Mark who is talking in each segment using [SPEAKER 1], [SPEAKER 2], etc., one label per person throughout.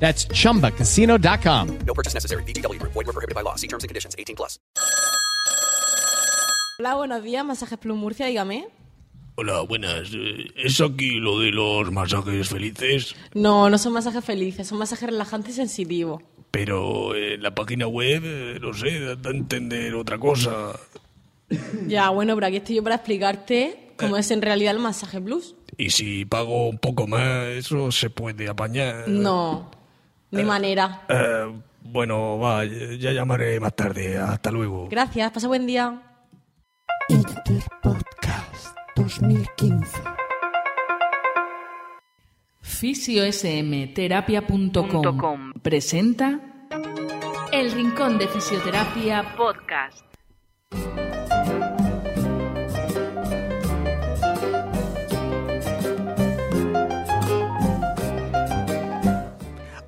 [SPEAKER 1] That's chumbacasino.com.
[SPEAKER 2] No purchase necessary. VGW Group. Void were prohibited by law. See terms and conditions. 18 plus.
[SPEAKER 3] Hola, buenos días, Masajes Plus Murcia, dígame.
[SPEAKER 4] Hola, buenas. Eh, ¿Es aquí lo de los masajes felices?
[SPEAKER 3] No, no son masajes felices, son masajes relajantes y sensitivos.
[SPEAKER 4] Pero eh, la página web, eh, no sé, da da a entender otra cosa.
[SPEAKER 3] Ya, bueno, pero aquí estoy yo para explicarte cómo es en realidad el masaje plus.
[SPEAKER 4] Y si pago un poco más, eso se puede apañar.
[SPEAKER 3] No,
[SPEAKER 5] eh.
[SPEAKER 3] de manera.
[SPEAKER 4] Eh, bueno, va, ya llamaré más tarde. Hasta luego.
[SPEAKER 3] Gracias, pasa buen día.
[SPEAKER 6] Inter Podcast 2015.
[SPEAKER 7] fisiosmterapia.com presenta El Rincón de Fisioterapia Podcast.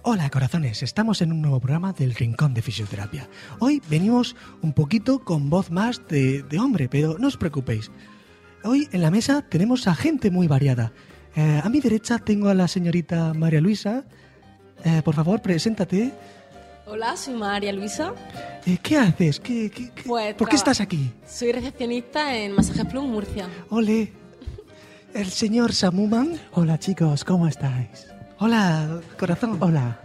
[SPEAKER 5] Hola corazones, estamos en un nuevo programa del Rincón de Fisioterapia. Hoy venimos un poquito con voz más de, de hombre, pero no os preocupéis. Hoy en la mesa tenemos a gente muy variada. Eh, a mi derecha tengo a la señorita María Luisa. Eh, por favor, preséntate.
[SPEAKER 3] Hola, soy María Luisa.
[SPEAKER 5] Eh, ¿Qué haces? ¿Qué, qué- qué-
[SPEAKER 3] Pues,
[SPEAKER 5] ¿Por qué
[SPEAKER 3] traba-
[SPEAKER 5] estás aquí?
[SPEAKER 3] Soy recepcionista en Masajes Plus Murcia.
[SPEAKER 5] Ole. El señor Samuman.
[SPEAKER 8] Hola chicos, ¿cómo estáis?
[SPEAKER 5] Hola, corazón.
[SPEAKER 8] Hola.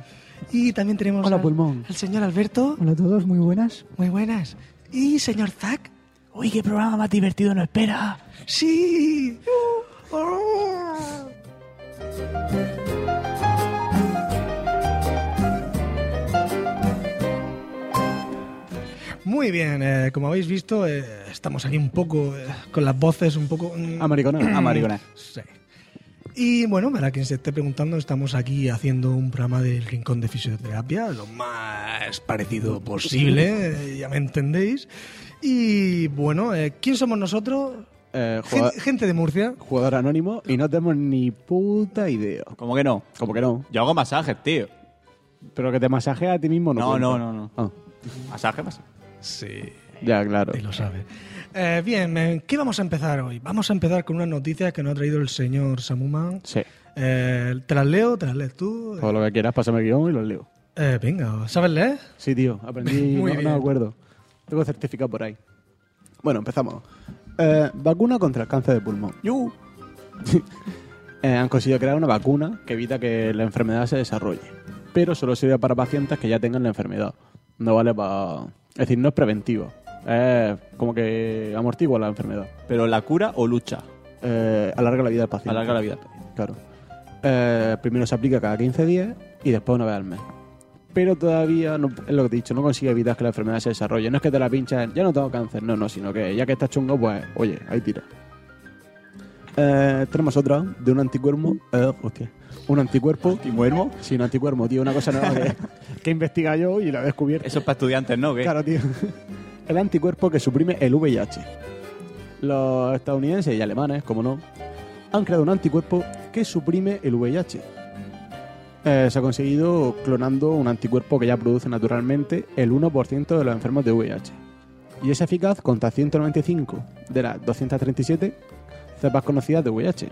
[SPEAKER 5] Y también tenemos
[SPEAKER 8] Hola,
[SPEAKER 5] al,
[SPEAKER 8] pulmón.
[SPEAKER 5] al señor Alberto.
[SPEAKER 8] Hola a todos, muy buenas.
[SPEAKER 5] Muy buenas. Y señor Zack.
[SPEAKER 8] Uy, qué programa más divertido no espera.
[SPEAKER 5] Sí. Oh. Muy bien, eh, como habéis visto, eh, estamos aquí un poco eh, con las voces un poco... mm,
[SPEAKER 9] Amaricona, amaricona.
[SPEAKER 5] Sí. Y bueno, para quien se esté preguntando, estamos aquí haciendo un programa del Rincón de Fisioterapia, lo más parecido posible, eh, ya me entendéis. Y bueno, eh, ¿quién somos nosotros?
[SPEAKER 9] Eh,
[SPEAKER 5] Gen-
[SPEAKER 9] jugador,
[SPEAKER 5] Gente, de Murcia.
[SPEAKER 9] jugador anónimo y no tenemos ni puta idea.
[SPEAKER 10] ¿Cómo que no?
[SPEAKER 9] Como que no.
[SPEAKER 10] Yo hago masajes, tío.
[SPEAKER 9] Pero que te masajea a ti mismo no.
[SPEAKER 10] No,
[SPEAKER 9] cuenta.
[SPEAKER 10] no, no, no.
[SPEAKER 9] Ah,
[SPEAKER 10] ¿Masaje pasa?
[SPEAKER 5] Sí.
[SPEAKER 9] ya, claro.
[SPEAKER 5] lo sabe. Eh, bien, eh, ¿qué vamos a empezar hoy? Vamos a empezar con unas noticias que nos ha traído el señor Samuman.
[SPEAKER 9] Sí.
[SPEAKER 5] Eh, ¿Te las leo? ¿Te las lees tú?
[SPEAKER 9] Todo lo que quieras, pásame el guión y los leo.
[SPEAKER 5] Eh, venga, ¿sabes leer?
[SPEAKER 9] Sí, tío, aprendí.
[SPEAKER 5] Muy
[SPEAKER 9] no, no
[SPEAKER 5] bien.
[SPEAKER 9] me acuerdo. Tengo certificado por ahí. Bueno, empezamos. Eh, vacuna contra el cáncer de pulmón. Eh, han conseguido crear una vacuna que evita que la enfermedad se desarrolle. Pero solo sirve para pacientes que ya tengan la enfermedad. No vale para. Es decir, no es preventivo. Es como que amortigua la enfermedad.
[SPEAKER 10] ¿Pero la cura o lucha?
[SPEAKER 9] Eh, alarga la vida del paciente.
[SPEAKER 10] Alarga la vida.
[SPEAKER 9] Claro. Eh, primero se aplica cada 15 días y después una vez al mes. Pero todavía, no, es lo que te he dicho, no consigue evitar que la enfermedad se desarrolle. No es que te la pinchas, ya no tengo cáncer, no, no, sino que ya que estás chungo, pues, oye, ahí tira. Eh, tenemos otra de un anticuerpo. eh, hostia. ¿Un anticuerpo? ¿Anticuerpo? Sí, un anticuerpo, tío. Una cosa nueva que, que investiga yo y la he descubierto.
[SPEAKER 10] Eso es para estudiantes, ¿no? ¿Qué?
[SPEAKER 9] Claro, tío. El anticuerpo que suprime el VIH. Los estadounidenses y alemanes, como no, han creado un anticuerpo que suprime el VIH. Eh, se ha conseguido clonando un anticuerpo que ya produce naturalmente el 1% de los enfermos de VIH. Y es eficaz contra 195 de las 237 cepas conocidas de VIH.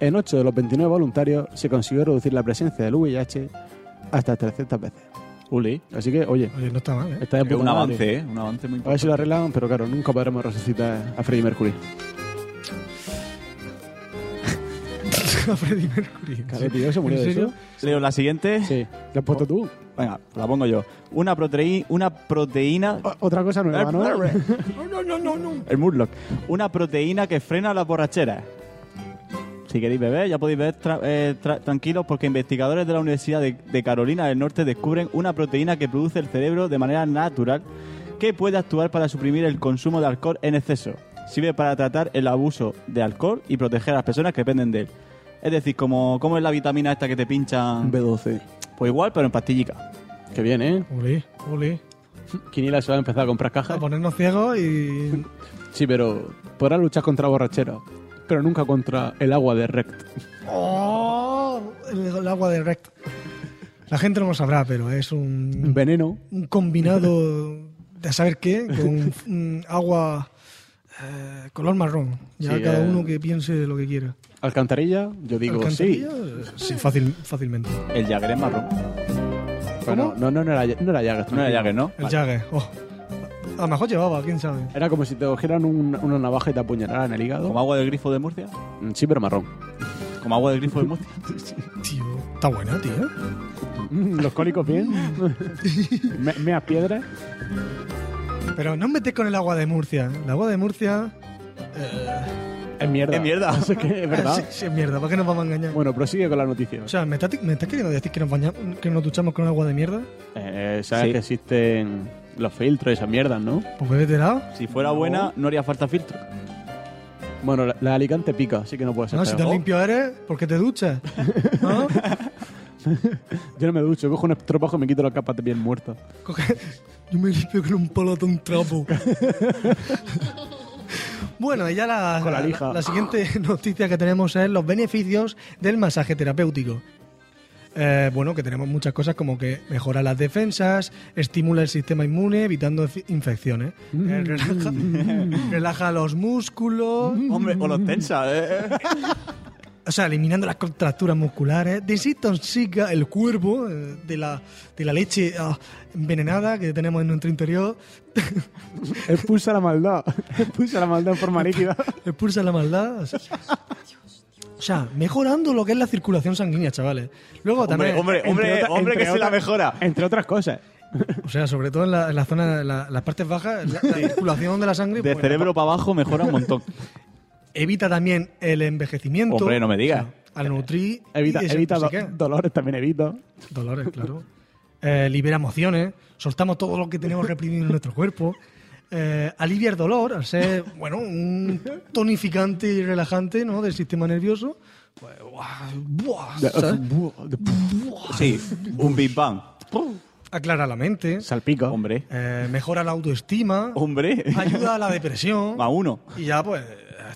[SPEAKER 9] En 8 de los 29 voluntarios se consiguió reducir la presencia del VIH hasta 300 veces. Uli. Así que, oye,
[SPEAKER 5] Oye, no está mal, ¿eh?
[SPEAKER 9] está de
[SPEAKER 10] Es un
[SPEAKER 9] puta madre.
[SPEAKER 10] avance, ¿eh? Un avance muy
[SPEAKER 9] A ver
[SPEAKER 10] importante.
[SPEAKER 9] si lo arreglan, pero claro, nunca podremos resucitar a Freddie Mercury.
[SPEAKER 5] Freddie Mercury.
[SPEAKER 9] Claro, tío, se murió
[SPEAKER 5] ¿En
[SPEAKER 9] de
[SPEAKER 5] serio?
[SPEAKER 9] eso.
[SPEAKER 10] Leo, la siguiente.
[SPEAKER 9] Sí. ¿Lo has puesto tú?
[SPEAKER 10] Venga, la pongo yo. Una proteína. Una proteína. Eh,
[SPEAKER 9] otra cosa nueva, ¿no?
[SPEAKER 4] No, no, no, no.
[SPEAKER 10] El Murloc. Una proteína que frena las borracheras. Si queréis beber, ya podéis beber tra- eh, tra- tranquilos porque investigadores de la Universidad de, de Carolina del Norte descubren una proteína que produce el cerebro de manera natural que puede actuar para suprimir el consumo de alcohol en exceso. Sirve para tratar el abuso de alcohol y proteger a las personas que dependen de él. Es decir, como, como es la vitamina esta que te pinchan.
[SPEAKER 9] B12.
[SPEAKER 10] Pues igual, pero en pastillica.
[SPEAKER 9] Qué bien, ¿eh?
[SPEAKER 5] Uli, Uli.
[SPEAKER 9] Quiniela se va a empezar a comprar cajas.
[SPEAKER 5] A ponernos ciegos y.
[SPEAKER 9] Sí, pero podrá luchar contra borrachera, pero nunca contra el agua de Rect.
[SPEAKER 5] ¡Oh! El, el agua de recto. La gente no lo sabrá, pero es un.
[SPEAKER 9] Veneno.
[SPEAKER 5] Un combinado de a saber qué, con mm, agua eh, color marrón. Ya
[SPEAKER 9] Sí,
[SPEAKER 5] cada
[SPEAKER 9] eh.
[SPEAKER 5] uno que piense lo que quiera.
[SPEAKER 9] ¿Alcantarilla? Yo digo
[SPEAKER 5] Alcantarilla,
[SPEAKER 9] sí.
[SPEAKER 5] eh, Sí, fácil, fácilmente.
[SPEAKER 10] El Jagger es marrón.
[SPEAKER 9] Bueno, no, no, no era, no era Jagger.
[SPEAKER 10] No era
[SPEAKER 9] tranquilo.
[SPEAKER 10] Jagger, ¿no?
[SPEAKER 5] El Jagger. oh. A lo mejor llevaba, quién sabe.
[SPEAKER 9] Era como si te cogieran un- una navaja y te apuñalaran el hígado.
[SPEAKER 10] ¿Como agua del grifo de Murcia?
[SPEAKER 9] Mm, Sí, pero marrón.
[SPEAKER 10] ¿Como agua del grifo de Murcia?
[SPEAKER 5] Tío, está buena, tío.
[SPEAKER 9] Mm, Los cólicos bien. me, meas piedras.
[SPEAKER 5] Pero no os metéis con el agua de Murcia. El agua de Murcia.
[SPEAKER 9] Es mierda.
[SPEAKER 10] Es mierda.
[SPEAKER 9] Eso es, que
[SPEAKER 5] Ah, Sí,
[SPEAKER 9] es verdad.
[SPEAKER 5] sí, es mierda, ¿para qué nos vamos a engañar?
[SPEAKER 9] Bueno, prosigue con la noticia.
[SPEAKER 5] O sea, ¿me estás, me estás queriendo decir que nos, baña- que nos duchamos con agua de mierda?
[SPEAKER 9] Eh, sabes
[SPEAKER 10] Sí.
[SPEAKER 9] que existen los filtros y esas mierdas, ¿no?
[SPEAKER 5] Pues bebete lado.
[SPEAKER 10] Si fuera
[SPEAKER 9] No.
[SPEAKER 10] buena, no haría falta filtro.
[SPEAKER 9] Bueno, la, la de Alicante pica, así que no puede ser.
[SPEAKER 5] No, si
[SPEAKER 9] peor.
[SPEAKER 5] tan limpio eres, ¿por qué te duchas? ¿No?
[SPEAKER 9] Yo no me ducho, cojo un estropajo y me quito la capa de piel muerta.
[SPEAKER 5] Coge- Yo me limpio con un palo de un trapo. Bueno, y ya la,
[SPEAKER 9] Con la lija.
[SPEAKER 5] la siguiente noticia que tenemos es los beneficios del masaje terapéutico. Eh, bueno, que tenemos muchas cosas como que mejora las defensas, estimula el sistema inmune evitando inf- infecciones,
[SPEAKER 9] Mm.
[SPEAKER 5] Eh, relaja, relaja los músculos,
[SPEAKER 10] Hombre, o los tensa, ¿eh?
[SPEAKER 5] o sea, eliminando las contracturas musculares, desintoxica el cuerpo eh, de la, de la leche ah, envenenada que tenemos en nuestro interior,
[SPEAKER 9] Expulsa la maldad. Expulsa la maldad en forma líquida.
[SPEAKER 5] expulsa la maldad. O sea, o sea, mejorando lo que es la circulación sanguínea, chavales. Luego
[SPEAKER 10] Hombre,
[SPEAKER 5] también,
[SPEAKER 10] hombre, hombre,
[SPEAKER 9] Entre otra-
[SPEAKER 10] hombre que
[SPEAKER 9] entre
[SPEAKER 10] se la
[SPEAKER 9] otra-
[SPEAKER 10] mejora.
[SPEAKER 9] Entre otras cosas.
[SPEAKER 5] o sea, sobre todo en, la, en la zona, en la- las partes bajas, la, la circulación de la sangre
[SPEAKER 10] De
[SPEAKER 5] pues,
[SPEAKER 10] cerebro para abajo mejora un montón.
[SPEAKER 5] evita también el envejecimiento.
[SPEAKER 10] Hombre, no me digas.
[SPEAKER 5] O sea, al nutrir y
[SPEAKER 9] Evita,
[SPEAKER 5] des-
[SPEAKER 9] evita
[SPEAKER 5] no sé
[SPEAKER 9] do-
[SPEAKER 5] qué.
[SPEAKER 9] dolores, también evita.
[SPEAKER 5] Dolores, claro. Eh, libera emociones, soltamos todo lo que tenemos reprimido en nuestro cuerpo. Eh, alivia el dolor, al ser, bueno, un tonificante y relajante ¿no? del sistema nervioso. Pues, ¡buah! ¡buah! ¿sabes?
[SPEAKER 10] Sí, un Big Bang.
[SPEAKER 5] Aclara la mente,
[SPEAKER 9] Salpica.
[SPEAKER 10] Hombre,
[SPEAKER 5] eh, mejora la autoestima,
[SPEAKER 10] hombre.
[SPEAKER 5] ayuda a la depresión
[SPEAKER 10] A uno.
[SPEAKER 5] y ya, pues,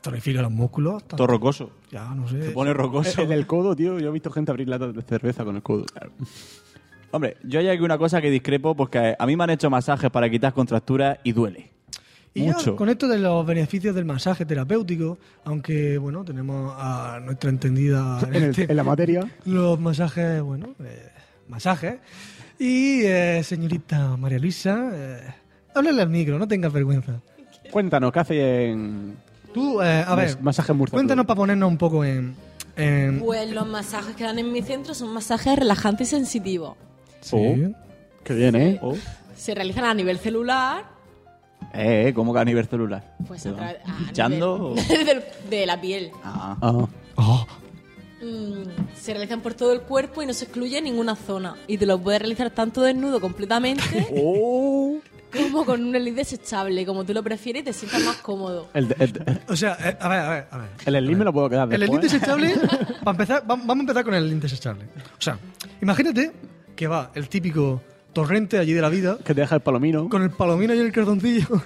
[SPEAKER 5] tonifica los músculos.
[SPEAKER 10] Todo rocoso.
[SPEAKER 5] Ya, no sé.
[SPEAKER 10] Se pone rocoso.
[SPEAKER 9] El del codo, tío. Yo he visto gente abrir latas de cerveza con el codo.
[SPEAKER 10] Hombre, yo hay aquí una cosa que discrepo porque a mí me han hecho masajes para quitar contracturas y duele.
[SPEAKER 5] Y ya
[SPEAKER 10] Mucho.
[SPEAKER 5] con esto de los beneficios del masaje terapéutico, aunque bueno, tenemos a nuestra entendida este
[SPEAKER 9] En, el- en la materia.
[SPEAKER 5] los masajes, bueno, eh, masajes. Y eh, señorita María Luisa, eh, háblale al micro, no tengas vergüenza.
[SPEAKER 9] Cuéntanos, ¿qué hace en
[SPEAKER 5] Tú, eh, a ver,
[SPEAKER 9] mas- masaje en Murcia?
[SPEAKER 5] cuéntanos
[SPEAKER 9] tú?
[SPEAKER 5] para ponernos un poco en... en-
[SPEAKER 3] Pues los masajes que dan en mi centro son masajes relajantes y sensitivos.
[SPEAKER 5] Sí.
[SPEAKER 9] Qué bien, ¿eh?
[SPEAKER 10] Oh.
[SPEAKER 3] Se realizan a nivel celular,
[SPEAKER 10] Eh, eh, ¿cómo que a nivel celular?
[SPEAKER 3] pues
[SPEAKER 10] ¿Te
[SPEAKER 3] a
[SPEAKER 10] van
[SPEAKER 3] través a
[SPEAKER 10] pinchando?
[SPEAKER 3] nivel- del- de la piel.
[SPEAKER 10] Ah.
[SPEAKER 9] Ah.
[SPEAKER 3] Mm, se realizan por todo el cuerpo y no se excluye ninguna zona. Y te lo puedes realizar tanto desnudo completamente
[SPEAKER 10] Oh.
[SPEAKER 3] como con un elite desechable, como tú lo prefieres y te sientas más cómodo.
[SPEAKER 9] El, de- el, de-
[SPEAKER 5] O sea, eh, a ver, a ver, a ver.
[SPEAKER 9] el slim me lo puedo quedar
[SPEAKER 5] El
[SPEAKER 9] después.
[SPEAKER 5] elite desechable, para empezar, vam- vamos a empezar con el elite desechable. O sea, imagínate que va el típico torrente allí de la vida,
[SPEAKER 9] Que te deja el palomino.
[SPEAKER 5] con el palomino y el cardoncillo.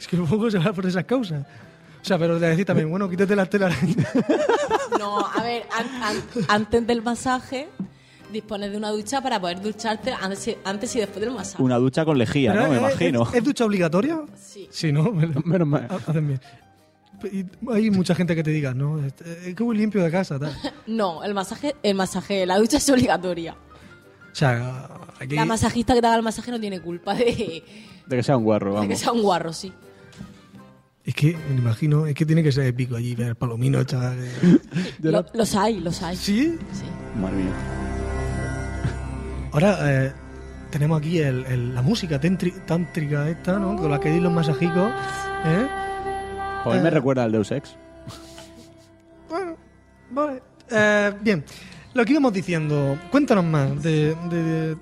[SPEAKER 5] es que un poco se va por esas causas. O sea, pero te decís también, bueno, quítate las telas.
[SPEAKER 3] No, a ver, an- an- antes del masaje dispones de una ducha para poder ducharte antes y, antes y después del masaje.
[SPEAKER 10] Una ducha con lejía,
[SPEAKER 5] Pero
[SPEAKER 10] ¿no? Me
[SPEAKER 5] ¿es-
[SPEAKER 10] imagino.
[SPEAKER 5] ¿Eh, ¿Es, es ducha obligatoria?
[SPEAKER 3] Sí.
[SPEAKER 5] Sí, ¿no?
[SPEAKER 9] Menos mal.
[SPEAKER 5] Ha- Hacen bien. Y hay mucha gente que te diga, no, este, es que voy limpio de casa. Tal.
[SPEAKER 3] No, el masaje, el masaje, la ducha es obligatoria.
[SPEAKER 5] O sea, aquí...
[SPEAKER 3] La masajista que te haga el masaje no tiene culpa de,
[SPEAKER 9] De que sea un guarro,
[SPEAKER 3] de que
[SPEAKER 9] vamos.
[SPEAKER 3] sea un guarro, sí.
[SPEAKER 5] Es que, me imagino, es que tiene que ser épico allí, ver el palomino, eh. chaval.
[SPEAKER 3] Lo- los hay, los hay.
[SPEAKER 5] ¿Sí?
[SPEAKER 3] Sí.
[SPEAKER 10] Madre mía.
[SPEAKER 5] Ahora eh, tenemos aquí el- el- la música tentri- tántrica esta, ¿no? Con la que di los masajicos. ¿eh?
[SPEAKER 9] Pues me
[SPEAKER 5] Eh,
[SPEAKER 9] recuerda al Deus Ex.
[SPEAKER 5] Bueno, vale. Eh, bien, lo que íbamos diciendo, cuéntanos más. De, de- de-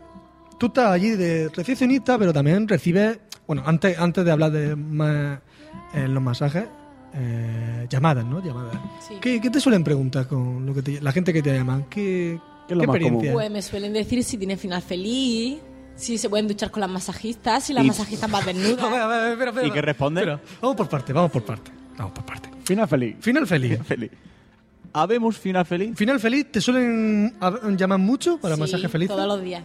[SPEAKER 5] tú estás allí de recepcionista, pero también recibes, bueno, antes, antes de hablar de más, eh, los masajes, eh, llamadas, ¿no? Llamadas.
[SPEAKER 3] Sí.
[SPEAKER 5] ¿Qué, qué te suelen preguntar con lo que te- la gente que te llaman? ¿Qué,
[SPEAKER 9] es lo
[SPEAKER 5] qué
[SPEAKER 9] más
[SPEAKER 5] experiencia?
[SPEAKER 3] Pues me suelen decir si tiene final feliz, si se pueden duchar con las masajistas, si las
[SPEAKER 5] Y-
[SPEAKER 3] masajistas más desnudas.
[SPEAKER 5] espera. ¿Y qué
[SPEAKER 10] responde?
[SPEAKER 5] vamos por parte, vamos por parte. Vamos por parte.
[SPEAKER 9] Final feliz.
[SPEAKER 5] Final feliz.
[SPEAKER 10] feliz. ¿Habemos final feliz?
[SPEAKER 5] ¿Final feliz? ¿Te suelen hab- llamar mucho para
[SPEAKER 3] Sí,
[SPEAKER 5] masajes felices?
[SPEAKER 3] Todos los días.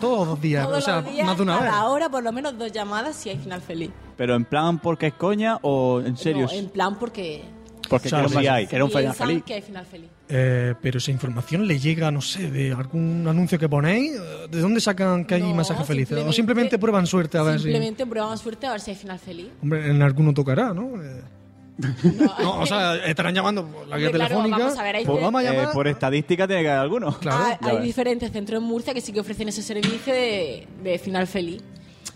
[SPEAKER 5] Todos los días,
[SPEAKER 3] Todos
[SPEAKER 5] o sea,
[SPEAKER 3] los días,
[SPEAKER 5] más de una vez.
[SPEAKER 3] cada hora por lo menos dos llamadas si hay final feliz.
[SPEAKER 10] ¿Pero en plan porque es coña o en serio?
[SPEAKER 3] No, en plan porque
[SPEAKER 10] Porque
[SPEAKER 5] Claro,
[SPEAKER 10] quiero
[SPEAKER 5] sí.
[SPEAKER 10] más- quiero un final
[SPEAKER 3] piensan
[SPEAKER 10] feliz.
[SPEAKER 3] que hay final feliz.
[SPEAKER 5] Eh, pero esa información le llega, no sé, de algún anuncio que ponéis. eh, ¿De dónde sacan que hay masajes felices? o simplemente prueban suerte a ver si.
[SPEAKER 3] Simplemente prueban suerte a ver si hay final feliz.
[SPEAKER 5] Hombre, en alguno tocará, ¿no? Eh, no, o sea, estarán llamando por la guía
[SPEAKER 3] Hombre, claro,
[SPEAKER 5] telefónica.
[SPEAKER 3] vamos a ver, hay
[SPEAKER 5] pues
[SPEAKER 3] que-
[SPEAKER 5] vamos a
[SPEAKER 10] Eh,
[SPEAKER 5] llamar.
[SPEAKER 10] por estadística tiene que haber alguno.
[SPEAKER 3] Ah, hay diferentes centros en Murcia que sí que ofrecen ese servicio de, de final feliz.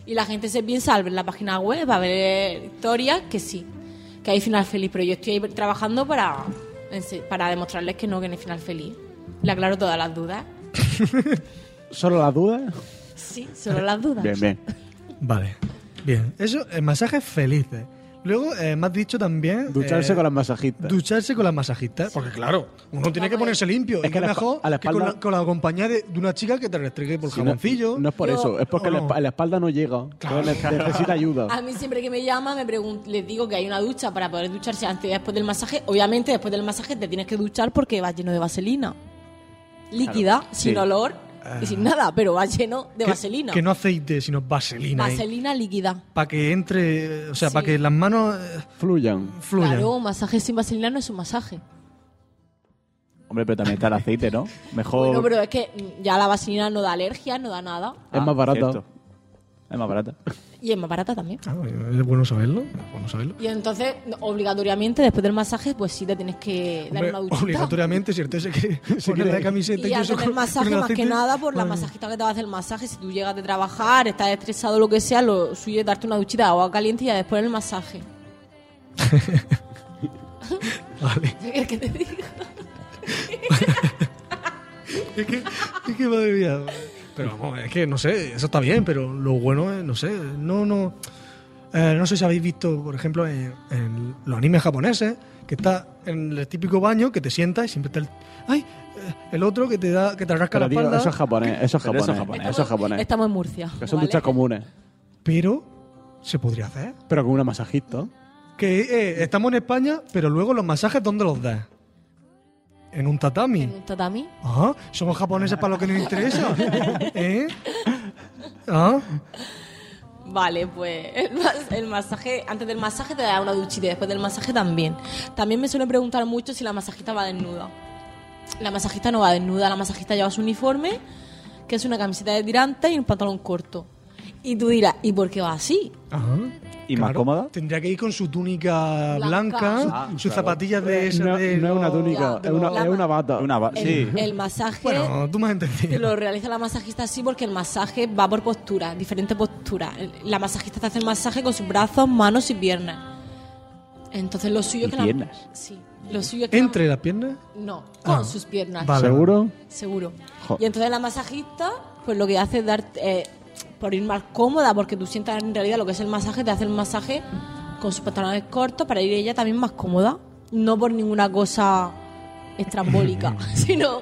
[SPEAKER 3] Y la gente se piensa al ver la página web, a ver historias, que sí, que hay final feliz. Pero yo estoy ahí trabajando para, ense- para demostrarles que no, que no hay final feliz. Le aclaro todas las dudas.
[SPEAKER 9] ¿Solo las dudas?
[SPEAKER 3] Sí, solo las dudas.
[SPEAKER 9] Bien, bien.
[SPEAKER 5] Vale, bien. Eso, eh, masajes felices. Luego, eh, me has dicho también.
[SPEAKER 9] Ducharse
[SPEAKER 5] eh,
[SPEAKER 9] con las masajistas.
[SPEAKER 5] Ducharse con las masajistas. Porque, claro, uno tiene que ponerse limpio.
[SPEAKER 9] Es
[SPEAKER 5] y que
[SPEAKER 9] que a la espa-
[SPEAKER 5] mejor
[SPEAKER 9] a la
[SPEAKER 5] que con,
[SPEAKER 9] espalda-
[SPEAKER 5] la, con la compañía de, de una chica que te restregue por
[SPEAKER 9] Si no-
[SPEAKER 5] jaboncillo.
[SPEAKER 9] No, es por
[SPEAKER 3] Yo-
[SPEAKER 9] eso, es porque
[SPEAKER 5] ¿O
[SPEAKER 9] la,
[SPEAKER 10] Oh.
[SPEAKER 5] no?
[SPEAKER 9] espa- la espalda no llega.
[SPEAKER 5] Claro.
[SPEAKER 9] Entonces ne- Necesita ayuda.
[SPEAKER 3] A mí siempre que me llaman me pregun- les digo que hay una ducha para poder ducharse antes y después del masaje. Obviamente después del masaje te tienes que duchar porque va lleno de vaselina. Líquida,
[SPEAKER 5] Claro,
[SPEAKER 3] sin
[SPEAKER 5] sí.
[SPEAKER 3] olor y sin
[SPEAKER 9] Ah.
[SPEAKER 3] nada, pero va lleno de
[SPEAKER 5] Que-
[SPEAKER 3] vaselina.
[SPEAKER 5] Que no aceite, sino vaselina. ahí.
[SPEAKER 3] Vaselina líquida.
[SPEAKER 5] para que entre, o sea, para que las manos eh,
[SPEAKER 9] fluyan.
[SPEAKER 5] fluyan.
[SPEAKER 3] Claro, un masaje sin vaselina no es un masaje.
[SPEAKER 10] Hombre, pero también está el aceite, ¿no? Mejor.
[SPEAKER 3] No, pero es que mm, ya la vaselina no da alergia, no da nada.
[SPEAKER 10] es más barata. Es más barata.
[SPEAKER 3] Y es más barata también.
[SPEAKER 5] Ah, Es bueno saberlo, es bueno saberlo.
[SPEAKER 3] Y entonces, no, obligatoriamente, después del masaje, pues sí te tienes que dar
[SPEAKER 5] Hombre,
[SPEAKER 3] una duchita.
[SPEAKER 5] obligatoriamente, si usted se quiere poner la camiseta
[SPEAKER 3] Y
[SPEAKER 5] y eso
[SPEAKER 3] antes del
[SPEAKER 5] con-
[SPEAKER 3] masaje,
[SPEAKER 5] con el
[SPEAKER 3] más que
[SPEAKER 5] aceite,
[SPEAKER 3] nada, por la
[SPEAKER 5] madre mía.
[SPEAKER 3] masajista que te va a hacer el masaje, si tú llegas de trabajar, estás estresado, lo que sea, lo suyo es darte una duchita de agua caliente y ya después el masaje.
[SPEAKER 5] Vale.
[SPEAKER 3] ¿Qué te digo?
[SPEAKER 5] Es que, es que madre mía. Pero vamos, es que no sé, eso está bien, pero lo bueno es, no sé, no, no. eh, no sé si habéis visto, por ejemplo, en, en los animes japoneses, que está en el típico baño que te sientas y siempre está el. ¡Ay! eh, El otro que te da, que te rasca
[SPEAKER 9] Pero
[SPEAKER 5] la
[SPEAKER 9] digo,
[SPEAKER 5] espalda.
[SPEAKER 9] eso es japonés, eso es
[SPEAKER 10] Pero eso es
[SPEAKER 9] japonés,
[SPEAKER 10] japonés.
[SPEAKER 9] eso es japonés.
[SPEAKER 3] Estamos en Murcia.
[SPEAKER 9] Que son
[SPEAKER 3] ¿vale?
[SPEAKER 9] duchas comunes.
[SPEAKER 5] Pero se podría hacer.
[SPEAKER 9] Pero con una masajista.
[SPEAKER 5] Que eh, estamos en España, pero luego los masajes, ¿dónde los das? En un tatami.
[SPEAKER 3] Un tatami.
[SPEAKER 5] Ah, somos japoneses para lo que nos interesa. ¿Eh? Ah,
[SPEAKER 3] Vale, pues el, mas- el masaje, antes del masaje te da una duchita y después del masaje también. También me suelen preguntar mucho si la masajista va desnuda. La masajista no va desnuda, la masajista lleva su uniforme, que es una camiseta de tirante y un pantalón corto. Y tú dirás, ¿y por qué va así?
[SPEAKER 5] ajá.
[SPEAKER 10] ¿Y más cómoda?
[SPEAKER 5] Tendría que ir con su túnica
[SPEAKER 3] Blanca.
[SPEAKER 5] blanca, su-
[SPEAKER 10] Ah,
[SPEAKER 5] sus
[SPEAKER 10] claro.
[SPEAKER 5] zapatillas de esa
[SPEAKER 9] No,
[SPEAKER 5] de
[SPEAKER 9] no es una
[SPEAKER 5] los-
[SPEAKER 9] túnica,
[SPEAKER 5] de
[SPEAKER 9] es una,
[SPEAKER 5] los-
[SPEAKER 9] es una bata.
[SPEAKER 10] Una ba- sí.
[SPEAKER 3] El masaje
[SPEAKER 5] Bueno, tú me has
[SPEAKER 3] te
[SPEAKER 5] entendido.
[SPEAKER 3] lo realiza la masajista así porque el masaje va por postura, diferentes posturas. El- La masajista te hace el masaje con sus brazos, manos y piernas. Entonces lo suyo
[SPEAKER 10] Y
[SPEAKER 3] que la-
[SPEAKER 10] piernas.
[SPEAKER 3] Sí, lo suyo es que la-
[SPEAKER 5] ¿Entre las piernas?
[SPEAKER 3] No, con
[SPEAKER 5] Ah,
[SPEAKER 3] sus piernas.
[SPEAKER 5] vale.
[SPEAKER 9] ¿Seguro?
[SPEAKER 3] Seguro.
[SPEAKER 9] Jo.
[SPEAKER 3] Y entonces la masajista, pues lo que hace es darte, eh, por ir más cómoda, porque tú sientas en realidad lo que es el masaje, te hace el masaje con sus pantalones cortos para ir ella también más cómoda. No por ninguna cosa estrambólica, sino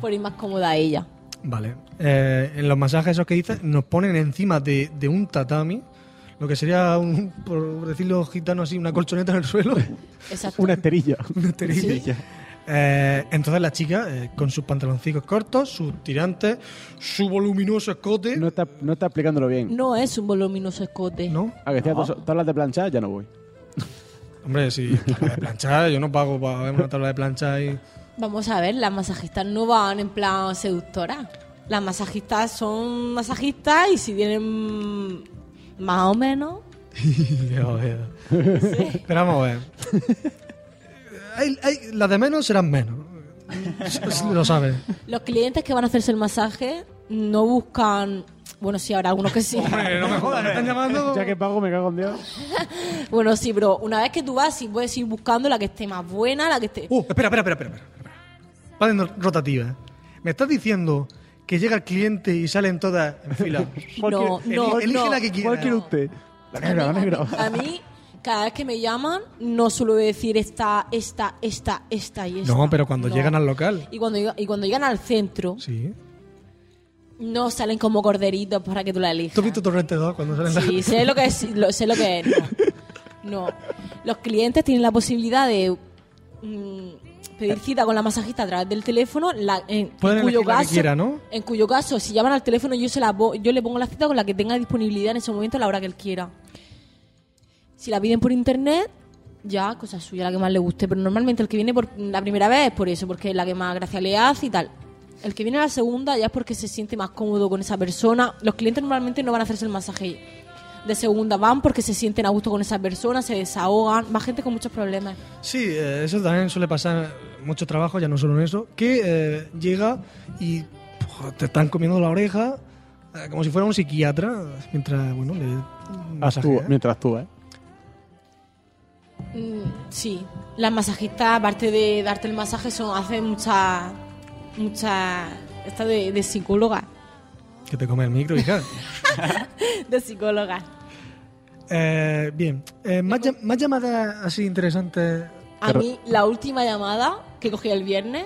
[SPEAKER 3] por ir más cómoda a ella.
[SPEAKER 5] Vale. Eh, en los masajes esos que dices, nos ponen encima de, de un tatami, lo que sería, un, por decirlo gitano así, una colchoneta en el suelo.
[SPEAKER 3] Exacto.
[SPEAKER 9] Una esterilla.
[SPEAKER 5] Una esterilla. Eh, entonces la chica, eh, con sus pantaloncicos cortos, sus tirantes, su voluminoso escote...
[SPEAKER 9] No está, no está explicándolo bien.
[SPEAKER 3] No es un voluminoso escote.
[SPEAKER 5] ¿No?
[SPEAKER 9] A que sea tablas de planchar, ya no voy.
[SPEAKER 5] Hombre, si tabla de planchar, yo no pago para ver una tabla de planchar y...
[SPEAKER 3] Vamos a ver, las masajistas no van en plan seductoras. Las masajistas son masajistas y si tienen más o menos,
[SPEAKER 5] Joder. Pero vamos a ver. Hay- hay- las de menos serán menos. Lo sabes.
[SPEAKER 3] Los clientes que van a hacerse el masaje no buscan. Bueno, sí, habrá algunos que sí.
[SPEAKER 9] Ya que pago, me cago en Dios.
[SPEAKER 3] Bueno, sí, pero una vez que tú vas, sí puedes ir buscando la que esté más buena, la que esté.
[SPEAKER 5] Uh, espera, espera, espera, espera. espera. Va de no- rotativa. ¿eh? ¿Me estás diciendo que llega el cliente y salen todas en fila?
[SPEAKER 3] No,
[SPEAKER 5] Eli-
[SPEAKER 3] no,
[SPEAKER 5] elige
[SPEAKER 3] no.
[SPEAKER 5] la que quieras.
[SPEAKER 3] ¿Cuál quiere
[SPEAKER 5] usted?
[SPEAKER 9] La negra, la negra.
[SPEAKER 3] A mí, cada vez que me llaman, no suelo decir esta, esta, esta, esta y esta.
[SPEAKER 5] No, pero cuando
[SPEAKER 3] No.
[SPEAKER 5] llegan al local.
[SPEAKER 3] Y cuando, llega- y cuando llegan al centro,
[SPEAKER 5] Sí.
[SPEAKER 3] no salen como corderitos para que tú la elijas.
[SPEAKER 5] ¿Tú has visto Torrente 2 cuando salen las-
[SPEAKER 3] Sí, sé lo que es, lo- sé lo que es. No. No. Los clientes tienen la posibilidad de mm, pedir cita con la masajista a través del teléfono, la- en,
[SPEAKER 5] Pueden
[SPEAKER 3] en cuyo
[SPEAKER 5] elegir la que
[SPEAKER 3] caso,
[SPEAKER 5] quiera, ¿no?
[SPEAKER 3] en cuyo caso, si llaman al teléfono, yo se la po- yo le pongo la cita con la que tenga disponibilidad en ese momento a la hora que él quiera. Si la piden por internet, ya cosa suya la que más le guste, pero normalmente el que viene por la primera vez es por eso, porque es la que más gracia le hace y tal. El que viene la segunda ya es porque se siente más cómodo con esa persona. Los clientes normalmente no van a hacerse el masaje de segunda, van porque se sienten a gusto con esa persona, se desahogan, más gente con muchos problemas.
[SPEAKER 5] Sí, eh, eso también suele pasar en mucho trabajo, ya no solo en eso, que eh, llega y puf, te están comiendo la oreja eh, como si fuera un psiquiatra, mientras, bueno, le
[SPEAKER 9] Actúa-
[SPEAKER 5] masajea.
[SPEAKER 9] mientras tú, ¿eh?
[SPEAKER 3] Mm, sí, las masajistas, aparte de darte el masaje, son, hacen muchas. muchas. esta de, de psicóloga.
[SPEAKER 5] Que te come el micro, hija.
[SPEAKER 3] De psicóloga.
[SPEAKER 5] Eh, bien, Eh, más, llam- más llamadas así interesantes.
[SPEAKER 3] A mí, la última llamada que cogí el viernes,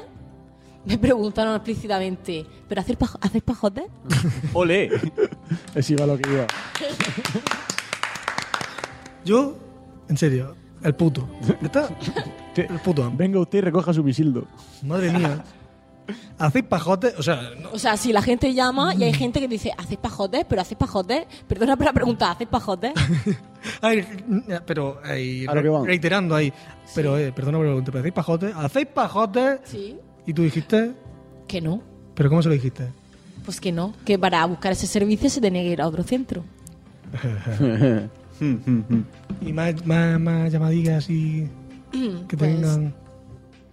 [SPEAKER 3] me preguntaron explícitamente: ¿pero hacer paj- haces pajotes?
[SPEAKER 10] ¡Ole!
[SPEAKER 9] Es igual lo que iba.
[SPEAKER 5] Yo, en serio, el puto. ¿Está? El puto.
[SPEAKER 9] Venga usted y recoja su misildo.
[SPEAKER 5] Madre mía. ¿Hacéis pajotes? O sea, no-
[SPEAKER 3] O sea, si la gente llama y hay gente que dice: ¿haces pajotes? ¿pero haces pajotes? Perdona por la pregunta: ¿haces pajotes?
[SPEAKER 5] ay, pero ay,
[SPEAKER 9] A lo que van.
[SPEAKER 5] reiterando ahí. Pero, eh, perdona por la pregunta, ¿pero hacéis pajotes? ¿Hacéis pajotes?
[SPEAKER 3] Sí.
[SPEAKER 5] Y tú dijiste,
[SPEAKER 3] Que no.
[SPEAKER 5] ¿pero cómo se lo dijiste?
[SPEAKER 3] Pues que no. Que para buscar ese servicio se tenía que ir a otro centro.
[SPEAKER 5] y más, más, más llamadillas y que
[SPEAKER 3] Pues,
[SPEAKER 5] tengan.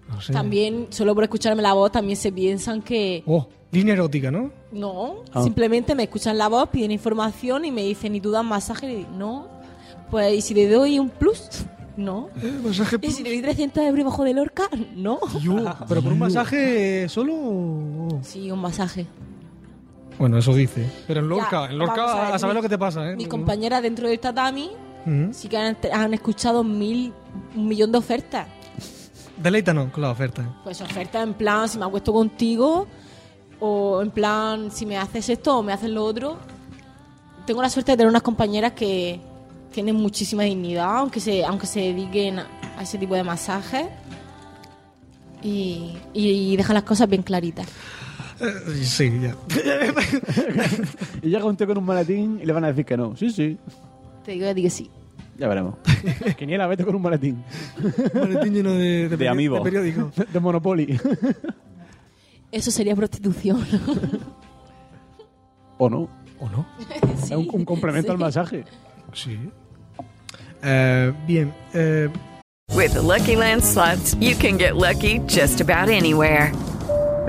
[SPEAKER 5] No sé.
[SPEAKER 3] También, solo por escucharme la voz, también se piensan que.
[SPEAKER 5] Oh, línea erótica, ¿no?
[SPEAKER 3] No,
[SPEAKER 5] Ah.
[SPEAKER 3] simplemente me escuchan la voz, piden información y me dicen, ¿y tú das masaje? Y digo, no. Pues, ¿y si le doy un plus? No.
[SPEAKER 5] Eh,
[SPEAKER 3] ¿Y si le doy 300 euros bajo de Lorca? No.
[SPEAKER 5] ¿Pero por un masaje solo o.?
[SPEAKER 3] Sí, un masaje.
[SPEAKER 5] Bueno, eso dice. Pero en Lorca,
[SPEAKER 3] Ya,
[SPEAKER 5] en Lorca
[SPEAKER 3] vamos
[SPEAKER 5] a,
[SPEAKER 3] ver,
[SPEAKER 5] saber
[SPEAKER 3] mi-
[SPEAKER 5] lo que te pasa, ¿eh?
[SPEAKER 3] Mi compañera dentro del tatami
[SPEAKER 5] Ujú.
[SPEAKER 3] sí que han, han escuchado mil, un millón de ofertas.
[SPEAKER 5] Deleítanos con la oferta.
[SPEAKER 3] Pues ofertas en plan, si me acuesto contigo, o en plan, si me haces esto o me haces lo otro. Tengo la suerte de tener unas compañeras que tienen muchísima dignidad, aunque se, aunque se dediquen a, a ese tipo de masajes. Y, y, y dejan las cosas bien claritas.
[SPEAKER 5] Eh, sí, ya.
[SPEAKER 9] y llega usted con un maletín y le van a decir que no. Sí, sí.
[SPEAKER 3] Te digo a ti que sí.
[SPEAKER 9] Ya veremos. Quiniela, vete con un maletín.
[SPEAKER 5] maletín lleno de,
[SPEAKER 10] De peri- amiibo. de
[SPEAKER 5] periódico.
[SPEAKER 9] De, Monopoly.
[SPEAKER 3] Eso sería prostitución.
[SPEAKER 9] ¿O no?
[SPEAKER 5] ¿O no?
[SPEAKER 9] es un, un complemento al masaje.
[SPEAKER 5] Sí. Eh, bien. eh,
[SPEAKER 11] With the Lucky Land slots, you can get lucky just about anywhere.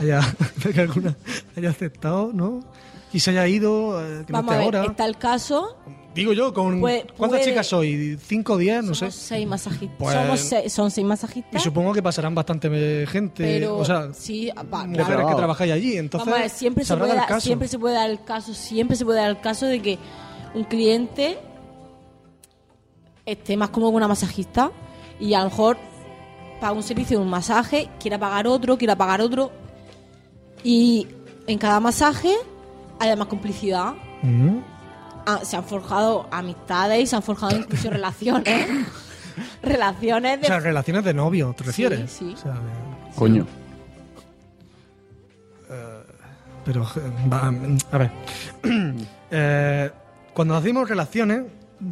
[SPEAKER 5] haya, de que alguna haya aceptado, no? Y se haya ido, eh, que
[SPEAKER 3] Vamos
[SPEAKER 5] no
[SPEAKER 3] a
[SPEAKER 5] esté
[SPEAKER 3] ver,
[SPEAKER 5] ahora.
[SPEAKER 3] está el caso
[SPEAKER 5] Digo yo, con
[SPEAKER 3] Pues,
[SPEAKER 5] ¿cuántas
[SPEAKER 3] puede-
[SPEAKER 5] chicas soy? ¿Cinco, diez? No sé.
[SPEAKER 3] Seis masajistas.
[SPEAKER 5] Pues-
[SPEAKER 3] Somos seis- son seis
[SPEAKER 5] Y
[SPEAKER 3] masajistas.
[SPEAKER 5] supongo que pasarán bastante eh, gente.
[SPEAKER 3] Pero
[SPEAKER 5] o sea,
[SPEAKER 3] sí, va,
[SPEAKER 5] mujeres
[SPEAKER 3] claro.
[SPEAKER 5] que trabajáis allí. Entonces,
[SPEAKER 3] Vamos a ver, siempre se,
[SPEAKER 5] sabrá
[SPEAKER 3] puede
[SPEAKER 5] dar
[SPEAKER 3] dar,
[SPEAKER 5] caso.
[SPEAKER 3] siempre se puede dar el caso, siempre se puede dar el caso de que un cliente esté más cómodo con una masajista y a lo mejor paga un servicio de un masaje, quiera pagar otro, quiera pagar otro. Y en cada masaje hay además complicidad.
[SPEAKER 5] Mm.
[SPEAKER 3] Ah, se han forjado amistades y se han forjado incluso relaciones. relaciones
[SPEAKER 5] O
[SPEAKER 3] de
[SPEAKER 5] sea, relaciones de novio, ¿te refieres?
[SPEAKER 3] sí.
[SPEAKER 5] O sea, de-
[SPEAKER 9] Coño.
[SPEAKER 5] Pero, eh, va, a ver. Eh, cuando hacemos relaciones,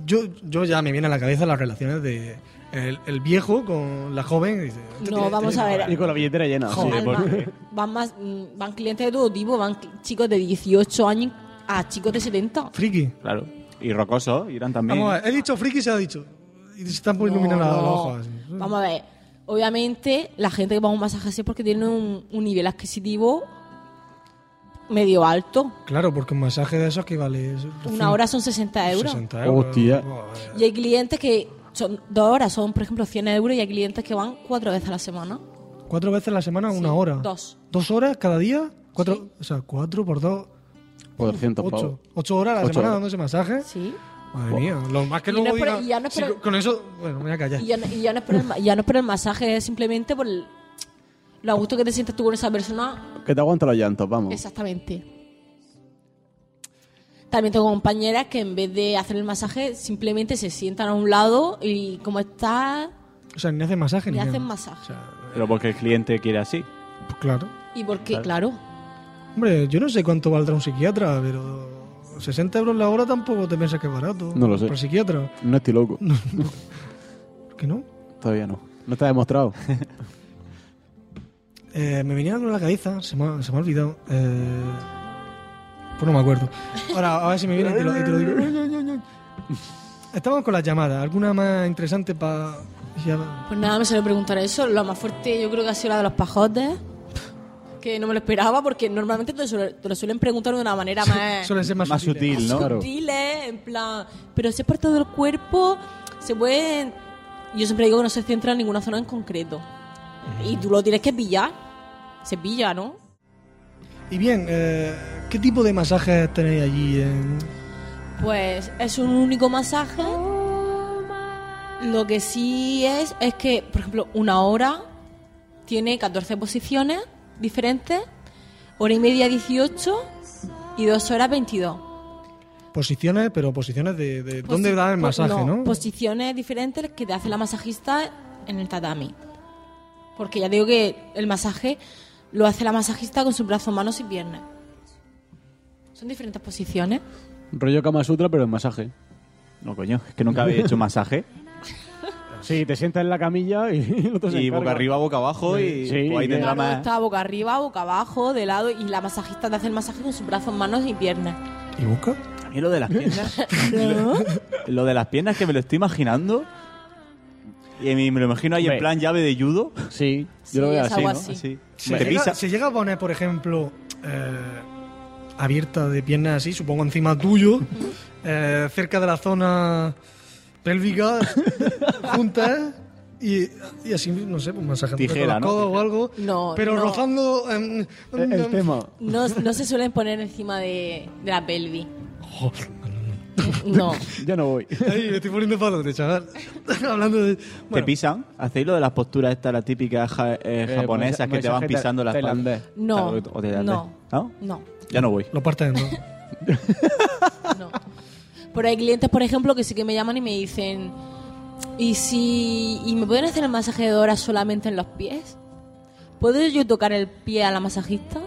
[SPEAKER 5] yo, yo ya me viene a la cabeza las relaciones de el, el viejo con la joven. y dice, "Este
[SPEAKER 3] No,
[SPEAKER 5] tiene-
[SPEAKER 3] vamos
[SPEAKER 5] tiene
[SPEAKER 3] a ver.
[SPEAKER 5] moral".
[SPEAKER 3] Y con
[SPEAKER 10] la billetera llena.
[SPEAKER 3] Van,
[SPEAKER 5] Joder,
[SPEAKER 3] más- van más, mm, van clientes de todo tipo, van cl- chicos de 18 años a chicos de 70.
[SPEAKER 5] Friki.
[SPEAKER 10] Claro. Y rocosos irán también.
[SPEAKER 5] Vamos a ver, he dicho friki, se ha dicho. Y se están por iluminar
[SPEAKER 3] No,
[SPEAKER 5] las
[SPEAKER 3] no.
[SPEAKER 5] hojas.
[SPEAKER 3] Vamos a ver. Obviamente, la gente que va a un masaje así es porque tiene un, un nivel adquisitivo medio alto.
[SPEAKER 5] Claro, porque un masaje de esos que vale.
[SPEAKER 3] Una hora son 60 euros.
[SPEAKER 5] 60 euros.
[SPEAKER 9] Hostia.
[SPEAKER 3] Y hay clientes que son dos horas, son por ejemplo 100 euros, y hay clientes que van cuatro veces a la semana.
[SPEAKER 5] Cuatro veces a la semana, una hora.
[SPEAKER 3] Dos.
[SPEAKER 5] ¿Dos horas cada día? Cuatro, O sea, cuatro por dos,
[SPEAKER 9] 400 pavos.
[SPEAKER 5] ocho. Ocho horas a la
[SPEAKER 9] Ocho
[SPEAKER 5] semana
[SPEAKER 9] horas.
[SPEAKER 5] dándose masaje.
[SPEAKER 3] Sí.
[SPEAKER 5] Madre mía, lo más que
[SPEAKER 3] Y
[SPEAKER 5] luego
[SPEAKER 3] no es por-
[SPEAKER 5] diga-
[SPEAKER 3] y ya no es
[SPEAKER 5] sí,
[SPEAKER 3] por el-
[SPEAKER 5] con- con eso, bueno, me voy a callar.
[SPEAKER 3] Y ya, no- y ya no es por el, ma- ya no es por el masaje, es simplemente por el- lo a gusto que te sientes tú con esa persona.
[SPEAKER 9] Que te aguanta los llantos, vamos.
[SPEAKER 3] Exactamente. También tengo compañeras que en vez de hacer el masaje, simplemente se sientan a un lado y como está,
[SPEAKER 5] O sea, ni hacen masaje ni
[SPEAKER 3] le hacen
[SPEAKER 5] nada.
[SPEAKER 3] masaje.
[SPEAKER 10] Pero porque el cliente quiere así.
[SPEAKER 5] Pues claro.
[SPEAKER 3] y porque, claro,
[SPEAKER 5] Hombre, yo no sé cuánto valdrá un psiquiatra, pero 60 euros la hora tampoco te piensas que es barato.
[SPEAKER 9] No lo sé.
[SPEAKER 5] Para psiquiatra.
[SPEAKER 9] No estoy loco.
[SPEAKER 5] ¿Que no?
[SPEAKER 9] Todavía no. No está demostrado.
[SPEAKER 5] Eh, me venía algo en la cabeza, se me ha, se me ha olvidado. Eh, pues no me acuerdo. Ahora, a ver si me viene y te lo, y te lo digo. Estamos con las llamadas. ¿Alguna más interesante para...?
[SPEAKER 3] pues nada, me salió preguntar eso. Lo más fuerte yo creo que ha sido la de los pajotes, que no me lo esperaba porque normalmente te, suele- te lo suelen preguntar de una manera más...
[SPEAKER 5] Suelen ser más,
[SPEAKER 10] Más
[SPEAKER 5] sutiles.
[SPEAKER 10] sutil, ¿no?
[SPEAKER 3] sutiles, en plan, pero si es por todo el cuerpo, se puede... Yo siempre digo que no se centra en ninguna zona en concreto. Y tú lo tienes que pillar. Se pilla, ¿no?
[SPEAKER 5] Y bien, eh, ¿qué tipo de masajes tenéis allí? En...
[SPEAKER 3] Pues es un único masaje. Lo que sí es, es que, por ejemplo, una hora tiene 14 posiciones diferentes, hora y media 18 y dos horas 22.
[SPEAKER 5] Posiciones, pero posiciones de... de-
[SPEAKER 3] Posi-
[SPEAKER 5] ¿Dónde da el
[SPEAKER 3] po-
[SPEAKER 5] masaje, no?
[SPEAKER 3] Posiciones diferentes que te hace la masajista en el tatami. Porque ya digo que el masaje lo hace la masajista con sus brazos, manos y piernas. Son diferentes posiciones.
[SPEAKER 9] Rollo Kama Sutra, pero en masaje.
[SPEAKER 10] No, coño, es que nunca había hecho masaje.
[SPEAKER 9] Sí, te sientas en la camilla y el otro se
[SPEAKER 10] y
[SPEAKER 9] encarga.
[SPEAKER 10] boca arriba, boca abajo y
[SPEAKER 9] Sí,
[SPEAKER 10] pues ahí
[SPEAKER 9] y
[SPEAKER 10] tendrá
[SPEAKER 3] Claro,
[SPEAKER 10] más.
[SPEAKER 3] está boca arriba, boca abajo, de lado, y la masajista te hace el masaje con sus brazos, manos y piernas.
[SPEAKER 5] ¿Y busca?
[SPEAKER 10] A mí lo de las piernas. lo de las piernas que me lo estoy imaginando. Y me, me lo imagino ahí en
[SPEAKER 9] Hombre.
[SPEAKER 10] plan llave de judo.
[SPEAKER 9] Sí,
[SPEAKER 3] Sí, lo veo es así, algo ¿no? así.
[SPEAKER 5] Se
[SPEAKER 10] Te
[SPEAKER 5] llega,
[SPEAKER 10] pisa.
[SPEAKER 5] se llega a poner, por ejemplo, eh, abierta de piernas así, supongo encima tuyo, eh, cerca de la zona pélvica, juntas, y, y así, no sé, pues masaje
[SPEAKER 10] Tijera, ¿no?
[SPEAKER 5] o algo,
[SPEAKER 3] No,
[SPEAKER 5] pero
[SPEAKER 3] no.
[SPEAKER 5] rozando... em, em, em,
[SPEAKER 3] No, no se suelen poner encima de, de la pelvis.
[SPEAKER 5] Jo,
[SPEAKER 3] No.
[SPEAKER 9] Ya no voy.
[SPEAKER 5] Ay, me estoy poniendo para donde, chaval. Hablando de...
[SPEAKER 10] Te pisan. Hacéis lo de las posturas estas, las típicas ja- eh, japonesas
[SPEAKER 9] masaje
[SPEAKER 10] que te van
[SPEAKER 9] ta-
[SPEAKER 10] pisando las
[SPEAKER 9] tailandés.
[SPEAKER 3] No,
[SPEAKER 10] O tailandés.
[SPEAKER 3] no.
[SPEAKER 10] ¿No?
[SPEAKER 3] No.
[SPEAKER 10] Ya no voy.
[SPEAKER 5] Lo partes en dos.
[SPEAKER 3] Pero hay clientes, por ejemplo, que sí que me llaman y me dicen, ¿y si y me pueden hacer el masaje de horas solamente en los pies? ¿Puedo yo tocar el pie a la masajista?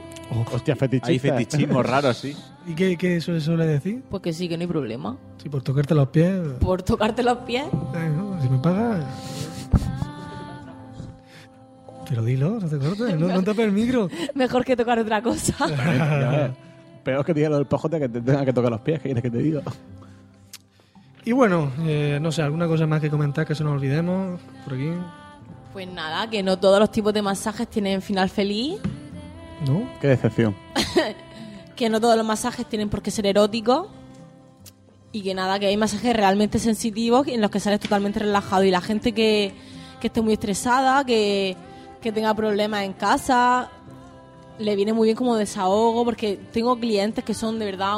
[SPEAKER 9] Hostia, fetichista.
[SPEAKER 10] Hay fetichismo raro, sí.
[SPEAKER 5] ¿Y qué, qué suele, suele decir?
[SPEAKER 3] Pues que sí, que no hay problema.
[SPEAKER 5] Si por tocarte los pies...
[SPEAKER 3] ¿Por tocarte los pies?
[SPEAKER 5] eh, no, si me pagas... Pero dilo, no te cortes, no, no tapes el micro.
[SPEAKER 3] Mejor que tocar otra cosa.
[SPEAKER 9] Peor que te diga lo del pajote que te tenga que tocar los pies, ¿qué quieres que te diga?
[SPEAKER 5] Y bueno, eh, no sé, alguna cosa más que comentar que se nos olvidemos por aquí.
[SPEAKER 3] Pues nada, que no todos los tipos de masajes tienen final feliz,
[SPEAKER 5] ¿No?
[SPEAKER 9] Qué decepción.
[SPEAKER 3] que no todos los masajes tienen por qué ser eróticos Y que nada, que hay masajes realmente sensitivos en los que sales totalmente relajado. Y la gente que, que esté muy estresada, que, que tenga problemas en casa, le viene muy bien como desahogo, porque tengo clientes que son de verdad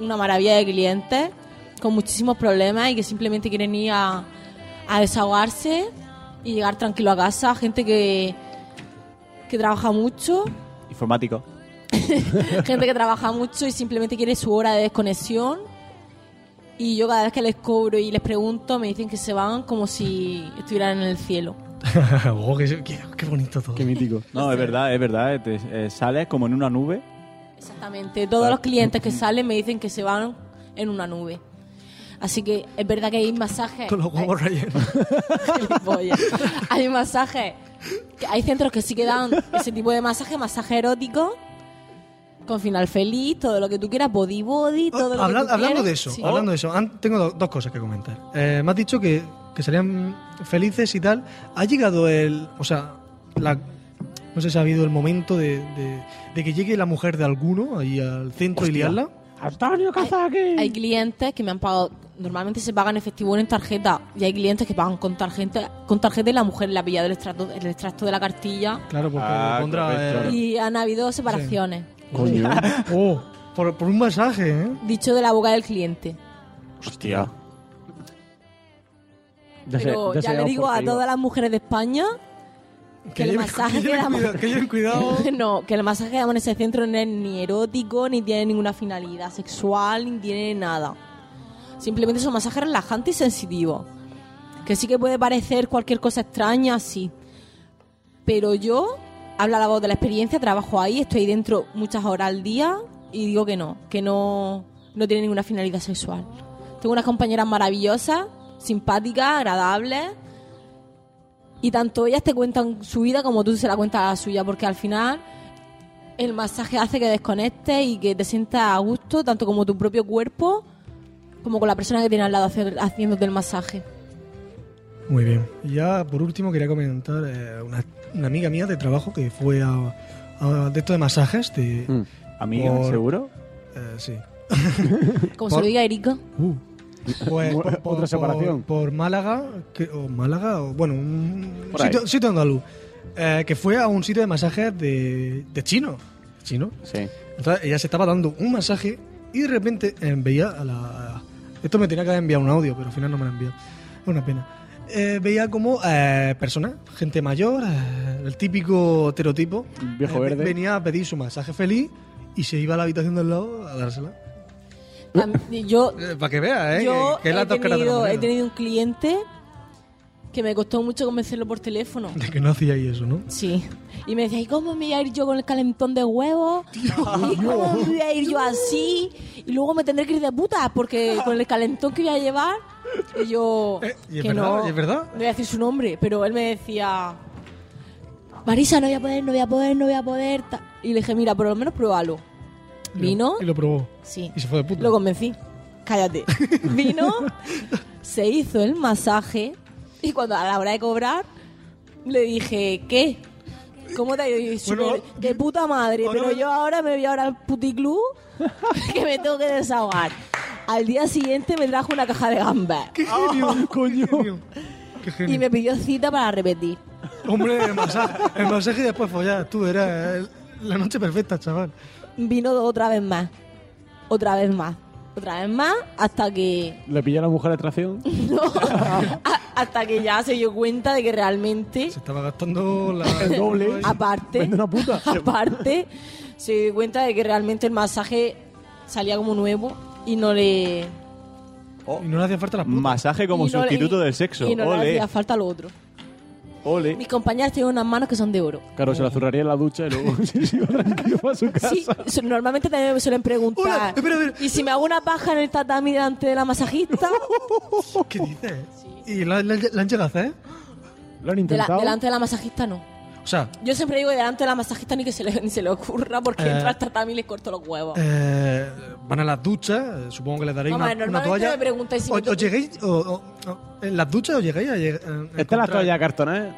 [SPEAKER 3] una maravilla de clientes, con muchísimos problemas y que simplemente quieren ir a, a desahogarse y llegar tranquilo a casa. Gente que, que trabaja mucho,
[SPEAKER 10] Informático.
[SPEAKER 3] gente que trabaja mucho y simplemente quiere su hora de desconexión. Y yo cada vez que les cobro y les pregunto, me dicen que se van como si estuvieran en el cielo.
[SPEAKER 5] Oh, qué, qué- qué bonito todo.
[SPEAKER 10] Qué mítico. No, es verdad, es verdad. eh, te- eh, sales como en una nube.
[SPEAKER 3] Exactamente. Todos los clientes que salen me dicen que se van en una nube. Así que es verdad que hay masajes.
[SPEAKER 5] Con los huevos rellenos.
[SPEAKER 3] Gilipollas. hay masajes. que Hay centros que sí que dan ese tipo de masaje, masaje erótico, con final feliz, todo lo que tú quieras, body body, todo lo
[SPEAKER 5] Habla-
[SPEAKER 3] que tú
[SPEAKER 5] hablando
[SPEAKER 3] quieras.
[SPEAKER 5] de eso,
[SPEAKER 3] Sí.
[SPEAKER 5] hablando de eso, an- tengo do- dos cosas que comentar. Eh, me has dicho que, que serían felices y tal. Ha llegado el. O sea, la- no sé si ha habido el momento de, de- de que llegue la mujer de alguno ahí al centro y liarla.
[SPEAKER 8] Antonio Kazaki.
[SPEAKER 3] Hay clientes que me han pagado, normalmente se pagan efectivo o en tarjeta, y hay clientes que pagan con tarjeta, con tarjeta y la mujer le ha pillado el extracto, el extracto de la cartilla.
[SPEAKER 5] Claro, porque
[SPEAKER 10] Ah,
[SPEAKER 5] pondrá.
[SPEAKER 10] correcto.
[SPEAKER 5] eh,
[SPEAKER 3] Y han habido separaciones.
[SPEAKER 5] Coño. Oh, por, por un masaje, ¿eh?
[SPEAKER 3] Dicho de la boca del cliente.
[SPEAKER 10] Hostia.
[SPEAKER 3] Pero ya, le digo a todas las mujeres de España que,
[SPEAKER 5] Que
[SPEAKER 3] el
[SPEAKER 5] lleven-
[SPEAKER 3] masaje de
[SPEAKER 5] que
[SPEAKER 3] la
[SPEAKER 5] lleven cuidado-
[SPEAKER 3] mujer-
[SPEAKER 5] que lleven cuidado.
[SPEAKER 3] no, que el masaje que damos en ese centro no es ni erótico, ni tiene ninguna finalidad sexual, ni tiene nada. Simplemente es un masaje relajante y sensitivo. Que sí que puede parecer cualquier cosa extraña, sí. Pero yo, habla la voz de la experiencia, trabajo ahí, estoy dentro muchas horas al día y digo que no, que no, no tiene ninguna finalidad sexual. Tengo unas compañeras maravillosas, simpáticas, agradables. Y tanto ellas te cuentan su vida como tú se la cuentas a la suya, porque al final el masaje hace que desconectes y que te sientas a gusto, tanto como tu propio cuerpo, como con la persona que tiene al lado hacer- haciéndote el masaje.
[SPEAKER 5] Muy bien. Y ya por último quería comentar eh, una, una amiga mía de trabajo que fue a, a- de esto de masajes. De,
[SPEAKER 10] Mm. Amiga,
[SPEAKER 5] por-
[SPEAKER 10] seguro.
[SPEAKER 5] eh, sí.
[SPEAKER 3] Como se
[SPEAKER 5] Por-
[SPEAKER 3] lo diga Erika.
[SPEAKER 5] Pues,
[SPEAKER 10] Otra separación.
[SPEAKER 5] Por, Málaga, que- o Málaga, o bueno, un
[SPEAKER 10] Por ahí.
[SPEAKER 5] sitio, sitio andaluz, eh, que fue a un sitio de masajes de, de chino. ¿Chino?
[SPEAKER 10] Sí.
[SPEAKER 5] Entonces ella se estaba dando un masaje y de repente eh, veía a la. Esto me tenía que haber enviado un audio, pero al final no me lo envió. Es una pena. Eh, veía como eh, personas, gente mayor, eh, el típico estereotipo.
[SPEAKER 9] Viejo
[SPEAKER 5] eh, ve-
[SPEAKER 9] verde.
[SPEAKER 5] Venía a pedir su masaje feliz y se iba a la habitación del lado a dársela.
[SPEAKER 3] Tam- Yo,
[SPEAKER 5] Para que veas, ¿eh?
[SPEAKER 3] yo
[SPEAKER 5] que- que es
[SPEAKER 3] he,
[SPEAKER 5] las dos caras de la
[SPEAKER 3] tenido, he
[SPEAKER 5] moneda.
[SPEAKER 3] tenido un cliente que me costó mucho convencerlo por teléfono.
[SPEAKER 5] De que no hacía ahí eso, ¿no?
[SPEAKER 3] Sí. Y me decía, ¿y cómo me voy a ir yo con el calentón de huevos? ¿Y cómo me voy a ir yo así? Y luego me tendré que ir de puta porque con el calentón que voy a llevar. Y yo.
[SPEAKER 5] Eh, y es
[SPEAKER 3] que
[SPEAKER 5] verdad,
[SPEAKER 3] no,
[SPEAKER 5] y es verdad.
[SPEAKER 3] No voy a decir su nombre, pero él me decía, Marisa, no voy a poder, no voy a poder, no voy a poder. ta- Y le dije, mira, por lo menos pruébalo. Vino.
[SPEAKER 5] Y lo probó.
[SPEAKER 3] Sí.
[SPEAKER 5] Y se fue de puta.
[SPEAKER 3] Lo convencí. Cállate. Vino, se hizo el masaje y cuando a la hora de cobrar le dije, ¿qué? ¿Cómo te ha ido? Y dije,
[SPEAKER 5] Bueno,
[SPEAKER 3] "Súper de puta madre, pero yo ahora me voy ahora al puticlub que me tengo que desahogar. Al día siguiente me trajo una caja de gambas
[SPEAKER 5] Ah, ¡Qué genio! coño! ¡Qué genio! Qué genio.
[SPEAKER 3] y me pidió cita para repetir.
[SPEAKER 5] Hombre, el masaje, el masaje y después follar. Tú eras eh, la noche perfecta, chaval.
[SPEAKER 3] Vino otra vez más, otra vez más, otra vez más, hasta que
[SPEAKER 9] ¿Le pilló a la mujer de atracción?
[SPEAKER 3] hasta que ya se dio cuenta de que realmente
[SPEAKER 5] Estaba gastando la...
[SPEAKER 9] El doble.
[SPEAKER 3] Ah, Aparte,
[SPEAKER 9] Vende una puta.
[SPEAKER 3] aparte, se dio cuenta de que realmente el masaje salía como nuevo y no le.
[SPEAKER 5] Y no le hacía falta la puta.
[SPEAKER 10] Masaje como
[SPEAKER 3] y no le-
[SPEAKER 10] sustituto
[SPEAKER 3] y-
[SPEAKER 10] del sexo.
[SPEAKER 3] Y no le
[SPEAKER 10] Ole.
[SPEAKER 3] hacía falta lo otro.
[SPEAKER 10] Ole.
[SPEAKER 3] Mis compañeras tienen unas manos que son de oro.
[SPEAKER 9] Claro, se la zurraría en la ducha y luego se iba tranquilo para su casa.
[SPEAKER 3] Sí, su- normalmente también me suelen preguntar. ¿Y si me hago una paja en el tatami delante de la masajista?
[SPEAKER 5] ¿Qué dices? ¿Y la, la- la han llegado a hacer?
[SPEAKER 9] ¿Lo han
[SPEAKER 3] De la- delante de la masajista no.
[SPEAKER 5] O sea,
[SPEAKER 3] Yo siempre digo que delante de la masajista ni que se le, ni se le ocurra porque
[SPEAKER 5] Eh.
[SPEAKER 3] entro al tatami y le corto los huevos.
[SPEAKER 5] eh, van a las duchas, eh, supongo que les daréis
[SPEAKER 3] Mamá,
[SPEAKER 5] una, una
[SPEAKER 3] normalmente
[SPEAKER 5] toalla.
[SPEAKER 3] me preguntáis si
[SPEAKER 5] ¿O-
[SPEAKER 3] me-
[SPEAKER 5] ¿Os llegáis? o- o- o- ¿En las duchas os llegáis a lleg- a
[SPEAKER 9] Está la
[SPEAKER 5] encontrar-
[SPEAKER 9] toalla cartona, ¿eh?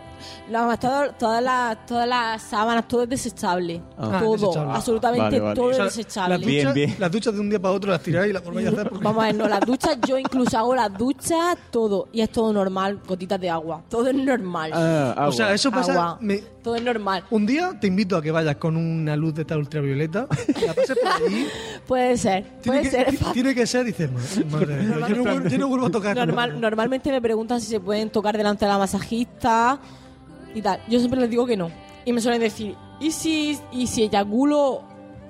[SPEAKER 3] Los todas, todas, las, todas las sábanas, todo es desechable.
[SPEAKER 5] Ah. Ah,
[SPEAKER 3] todo,
[SPEAKER 5] desechable.
[SPEAKER 3] absolutamente
[SPEAKER 5] Vale, vale.
[SPEAKER 3] todo
[SPEAKER 5] O sea,
[SPEAKER 3] es desechable.
[SPEAKER 5] Las duchas, las duchas de un día para otro las tiráis y las volvéis a hacer. porque-
[SPEAKER 3] Vamos a ver, no, las duchas, yo incluso hago las duchas, todo. Y es todo normal, gotitas de agua. Todo es normal.
[SPEAKER 5] o sea, Ah. eso pasa.
[SPEAKER 3] Agua.
[SPEAKER 5] me-
[SPEAKER 3] Todo es normal.
[SPEAKER 5] un día te invito a que vayas con una luz de esta ultravioleta.
[SPEAKER 3] Puede ser,
[SPEAKER 5] Tiene
[SPEAKER 3] puede
[SPEAKER 5] que,
[SPEAKER 3] ser.
[SPEAKER 5] tiene que ser, dices, "Madre- madre de Dios, yo, no, vuelvo- yo no vuelvo a tocar.
[SPEAKER 3] Normal- normalmente me preguntan si se pueden tocar delante de la masajista y tal. Yo siempre les digo que no. Y me suelen decir, ¿y si, y si eyaculo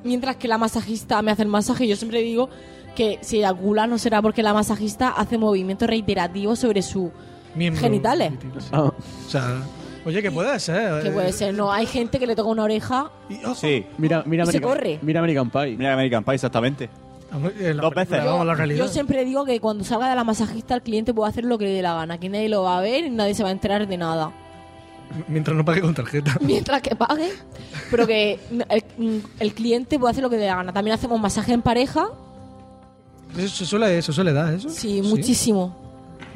[SPEAKER 3] mientras que la masajista me hace el masaje? Yo siempre digo que si eyacula no será porque la masajista hace movimientos reiterativos sobre sus
[SPEAKER 5] Miembro
[SPEAKER 3] genitales. Ah.
[SPEAKER 5] O sea, oye, que puede ser.
[SPEAKER 3] Que
[SPEAKER 5] eh,
[SPEAKER 3] puede ser, no, hay gente que le toca una oreja.
[SPEAKER 10] Sí. Mira, mira,
[SPEAKER 3] Y se American- corre.
[SPEAKER 10] mira American Pie. Mira American Pie, exactamente.
[SPEAKER 5] eh,
[SPEAKER 10] Dos veces.
[SPEAKER 3] Yo siempre digo que cuando salga de la masajista el cliente puede hacer lo que le dé la gana, que nadie lo va a ver y nadie se va a enterar de nada.
[SPEAKER 5] Mientras no pague con tarjeta.
[SPEAKER 3] mientras que pague, pero que el, el cliente puede hacer lo que le dé la gana. También hacemos masaje en pareja,
[SPEAKER 5] Eso se suele, eso suele dar, eso.
[SPEAKER 3] sí, muchísimo,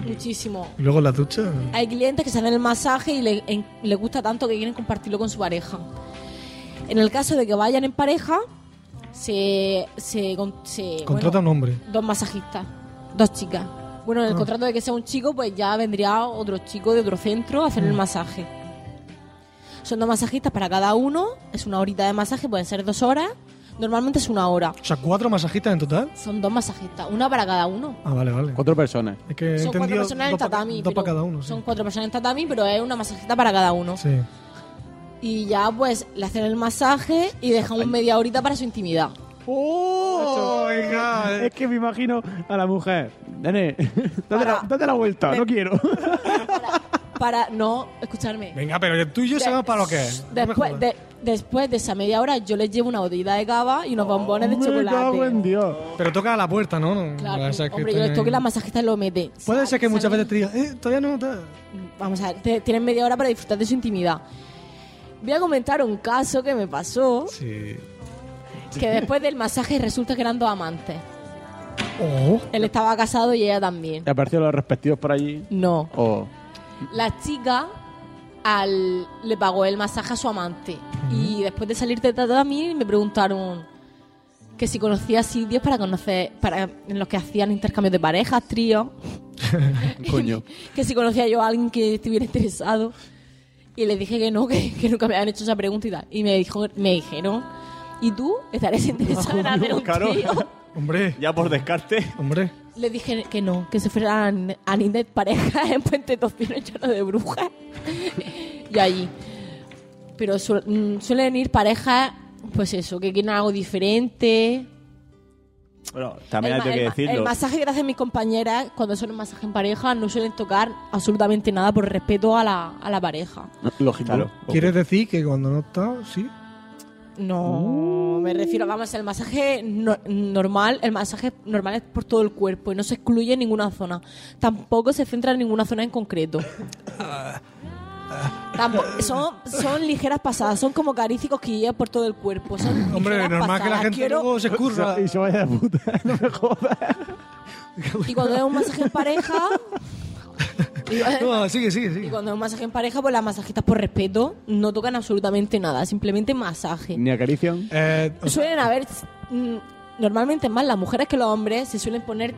[SPEAKER 3] muchísimo.
[SPEAKER 5] Y luego la ducha.
[SPEAKER 3] Hay clientes que se hacen el masaje y le, en- le gusta tanto que quieren compartirlo con su pareja. En el caso de que vayan en pareja, se, se, con- se-
[SPEAKER 5] Contrata
[SPEAKER 3] bueno,
[SPEAKER 5] un hombre.
[SPEAKER 3] dos masajistas, dos chicas. Bueno, en el
[SPEAKER 5] Ah.
[SPEAKER 3] contrato de que sea un chico, pues ya vendría otro chico de otro centro a hacer el
[SPEAKER 5] Mm.
[SPEAKER 3] masaje. Son dos masajistas para cada uno, es una horita de masaje, pueden ser dos horas, normalmente es una hora.
[SPEAKER 5] O sea, cuatro masajistas en total.
[SPEAKER 3] Son dos masajistas, una para cada uno.
[SPEAKER 5] Ah, vale, vale.
[SPEAKER 10] Cuatro personas.
[SPEAKER 5] Es que he
[SPEAKER 3] Son cuatro
[SPEAKER 5] entendido
[SPEAKER 3] personas en
[SPEAKER 5] dos pa-
[SPEAKER 3] tatami.
[SPEAKER 5] Dos para
[SPEAKER 3] pero
[SPEAKER 5] cada uno.
[SPEAKER 3] Son cuatro personas en tatami, pero es una masajista para cada uno.
[SPEAKER 5] Sí.
[SPEAKER 3] Y ya pues le hacen el masaje y dejamos media horita para su intimidad.
[SPEAKER 5] ¡Oh!
[SPEAKER 10] Es que me imagino a la mujer. Nene, date, la, date la vuelta, no quiero.
[SPEAKER 3] Para no escucharme.
[SPEAKER 5] Venga, pero tú y yo
[SPEAKER 3] De-
[SPEAKER 5] sabemos para lo que es.
[SPEAKER 3] Después de, después de esa media hora yo les llevo una botellita de cava y unos bombones de chocolate.
[SPEAKER 10] Dios.
[SPEAKER 5] Pero toca a la puerta, ¿no? No,
[SPEAKER 3] Claro,
[SPEAKER 5] o sea, que
[SPEAKER 3] hombre, yo les
[SPEAKER 5] tiene-
[SPEAKER 3] toco y la masajista lo mete.
[SPEAKER 5] Puede ser que muchas veces te digan, eh, todavía no. ta-
[SPEAKER 3] Vamos a ver, te- tienen media hora para disfrutar de su intimidad. Voy a comentar un caso que me pasó,
[SPEAKER 5] Sí.
[SPEAKER 3] que después del masaje resulta que eran dos amantes.
[SPEAKER 5] Oh.
[SPEAKER 3] Él estaba casado y ella también.
[SPEAKER 10] ¿Te aparecieron los respectivos por allí?
[SPEAKER 3] No.
[SPEAKER 10] O
[SPEAKER 3] La chica al, le pagó el masaje a su amante. Y después de salir de tatami me preguntaron que si conocía sitios para conocer, para, en los que hacían intercambios de parejas, tríos,
[SPEAKER 10] Coño.
[SPEAKER 3] que si conocía yo a alguien que estuviera interesado. Y le dije que no, que, que nunca me habían hecho esa pregunta y tal. Y me, dijo, me dijeron, ¿y tú estarías interesado en hacer un
[SPEAKER 10] Ah, Claro.
[SPEAKER 3] trío?
[SPEAKER 5] Hombre.
[SPEAKER 10] Ya por descarte.
[SPEAKER 5] Hombre.
[SPEAKER 3] Le dije que no, que se fueran a Ninet parejas en Puente Tocino lleno de brujas. y allí. Pero su- mm, suelen ir parejas, pues eso, que quieren algo diferente.
[SPEAKER 10] Bueno, también hay
[SPEAKER 3] ma-
[SPEAKER 10] que
[SPEAKER 3] ma-
[SPEAKER 10] decirlo.
[SPEAKER 3] el masaje que hacen mis compañeras cuando son un masaje en pareja no suelen tocar absolutamente nada por respeto a la, a la pareja.
[SPEAKER 10] Lógico.
[SPEAKER 5] ¿Quieres decir que cuando no está, sí?
[SPEAKER 3] No, me refiero,
[SPEAKER 5] Uh.
[SPEAKER 3] vamos, el masaje no- normal, el masaje normal es por todo el cuerpo y no se excluye ninguna zona. Tampoco se centra en ninguna zona en concreto. Tampo- son, son ligeras pasadas, son como caricias y cosquilleos por todo el cuerpo. Son
[SPEAKER 5] Hombre,
[SPEAKER 3] ligeras
[SPEAKER 5] normal que la
[SPEAKER 3] pasadas.
[SPEAKER 5] gente
[SPEAKER 3] Quiero-
[SPEAKER 5] luego se escurra.
[SPEAKER 10] Y se vaya de puta.
[SPEAKER 3] Y cuando es un masaje en pareja,
[SPEAKER 5] No, sigue, sigue,
[SPEAKER 3] y
[SPEAKER 5] sigue.
[SPEAKER 3] cuando es un masaje en pareja, pues las masajistas por respeto no tocan absolutamente nada, simplemente masaje.
[SPEAKER 10] Ni acarician.
[SPEAKER 5] Eh, o sea,
[SPEAKER 3] suelen haber mm, normalmente más las mujeres que los hombres se suelen poner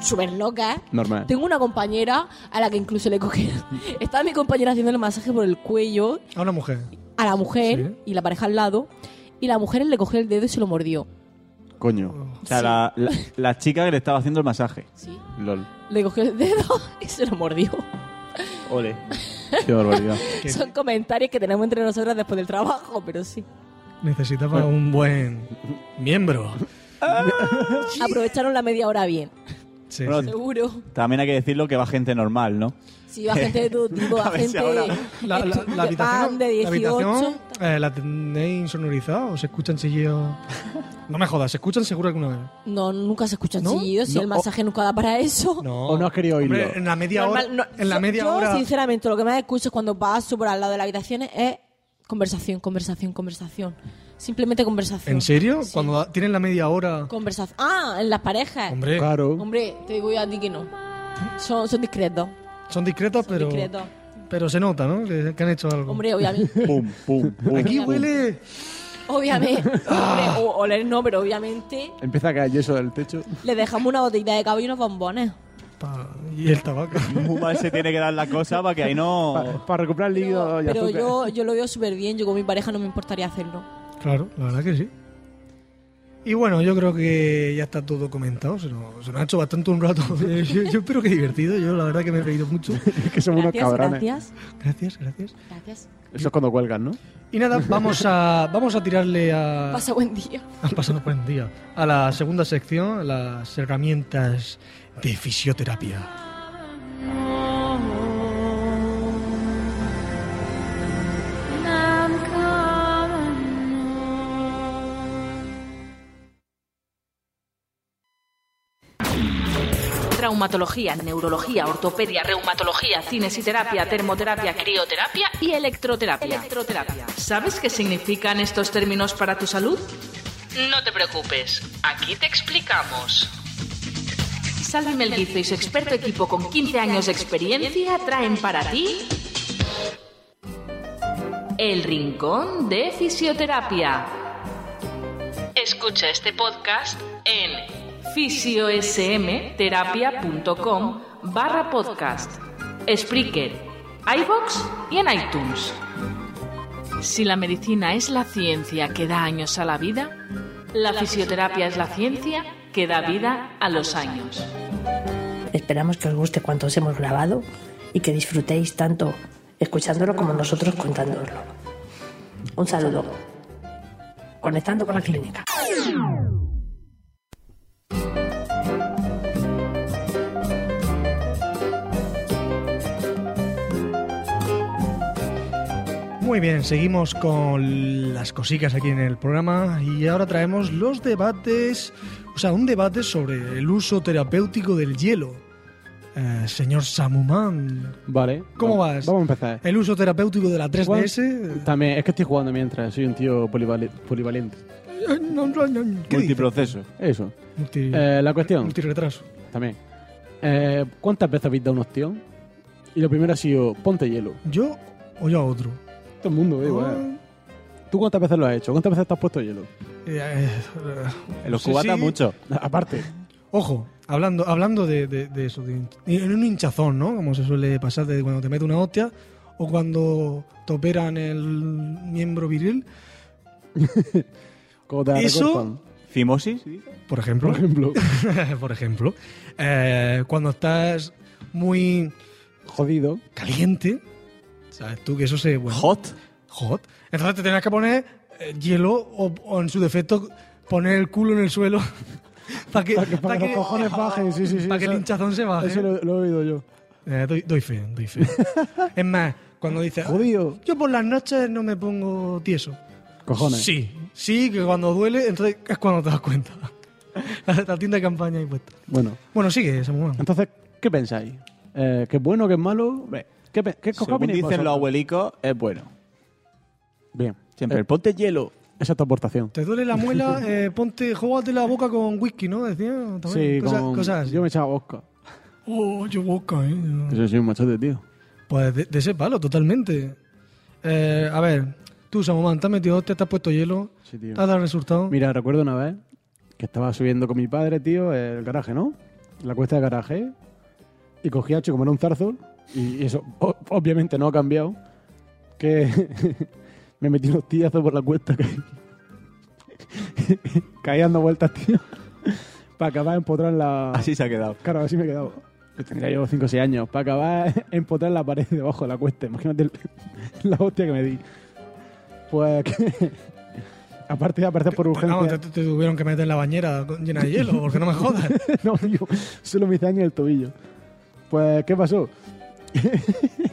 [SPEAKER 3] súper locas
[SPEAKER 10] Normal.
[SPEAKER 3] tengo una compañera a la que incluso le cogieron estaba mi compañera haciendo el masaje por el cuello
[SPEAKER 5] a una mujer.
[SPEAKER 3] a la mujer y la pareja al lado y la mujer le cogió el dedo y se lo mordió
[SPEAKER 10] Coño. O sea, la, la- la chica que le estaba haciendo el masaje.
[SPEAKER 3] Sí.
[SPEAKER 10] LOL.
[SPEAKER 3] le cogió el dedo y se lo mordió
[SPEAKER 10] Ole. Qué barbaridad.
[SPEAKER 3] son comentarios que tenemos entre nosotras después del trabajo pero sí
[SPEAKER 5] Necesitaba un buen miembro.
[SPEAKER 3] aprovecharon la media hora bien
[SPEAKER 5] Sí,
[SPEAKER 10] Bueno,
[SPEAKER 5] sí.
[SPEAKER 3] seguro
[SPEAKER 10] También hay que decirlo que va gente normal, ¿no?
[SPEAKER 3] sí va gente de todo tipo va
[SPEAKER 10] A ver si
[SPEAKER 3] gente
[SPEAKER 10] ahora-
[SPEAKER 5] La, la- la habitación,
[SPEAKER 3] van de
[SPEAKER 5] la,
[SPEAKER 3] 18
[SPEAKER 5] habitación eh, ¿la tenéis insonorizada o se escuchan chillidos? No me jodas, ¿se escuchan seguro alguna vez?
[SPEAKER 3] No, nunca se escuchan
[SPEAKER 5] ¿No?
[SPEAKER 3] chillidos y
[SPEAKER 5] No,
[SPEAKER 3] el masaje nunca da para eso.
[SPEAKER 5] No.
[SPEAKER 10] ¿O no has querido oírlo?
[SPEAKER 5] Hombre, en la media
[SPEAKER 3] Normal,
[SPEAKER 5] hora.
[SPEAKER 3] no,
[SPEAKER 5] en la
[SPEAKER 3] yo-
[SPEAKER 5] media
[SPEAKER 3] yo,
[SPEAKER 5] hora.
[SPEAKER 3] sinceramente, lo que más escucho es cuando paso por al lado de la habitación es conversación, conversación, conversación. Simplemente conversación.
[SPEAKER 5] ¿En serio? Cuando da- tienen la media hora.
[SPEAKER 3] Conversación. Ah, en las parejas.
[SPEAKER 5] Hombre.
[SPEAKER 10] Claro.
[SPEAKER 3] Hombre, te digo yo a ti que no. Son, son discretos.
[SPEAKER 5] Son discretos, pero.
[SPEAKER 3] Discretos.
[SPEAKER 5] Pero se nota, ¿no? Que, que han hecho algo.
[SPEAKER 12] Hombre, obviamente.
[SPEAKER 3] pum, pum, pum.
[SPEAKER 5] Aquí
[SPEAKER 3] pum.
[SPEAKER 5] huele.
[SPEAKER 12] Obviamente. Hombre, o- oler no, pero obviamente
[SPEAKER 3] Ah. Empieza a caer yeso del techo.
[SPEAKER 12] le dejamos una botellita de cava y unos bombones.
[SPEAKER 5] Y el tabaco.
[SPEAKER 13] Muy mal se tiene que dar la cosa para que ahí no.
[SPEAKER 3] Para recuperar el líquido y
[SPEAKER 12] Pero
[SPEAKER 3] azúcar.
[SPEAKER 12] yo, yo lo veo súper bien. Yo con mi pareja no me importaría hacerlo.
[SPEAKER 5] Claro, la verdad que sí. Y bueno, yo creo que ya está todo comentado. Se nos, se nos ha hecho bastante un rato. Yo, yo espero que divertido. Yo la verdad que me he reído mucho.
[SPEAKER 3] que somos unos
[SPEAKER 12] Gracias,
[SPEAKER 3] cabrones.
[SPEAKER 12] gracias.
[SPEAKER 5] Gracias, gracias.
[SPEAKER 12] Gracias.
[SPEAKER 3] Eso es cuando cuelgan, ¿no?
[SPEAKER 5] Y nada, vamos a, vamos a tirarle a...
[SPEAKER 12] Pasa buen día.
[SPEAKER 5] a pasar buen día. A la segunda sección, a las herramientas de fisioterapia.
[SPEAKER 9] Traumatología, neurología, ortopedia, reumatología, cinesiterapia, termoterapia, crioterapia y electroterapia. electroterapia. ¿Sabes qué significan estos términos para tu salud? No te preocupes, aquí te explicamos. Salvi Melguizo y su experto equipo con 15 años de experiencia traen para ti El Rincón de Fisioterapia. Escucha este podcast en fisiosmterapia.com barra podcast, Spreaker, iBox y en iTunes. Si la medicina es la ciencia que da años a la vida, la fisioterapia es la ciencia que da vida a los años.
[SPEAKER 14] Esperamos que os guste cuanto os hemos grabado y que disfrutéis tanto escuchándolo como nosotros contándolo. Un saludo. Conectando con la clínica.
[SPEAKER 5] Muy bien, seguimos con las cositas aquí en el programa y ahora traemos los debates, o sea, un debate sobre el uso terapéutico del hielo. Eh, señor Samuman,
[SPEAKER 3] Vale.
[SPEAKER 5] ¿Cómo
[SPEAKER 3] Va-
[SPEAKER 5] vas?
[SPEAKER 3] Vamos a empezar.
[SPEAKER 5] el uso terapéutico de la 3DS...
[SPEAKER 3] También, es que estoy jugando mientras, soy un tío polivali- polivaliente.
[SPEAKER 5] eh, no, no, no, ¿qué dice?
[SPEAKER 13] Multiproceso.
[SPEAKER 3] Eso.
[SPEAKER 5] Multi-
[SPEAKER 3] Eh, la cuestión.
[SPEAKER 5] multiretraso.
[SPEAKER 3] También. Eh, ¿Cuántas veces habéis dado una opción? Y lo primero ha sido, ponte hielo.
[SPEAKER 5] ¿Yo o yo a otro?
[SPEAKER 3] Todo el mundo, da igual. Ah. ¿Tú cuántas veces lo has hecho? ¿Cuántas veces te has puesto hielo?
[SPEAKER 5] Eh, eh,
[SPEAKER 3] En los
[SPEAKER 5] sí,
[SPEAKER 3] cubatas
[SPEAKER 5] sí.
[SPEAKER 3] mucho. Aparte.
[SPEAKER 5] Ojo, hablando, hablando de, de- de eso, de, hin- en un hinchazón, ¿no? Como se suele pasar de cuando te mete una hostia o cuando te operan el miembro viril. Eso,
[SPEAKER 13] ¿Fimosis?
[SPEAKER 5] por ejemplo. Por
[SPEAKER 3] ejemplo.
[SPEAKER 5] por ejemplo. eh, cuando estás muy
[SPEAKER 3] jodido,
[SPEAKER 5] caliente, sabes tú que eso se. bueno,
[SPEAKER 13] hot.
[SPEAKER 5] Hot. Entonces te tenías que poner eh, hielo o, o en su defecto poner el culo en el suelo para que,
[SPEAKER 3] Para que, para que los cojones bajen, sí, sí, sí.
[SPEAKER 5] para que el
[SPEAKER 3] eso-
[SPEAKER 5] hinchazón se baje.
[SPEAKER 3] Eso lo, lo he oído yo.
[SPEAKER 5] Eh, doy, doy fe, doy fe. es más, cuando dices, "Ah,
[SPEAKER 3] Jodido.
[SPEAKER 5] yo por las noches no me pongo tieso.
[SPEAKER 3] Cojones.
[SPEAKER 5] Sí, sí, que cuando duele, entonces es cuando te das cuenta. la, la tienda de campaña ahí puesta.
[SPEAKER 3] Bueno,
[SPEAKER 5] Bueno, sigue, Samuel.
[SPEAKER 3] entonces, ¿qué pensáis? Eh, ¿Qué es bueno, qué es malo? ¿Qué, pe- qué cojones
[SPEAKER 13] Según
[SPEAKER 3] opináis
[SPEAKER 13] dicen los
[SPEAKER 3] vosotros?
[SPEAKER 13] abuelicos, es bueno.
[SPEAKER 3] Bien.
[SPEAKER 13] Siempre,
[SPEAKER 3] Eh,
[SPEAKER 13] el ponte hielo.
[SPEAKER 3] Esa es tu aportación.
[SPEAKER 5] ¿Te duele la muela? Eh, ponte, jógate la boca con whisky, ¿no? Decía
[SPEAKER 3] Sí,
[SPEAKER 5] también. cosas,
[SPEAKER 3] con-
[SPEAKER 5] cosas así.
[SPEAKER 3] yo me echaba vodka.
[SPEAKER 5] Oh, yo boca, ¿eh?
[SPEAKER 3] Yo soy un machote, tío.
[SPEAKER 5] Pues de, de ese palo, totalmente. Eh, a ver, tú, Samuel, te has metido hostia, te has puesto hielo,
[SPEAKER 3] Sí, tío.
[SPEAKER 5] te has dado el resultado.
[SPEAKER 3] Mira, recuerdo una vez que estaba subiendo con mi padre, tío, el garaje, ¿no? La cuesta de garaje. Y cogí a Hacho como era un zarzo. Y eso o- obviamente no ha cambiado. Que me metí unos tillazos por la cuesta. caí- Caí dando vueltas, tío. Para acabar empotrado en la...
[SPEAKER 13] Así se ha quedado.
[SPEAKER 3] Claro, así me he quedado. Tendría yo 5 o 6 años. Para acabar empotrar la pared debajo de la cuesta. Imagínate el- la hostia que me di. Pues que- Aparte de aparecer por urgencia.
[SPEAKER 5] Vamos, te, te tuvieron que meter en la bañera con- llena de hielo, porque no me jodas.
[SPEAKER 3] no, tío, solo me hice daño en el tobillo. Pues, ¿qué pasó?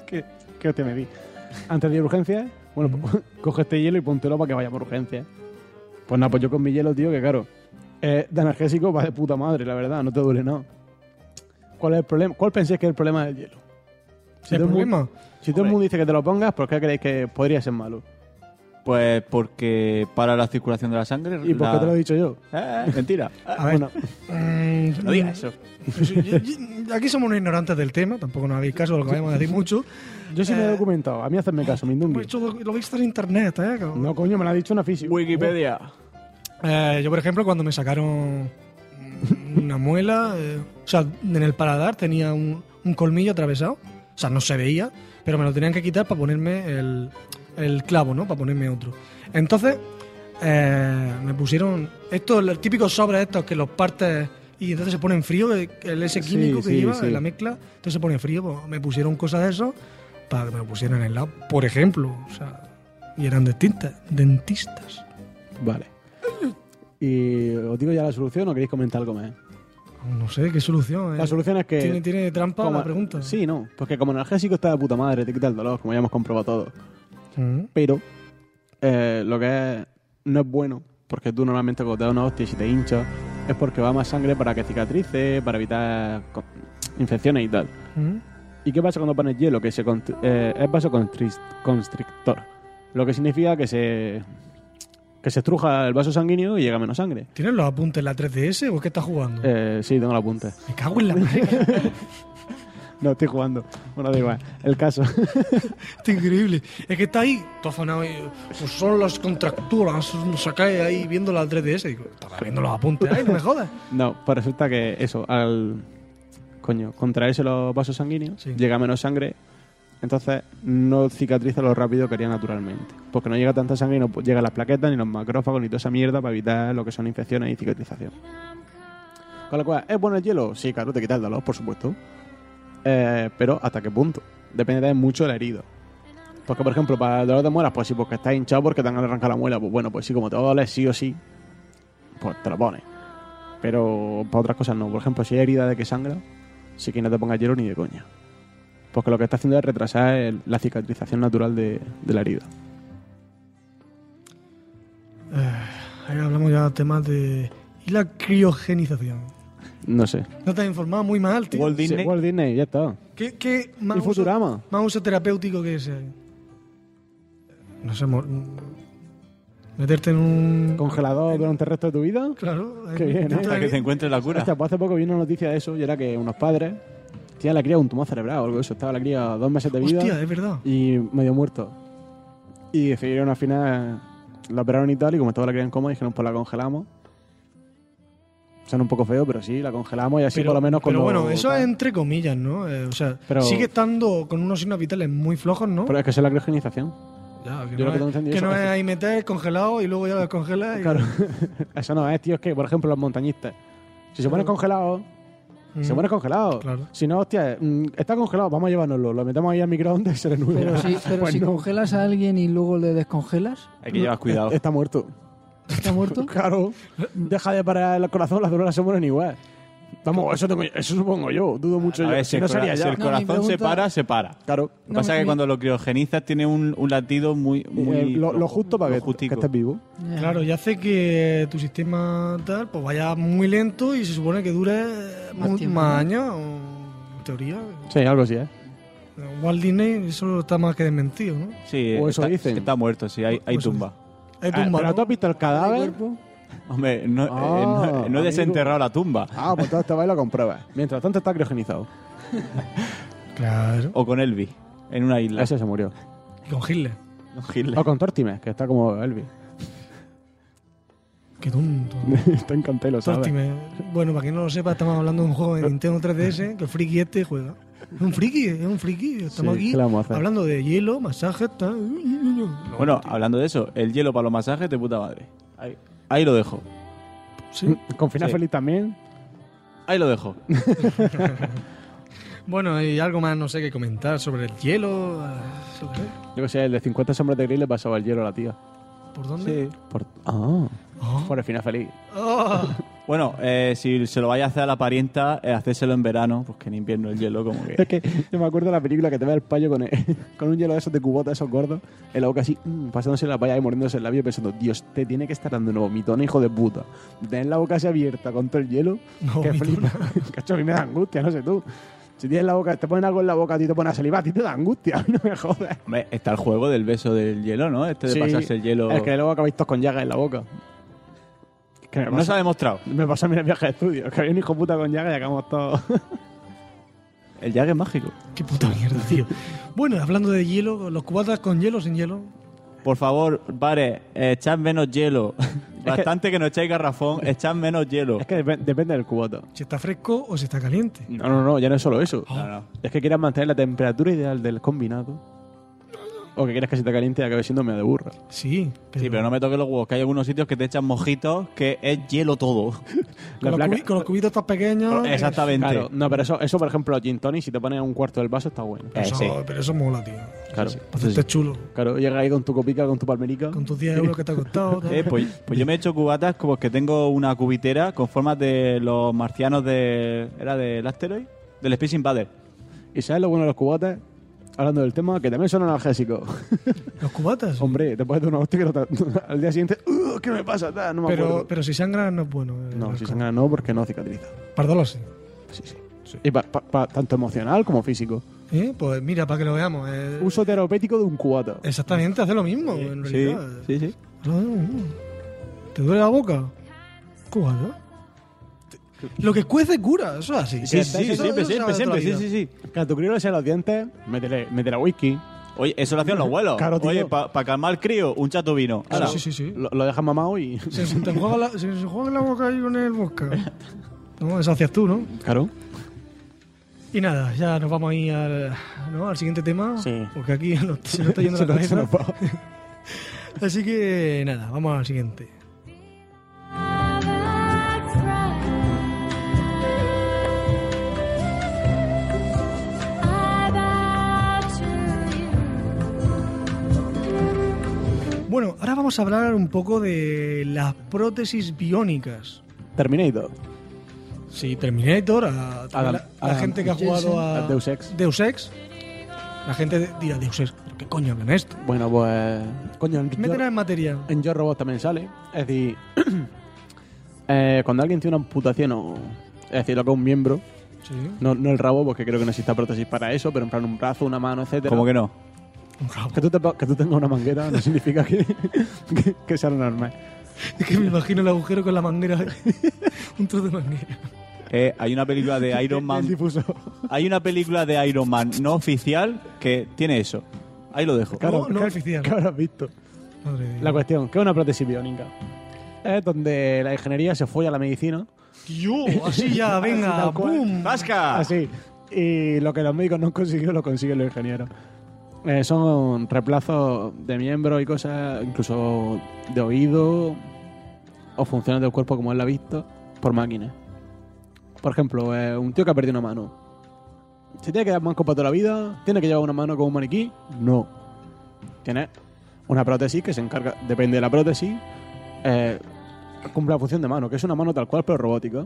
[SPEAKER 3] que, que te me vi. Antes de ir a urgencias,
[SPEAKER 13] Mm.
[SPEAKER 3] bueno, pues, coge este hielo y póntelo para que vaya por urgencias. Pues nada, pues yo con mi hielo, tío, que claro, eh, de analgésico va de puta madre, la verdad, no te duele nada. ¿Cuál es el problema? ¿Cuál pensáis que es el problema del hielo?
[SPEAKER 5] ¿El
[SPEAKER 3] todo el mu-
[SPEAKER 5] problema?
[SPEAKER 3] si todo el mundo dice que te lo pongas, ¿por qué creéis que podría ser malo?
[SPEAKER 13] Pues porque para la circulación de la sangre.
[SPEAKER 3] ¿Y por qué
[SPEAKER 13] la-
[SPEAKER 3] te lo he dicho yo?
[SPEAKER 13] Eh, mentira.
[SPEAKER 5] A ver,
[SPEAKER 3] Bueno,
[SPEAKER 5] mm,
[SPEAKER 13] No digas eso.
[SPEAKER 5] yo, yo- aquí somos unos ignorantes del tema, tampoco nos habéis caso, lo acabamos de decir mucho. Eh,
[SPEAKER 9] Yo sí me he documentado, a mí hacenme caso, Mindungi.
[SPEAKER 5] Pues Lo, lo he visto en internet, ¿eh? cabrón.
[SPEAKER 9] No, coño, me lo ha dicho una física.
[SPEAKER 10] Wikipedia.
[SPEAKER 5] Eh, yo, por ejemplo, cuando me sacaron una muela, eh, o sea, en el paladar tenía un, un colmillo atravesado, o sea, no se veía, pero me lo tenían que quitar para ponerme el, el clavo, ¿no? Para ponerme otro. Entonces, eh, me pusieron estos, los típicos sobres estos que los partes y entonces se ponen frío, el el ese
[SPEAKER 9] Sí,
[SPEAKER 5] químico que
[SPEAKER 9] sí,
[SPEAKER 5] lleva,
[SPEAKER 9] sí.
[SPEAKER 5] la mezcla, entonces se pone frío, pues, me pusieron cosas de eso para que me lo pusieran en el lado, por ejemplo, o sea, y eran dentistas, dentistas.
[SPEAKER 9] Vale. ¿Y os digo ya la solución o queréis comentar algo más?
[SPEAKER 5] Pues No sé, ¿qué solución? eh?
[SPEAKER 9] La solución es que.
[SPEAKER 5] ¿Tiene, tiene trampa la pregunta?
[SPEAKER 9] Sí, no. Porque como analgésico está de puta madre, te quita el dolor, como ya hemos comprobado todo.
[SPEAKER 5] Mm.
[SPEAKER 9] Pero eh, lo que es, no es bueno, porque tú normalmente cuando te das una hostia y si te hinchas, es porque va más sangre para que cicatrice, para evitar co- infecciones y tal. ¿Y qué pasa cuando pones hielo? Que se cont- eh, es vasoconstrictor. Lo que significa que se que se estruja el vaso sanguíneo y llega menos sangre.
[SPEAKER 5] ¿Tienes los apuntes en la 3DS o qué estás jugando?
[SPEAKER 9] Eh, sí, tengo la punta.
[SPEAKER 5] Me cago en la madre.
[SPEAKER 9] No, estoy jugando. Bueno, da igual. El caso.
[SPEAKER 5] Está increíble. Es que está ahí, todo afanado. y, Pues son las contracturas. no sé qué, ahí viendo la 3DS. Digo, estaba viendo los apuntes. Ay, no me jodas.
[SPEAKER 9] No, pues resulta que eso, al coño, contraerse los vasos sanguíneos, llega menos sangre, entonces no cicatriza lo rápido que haría naturalmente. Porque no llega tanta sangre y no pu- llega a las plaquetas, ni los macrófagos, ni toda esa mierda para evitar lo que son infecciones y cicatrización. Con lo cual, ¿es bueno el hielo? Sí, claro, te quita el dolor, por supuesto. Eh, pero ¿hasta qué punto? Depende de mucho la herida. Porque, por ejemplo, para el dolor de muelas, pues sí, porque estás hinchado porque te han arrancado la muela. Pues bueno, pues sí, como te va a doler sí o sí, pues te lo pones. Pero para otras cosas no. Por ejemplo, si hay herida de que sangra, sí que no te pongas hielo ni de coña. Porque lo que está haciendo es retrasar el- la cicatrización natural de, de la herida.
[SPEAKER 5] Ahí hablamos ya de temas de. Y la criogenización.
[SPEAKER 9] No sé.
[SPEAKER 5] No te has informado muy mal, tío.
[SPEAKER 9] Sí, Walt Disney, ya está.
[SPEAKER 5] ¿Qué, qué más
[SPEAKER 9] ¿Y
[SPEAKER 5] uso-
[SPEAKER 9] Futurama?
[SPEAKER 5] más uso terapéutico que ese? No sé, mo- meterte en un.
[SPEAKER 9] ¿Congelador durante el resto de tu vida?
[SPEAKER 5] Claro.
[SPEAKER 9] Qué bien, ¿eh?
[SPEAKER 10] Hasta que se encuentre la cura.
[SPEAKER 9] Hostia, pues hace poco vi una noticia de eso y era que unos padres tenían la cría un tumor cerebral o algo de eso. Estaba la cría dos meses de vida.
[SPEAKER 5] Hostia, es verdad.
[SPEAKER 9] Y medio muerto. Y decidieron al final, la operaron y tal, y como estaba la cría en coma, dijeron, pues la congelamos. Suena un poco feo, pero sí, la congelamos y así por lo menos
[SPEAKER 5] pero
[SPEAKER 9] cuando-
[SPEAKER 5] bueno, eso es entre comillas, ¿no? Eh, o sea,
[SPEAKER 9] Pero-
[SPEAKER 5] sigue estando con unos signos vitales muy flojos, ¿no?
[SPEAKER 9] Pero es que eso es la criogenización.
[SPEAKER 5] Ya, que no,
[SPEAKER 9] Yo lo que
[SPEAKER 5] es,
[SPEAKER 9] tengo entendido
[SPEAKER 5] que
[SPEAKER 9] eso
[SPEAKER 5] no
[SPEAKER 9] es
[SPEAKER 5] es ahí meter congelado y luego ya descongela. Y...
[SPEAKER 9] Claro. eso no es, tío, es que, por ejemplo, los montañistas, si se
[SPEAKER 5] Claro.
[SPEAKER 9] ponen congelados, se
[SPEAKER 5] Mm.
[SPEAKER 9] ponen congelados. Si no, hostia, mm, está congelado, vamos a llevárnoslo, lo metemos ahí al microondas y se renueva.
[SPEAKER 15] Pero si, pero
[SPEAKER 9] Pues
[SPEAKER 15] si
[SPEAKER 9] no.
[SPEAKER 15] congelas a alguien y luego le descongelas,
[SPEAKER 10] Hay que llevar cuidado.
[SPEAKER 9] Está muerto.
[SPEAKER 15] ¿está muerto?
[SPEAKER 9] Claro, deja de parar el corazón, las células se mueren igual. Vamos, eso, tengo- eso supongo yo, dudo mucho
[SPEAKER 10] A
[SPEAKER 9] yo.
[SPEAKER 10] ver,
[SPEAKER 9] Si
[SPEAKER 10] si, el
[SPEAKER 9] no
[SPEAKER 10] cora-
[SPEAKER 9] sería
[SPEAKER 10] si
[SPEAKER 9] ya.
[SPEAKER 10] el corazón se para, se para.
[SPEAKER 9] Claro. Lo
[SPEAKER 10] que pasa es que cuando lo criogenizas tiene un, un latido muy... muy
[SPEAKER 9] Eh, lo, lo justo para
[SPEAKER 10] lo
[SPEAKER 9] que, que
[SPEAKER 10] justico.
[SPEAKER 9] estés vivo.
[SPEAKER 5] Claro, y hace que tu sistema tal pues vaya muy lento y se supone que dure mu- más,
[SPEAKER 15] tiempo, ¿no?
[SPEAKER 5] años, o- en teoría.
[SPEAKER 9] Sí, algo así, ¿eh?
[SPEAKER 5] Walt Disney eso está más que desmentido, ¿no?
[SPEAKER 10] Sí,
[SPEAKER 9] O eso
[SPEAKER 10] está,
[SPEAKER 9] dicen.
[SPEAKER 10] está muerto, sí, hay, hay tumba.
[SPEAKER 5] Hay tumba,
[SPEAKER 9] Ah, ¿Pero
[SPEAKER 5] ¿no?
[SPEAKER 9] tú has visto el cadáver?
[SPEAKER 10] Hombre, no, eh,
[SPEAKER 9] Ah,
[SPEAKER 10] no- no
[SPEAKER 9] amigo.
[SPEAKER 10] he desenterrado la tumba.
[SPEAKER 9] Ah, pues todo esta baila con pruebas. Mientras tanto está criogenizado.
[SPEAKER 5] Claro.
[SPEAKER 10] O con Elvis, en una isla.
[SPEAKER 9] Ese se murió.
[SPEAKER 5] Y con Hitler.
[SPEAKER 10] Hitler.
[SPEAKER 9] O con Tortimer, que está como Elvis.
[SPEAKER 5] Qué tonto.
[SPEAKER 9] está encantado, y lo sabe.
[SPEAKER 5] Tortimer. Bueno, para quien no lo sepa, estamos hablando de un juego de Nintendo 3DS que el friki este juega. Es un friki, es un friki. Estamos
[SPEAKER 10] Sí,
[SPEAKER 5] aquí
[SPEAKER 10] ¿qué le vamos a hacer?
[SPEAKER 5] hablando de hielo, masajes, tal.
[SPEAKER 10] Bueno, hablando de eso, el hielo para los masajes de puta madre. Ahí, ahí lo dejo.
[SPEAKER 5] Sí.
[SPEAKER 9] Con final
[SPEAKER 10] Sí.
[SPEAKER 9] feliz también.
[SPEAKER 10] Ahí lo dejo.
[SPEAKER 5] Bueno, y algo más, no sé qué comentar sobre el hielo. eh, sobre-
[SPEAKER 9] Yo que sé, el de 50 sombras de gris le pasaba el hielo a la tía.
[SPEAKER 5] ¿Por dónde?
[SPEAKER 9] Por, ah, por el final feliz.
[SPEAKER 5] Ah.
[SPEAKER 10] Bueno, eh, si se lo vaya a hacer a la parienta, eh, hacérselo en verano, pues que en invierno el hielo como que...
[SPEAKER 9] Es que yo me acuerdo de la película que te ve el payo con, eh, con un hielo de esos de cubota, esos gordos, en la boca así, mm, pasándose la paya y mordiéndose el labio y pensando, Dios, te tiene que estar dando un vomitón, hijo de puta. De Tener la boca así abierta con todo el hielo, que flipa. Cacho, a mí me da angustia, no sé tú. Si tienes la boca, te ponen algo en la boca, a ti te pones a salivar, a ti te da angustia, a mí no me jodas.
[SPEAKER 10] Hombre, está el juego del beso del hielo, ¿no? Este de
[SPEAKER 9] Sí,
[SPEAKER 10] pasarse el hielo...
[SPEAKER 9] Es que luego acabáis todos con llagas en la boca.
[SPEAKER 10] No se ha demostrado.
[SPEAKER 9] Me pasó a mí en el viaje de estudio, que había un hijo puta con llagas y acabamos todos.
[SPEAKER 10] El Jagger es mágico.
[SPEAKER 5] Qué puta mierda, tío. bueno, hablando de hielo, los cubatas con hielo o sin hielo.
[SPEAKER 10] Por favor, bares, echad menos hielo. Bastante que no echáis garrafón, echad menos hielo.
[SPEAKER 9] Es que depe- depende del cubata.
[SPEAKER 5] Si está fresco o si está caliente. Ah.
[SPEAKER 9] No, no, no, ya no es solo eso. Es que quieras mantener la temperatura ideal del combinado. O que quieras que se te caliente y acabe siendo medio de burra.
[SPEAKER 5] Sí.
[SPEAKER 10] Sí, pero no me toques los huevos, que hay algunos sitios que te echan mojitos que es hielo todo.
[SPEAKER 5] Con los, cubi- con los cubitos tan pequeños.
[SPEAKER 10] Exactamente.
[SPEAKER 9] Claro, no, pero eso, eso por ejemplo, gin tonic, si te pones un cuarto del vaso, está bueno.
[SPEAKER 5] Eso- Pero eso mola, tío.
[SPEAKER 9] Claro.
[SPEAKER 5] Entonces, chulo.
[SPEAKER 9] Claro, llega ahí con tu copica, con tu palmerica. Con
[SPEAKER 5] tus 10 euros que te ha costado. tal.
[SPEAKER 10] Eh, pues, pues yo me he hecho cubatas como que tengo una cubitera con formas de los marcianos de. ¿Era del asteroid? Del Space Invader.
[SPEAKER 9] ¿Y sabes lo bueno de los cubatas? Hablando del tema, que también son analgésicos.
[SPEAKER 5] ¿Los cubatas?
[SPEAKER 9] Hombre, te puedes dar una hostia que no te- al día siguiente, "Ugh, ¿qué me pasa? Ta, no me
[SPEAKER 5] pero,
[SPEAKER 9] acuerdo.
[SPEAKER 5] pero si sangra no es bueno. eh,
[SPEAKER 9] No,
[SPEAKER 5] las
[SPEAKER 9] si
[SPEAKER 5] cosas.
[SPEAKER 9] sangra no, porque no cicatriza.
[SPEAKER 5] Pardolo sí.
[SPEAKER 9] Sí, sí. Y pa- pa- pa- tanto emocional como físico.
[SPEAKER 5] Eh, Pues mira, para que lo veamos. eh,
[SPEAKER 9] Uso terapéutico de un cubata.
[SPEAKER 5] Exactamente, hace lo mismo, en realidad. Ah,
[SPEAKER 9] sí, sí.
[SPEAKER 5] Lo mismo. ¿Te duele la boca? Cubata. Lo que cuece cura, eso es así.
[SPEAKER 9] Sí, sí,
[SPEAKER 5] Eso-
[SPEAKER 9] sí,
[SPEAKER 5] eso-
[SPEAKER 9] siempre,
[SPEAKER 5] eso se sabe
[SPEAKER 9] siempre, siempre,
[SPEAKER 5] toda
[SPEAKER 9] sí,
[SPEAKER 5] la
[SPEAKER 9] sí,
[SPEAKER 5] vida.
[SPEAKER 9] sí. Claro, tu crío le sea los dientes, métele, métele whisky.
[SPEAKER 10] Oye, eso lo hacían los abuelos.
[SPEAKER 9] Claro, tío.
[SPEAKER 10] Oye, para calmar al crío, un chato vino. Ala.
[SPEAKER 5] sí, sí, sí.
[SPEAKER 9] Lo, lo dejas mamado y...
[SPEAKER 5] Se, se te juega la, se, se juega la boca ahí con el bosca. No, eso hacías tú, ¿no?
[SPEAKER 9] Claro.
[SPEAKER 5] Y nada, ya nos vamos a ir al, ¿no? al siguiente tema.
[SPEAKER 9] Sí.
[SPEAKER 5] Porque aquí no- se nos está yendo
[SPEAKER 9] Se
[SPEAKER 5] la
[SPEAKER 9] nos-
[SPEAKER 5] cabeza.
[SPEAKER 9] se nos va.
[SPEAKER 5] Así que nada, vamos al siguiente. Bueno, ahora vamos a hablar un poco de las prótesis biónicas.
[SPEAKER 9] Terminator.
[SPEAKER 5] Sí, Terminator, a, a
[SPEAKER 9] Adam-
[SPEAKER 5] la, a la
[SPEAKER 9] Adam
[SPEAKER 5] gente que ha
[SPEAKER 9] Jensen.
[SPEAKER 5] jugado a
[SPEAKER 9] A Deus Ex.
[SPEAKER 5] Deus Ex. La gente dirá, Deus Ex, ¿pero ¿qué coño hablan esto?
[SPEAKER 9] Bueno, pues... Coño, en Yo,
[SPEAKER 5] Métela en materia.
[SPEAKER 9] en Yo Robot también sale. Es decir, eh, cuando alguien tiene una amputación o... Es decir, lo que es un miembro,
[SPEAKER 5] Sí.
[SPEAKER 9] no, no el rabo, porque creo que no exista prótesis para eso, pero en plan un brazo, una mano, etcétera.
[SPEAKER 10] ¿Cómo que no?
[SPEAKER 9] Que tú, te pa- que tú tengas una manguera no significa que, que, que sea lo normal.
[SPEAKER 5] Es que me imagino el agujero con la manguera. un trozo de manguera.
[SPEAKER 10] Eh, hay una película de Iron Man. Hay una película de Iron Man no oficial que tiene eso. Ahí lo dejo.
[SPEAKER 9] Claro,
[SPEAKER 5] no
[SPEAKER 9] ¿qué-
[SPEAKER 5] oficial.
[SPEAKER 9] ¿Qué habrás visto?
[SPEAKER 5] Madre mía.
[SPEAKER 9] La cuestión, ¿qué es una prótesis biónica? Es donde la ingeniería se folla a la medicina.
[SPEAKER 5] Tío, así ya, venga,
[SPEAKER 9] Tal cual.
[SPEAKER 5] boom.
[SPEAKER 10] ¡Vasca!
[SPEAKER 9] Así. Y lo que los médicos no han conseguido, lo consiguen los ingenieros. Eh, son reemplazos de miembros y cosas, incluso de oído o funciones del cuerpo como es la vista, por máquinas. Por ejemplo, eh, un tío que ha perdido una mano. ¿Se tiene que dar manco para toda la vida? ¿Tiene que llevar una mano como un maniquí? No. Tiene una prótesis que se encarga, depende de la prótesis, eh, cumple la función de mano, que es una mano tal cual pero robótica.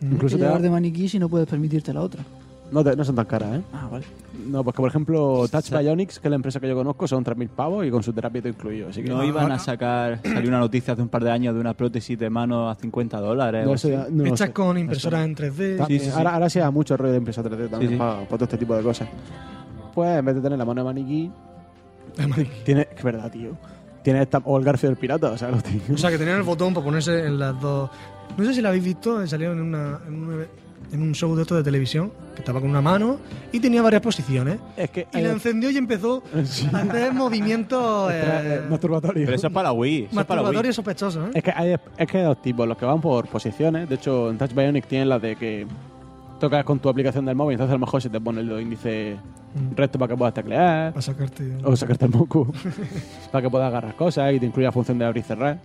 [SPEAKER 9] Incluso
[SPEAKER 15] Incluso
[SPEAKER 9] te
[SPEAKER 15] llevar
[SPEAKER 9] da,
[SPEAKER 15] de maniquí si no puedes permitirte la otra.
[SPEAKER 9] no, te- no son tan caras, ¿eh?
[SPEAKER 15] Ah, vale.
[SPEAKER 9] No, pues que por ejemplo Touch Bionics, que es la empresa que yo conozco, son 3.000 pavos y con su terapia todo incluido. Así que
[SPEAKER 10] No iban a sacar. Salió una noticia hace un par de años de una prótesis de mano a 50 dólares.
[SPEAKER 9] No,
[SPEAKER 10] o
[SPEAKER 9] eso
[SPEAKER 10] así.
[SPEAKER 9] ya- no lo
[SPEAKER 5] Hechas
[SPEAKER 9] sé.
[SPEAKER 5] con impresoras en 3D.
[SPEAKER 9] También,
[SPEAKER 10] sí, sí.
[SPEAKER 9] Ahora, ahora se da mucho rollo de empresa 3D también
[SPEAKER 10] Sí, sí.
[SPEAKER 9] Para, para todo este tipo de cosas. Pues en vez de tener la mano de maniquí, tiene, es verdad, tío. Tiene esta, o el garfio del pirata, o sea, lo tío.
[SPEAKER 5] O sea, que tenían el botón para ponerse en las dos. No sé si la habéis visto, eh, salieron en, una, en, una- en un show de esto de televisión, que estaba con una mano y tenía varias posiciones.
[SPEAKER 9] es que
[SPEAKER 5] Y la encendió y empezó a hacer movimientos eh,
[SPEAKER 9] masturbatorio.
[SPEAKER 10] Pero eso es para Wii. Eso es para Wii.
[SPEAKER 5] masturbatorios sospechosos. ¿eh?
[SPEAKER 9] Es que, hay, es que hay dos tipos, los que van por posiciones. De hecho, en Touch Bionic tienen la de que tocas con tu aplicación del móvil, entonces a lo mejor se te pone el dedo índice recto para que puedas teclear.
[SPEAKER 5] Mm. Para sacarte.
[SPEAKER 9] O sacarte el moco. para que puedas agarrar cosas y te incluye la función de abrir y cerrar.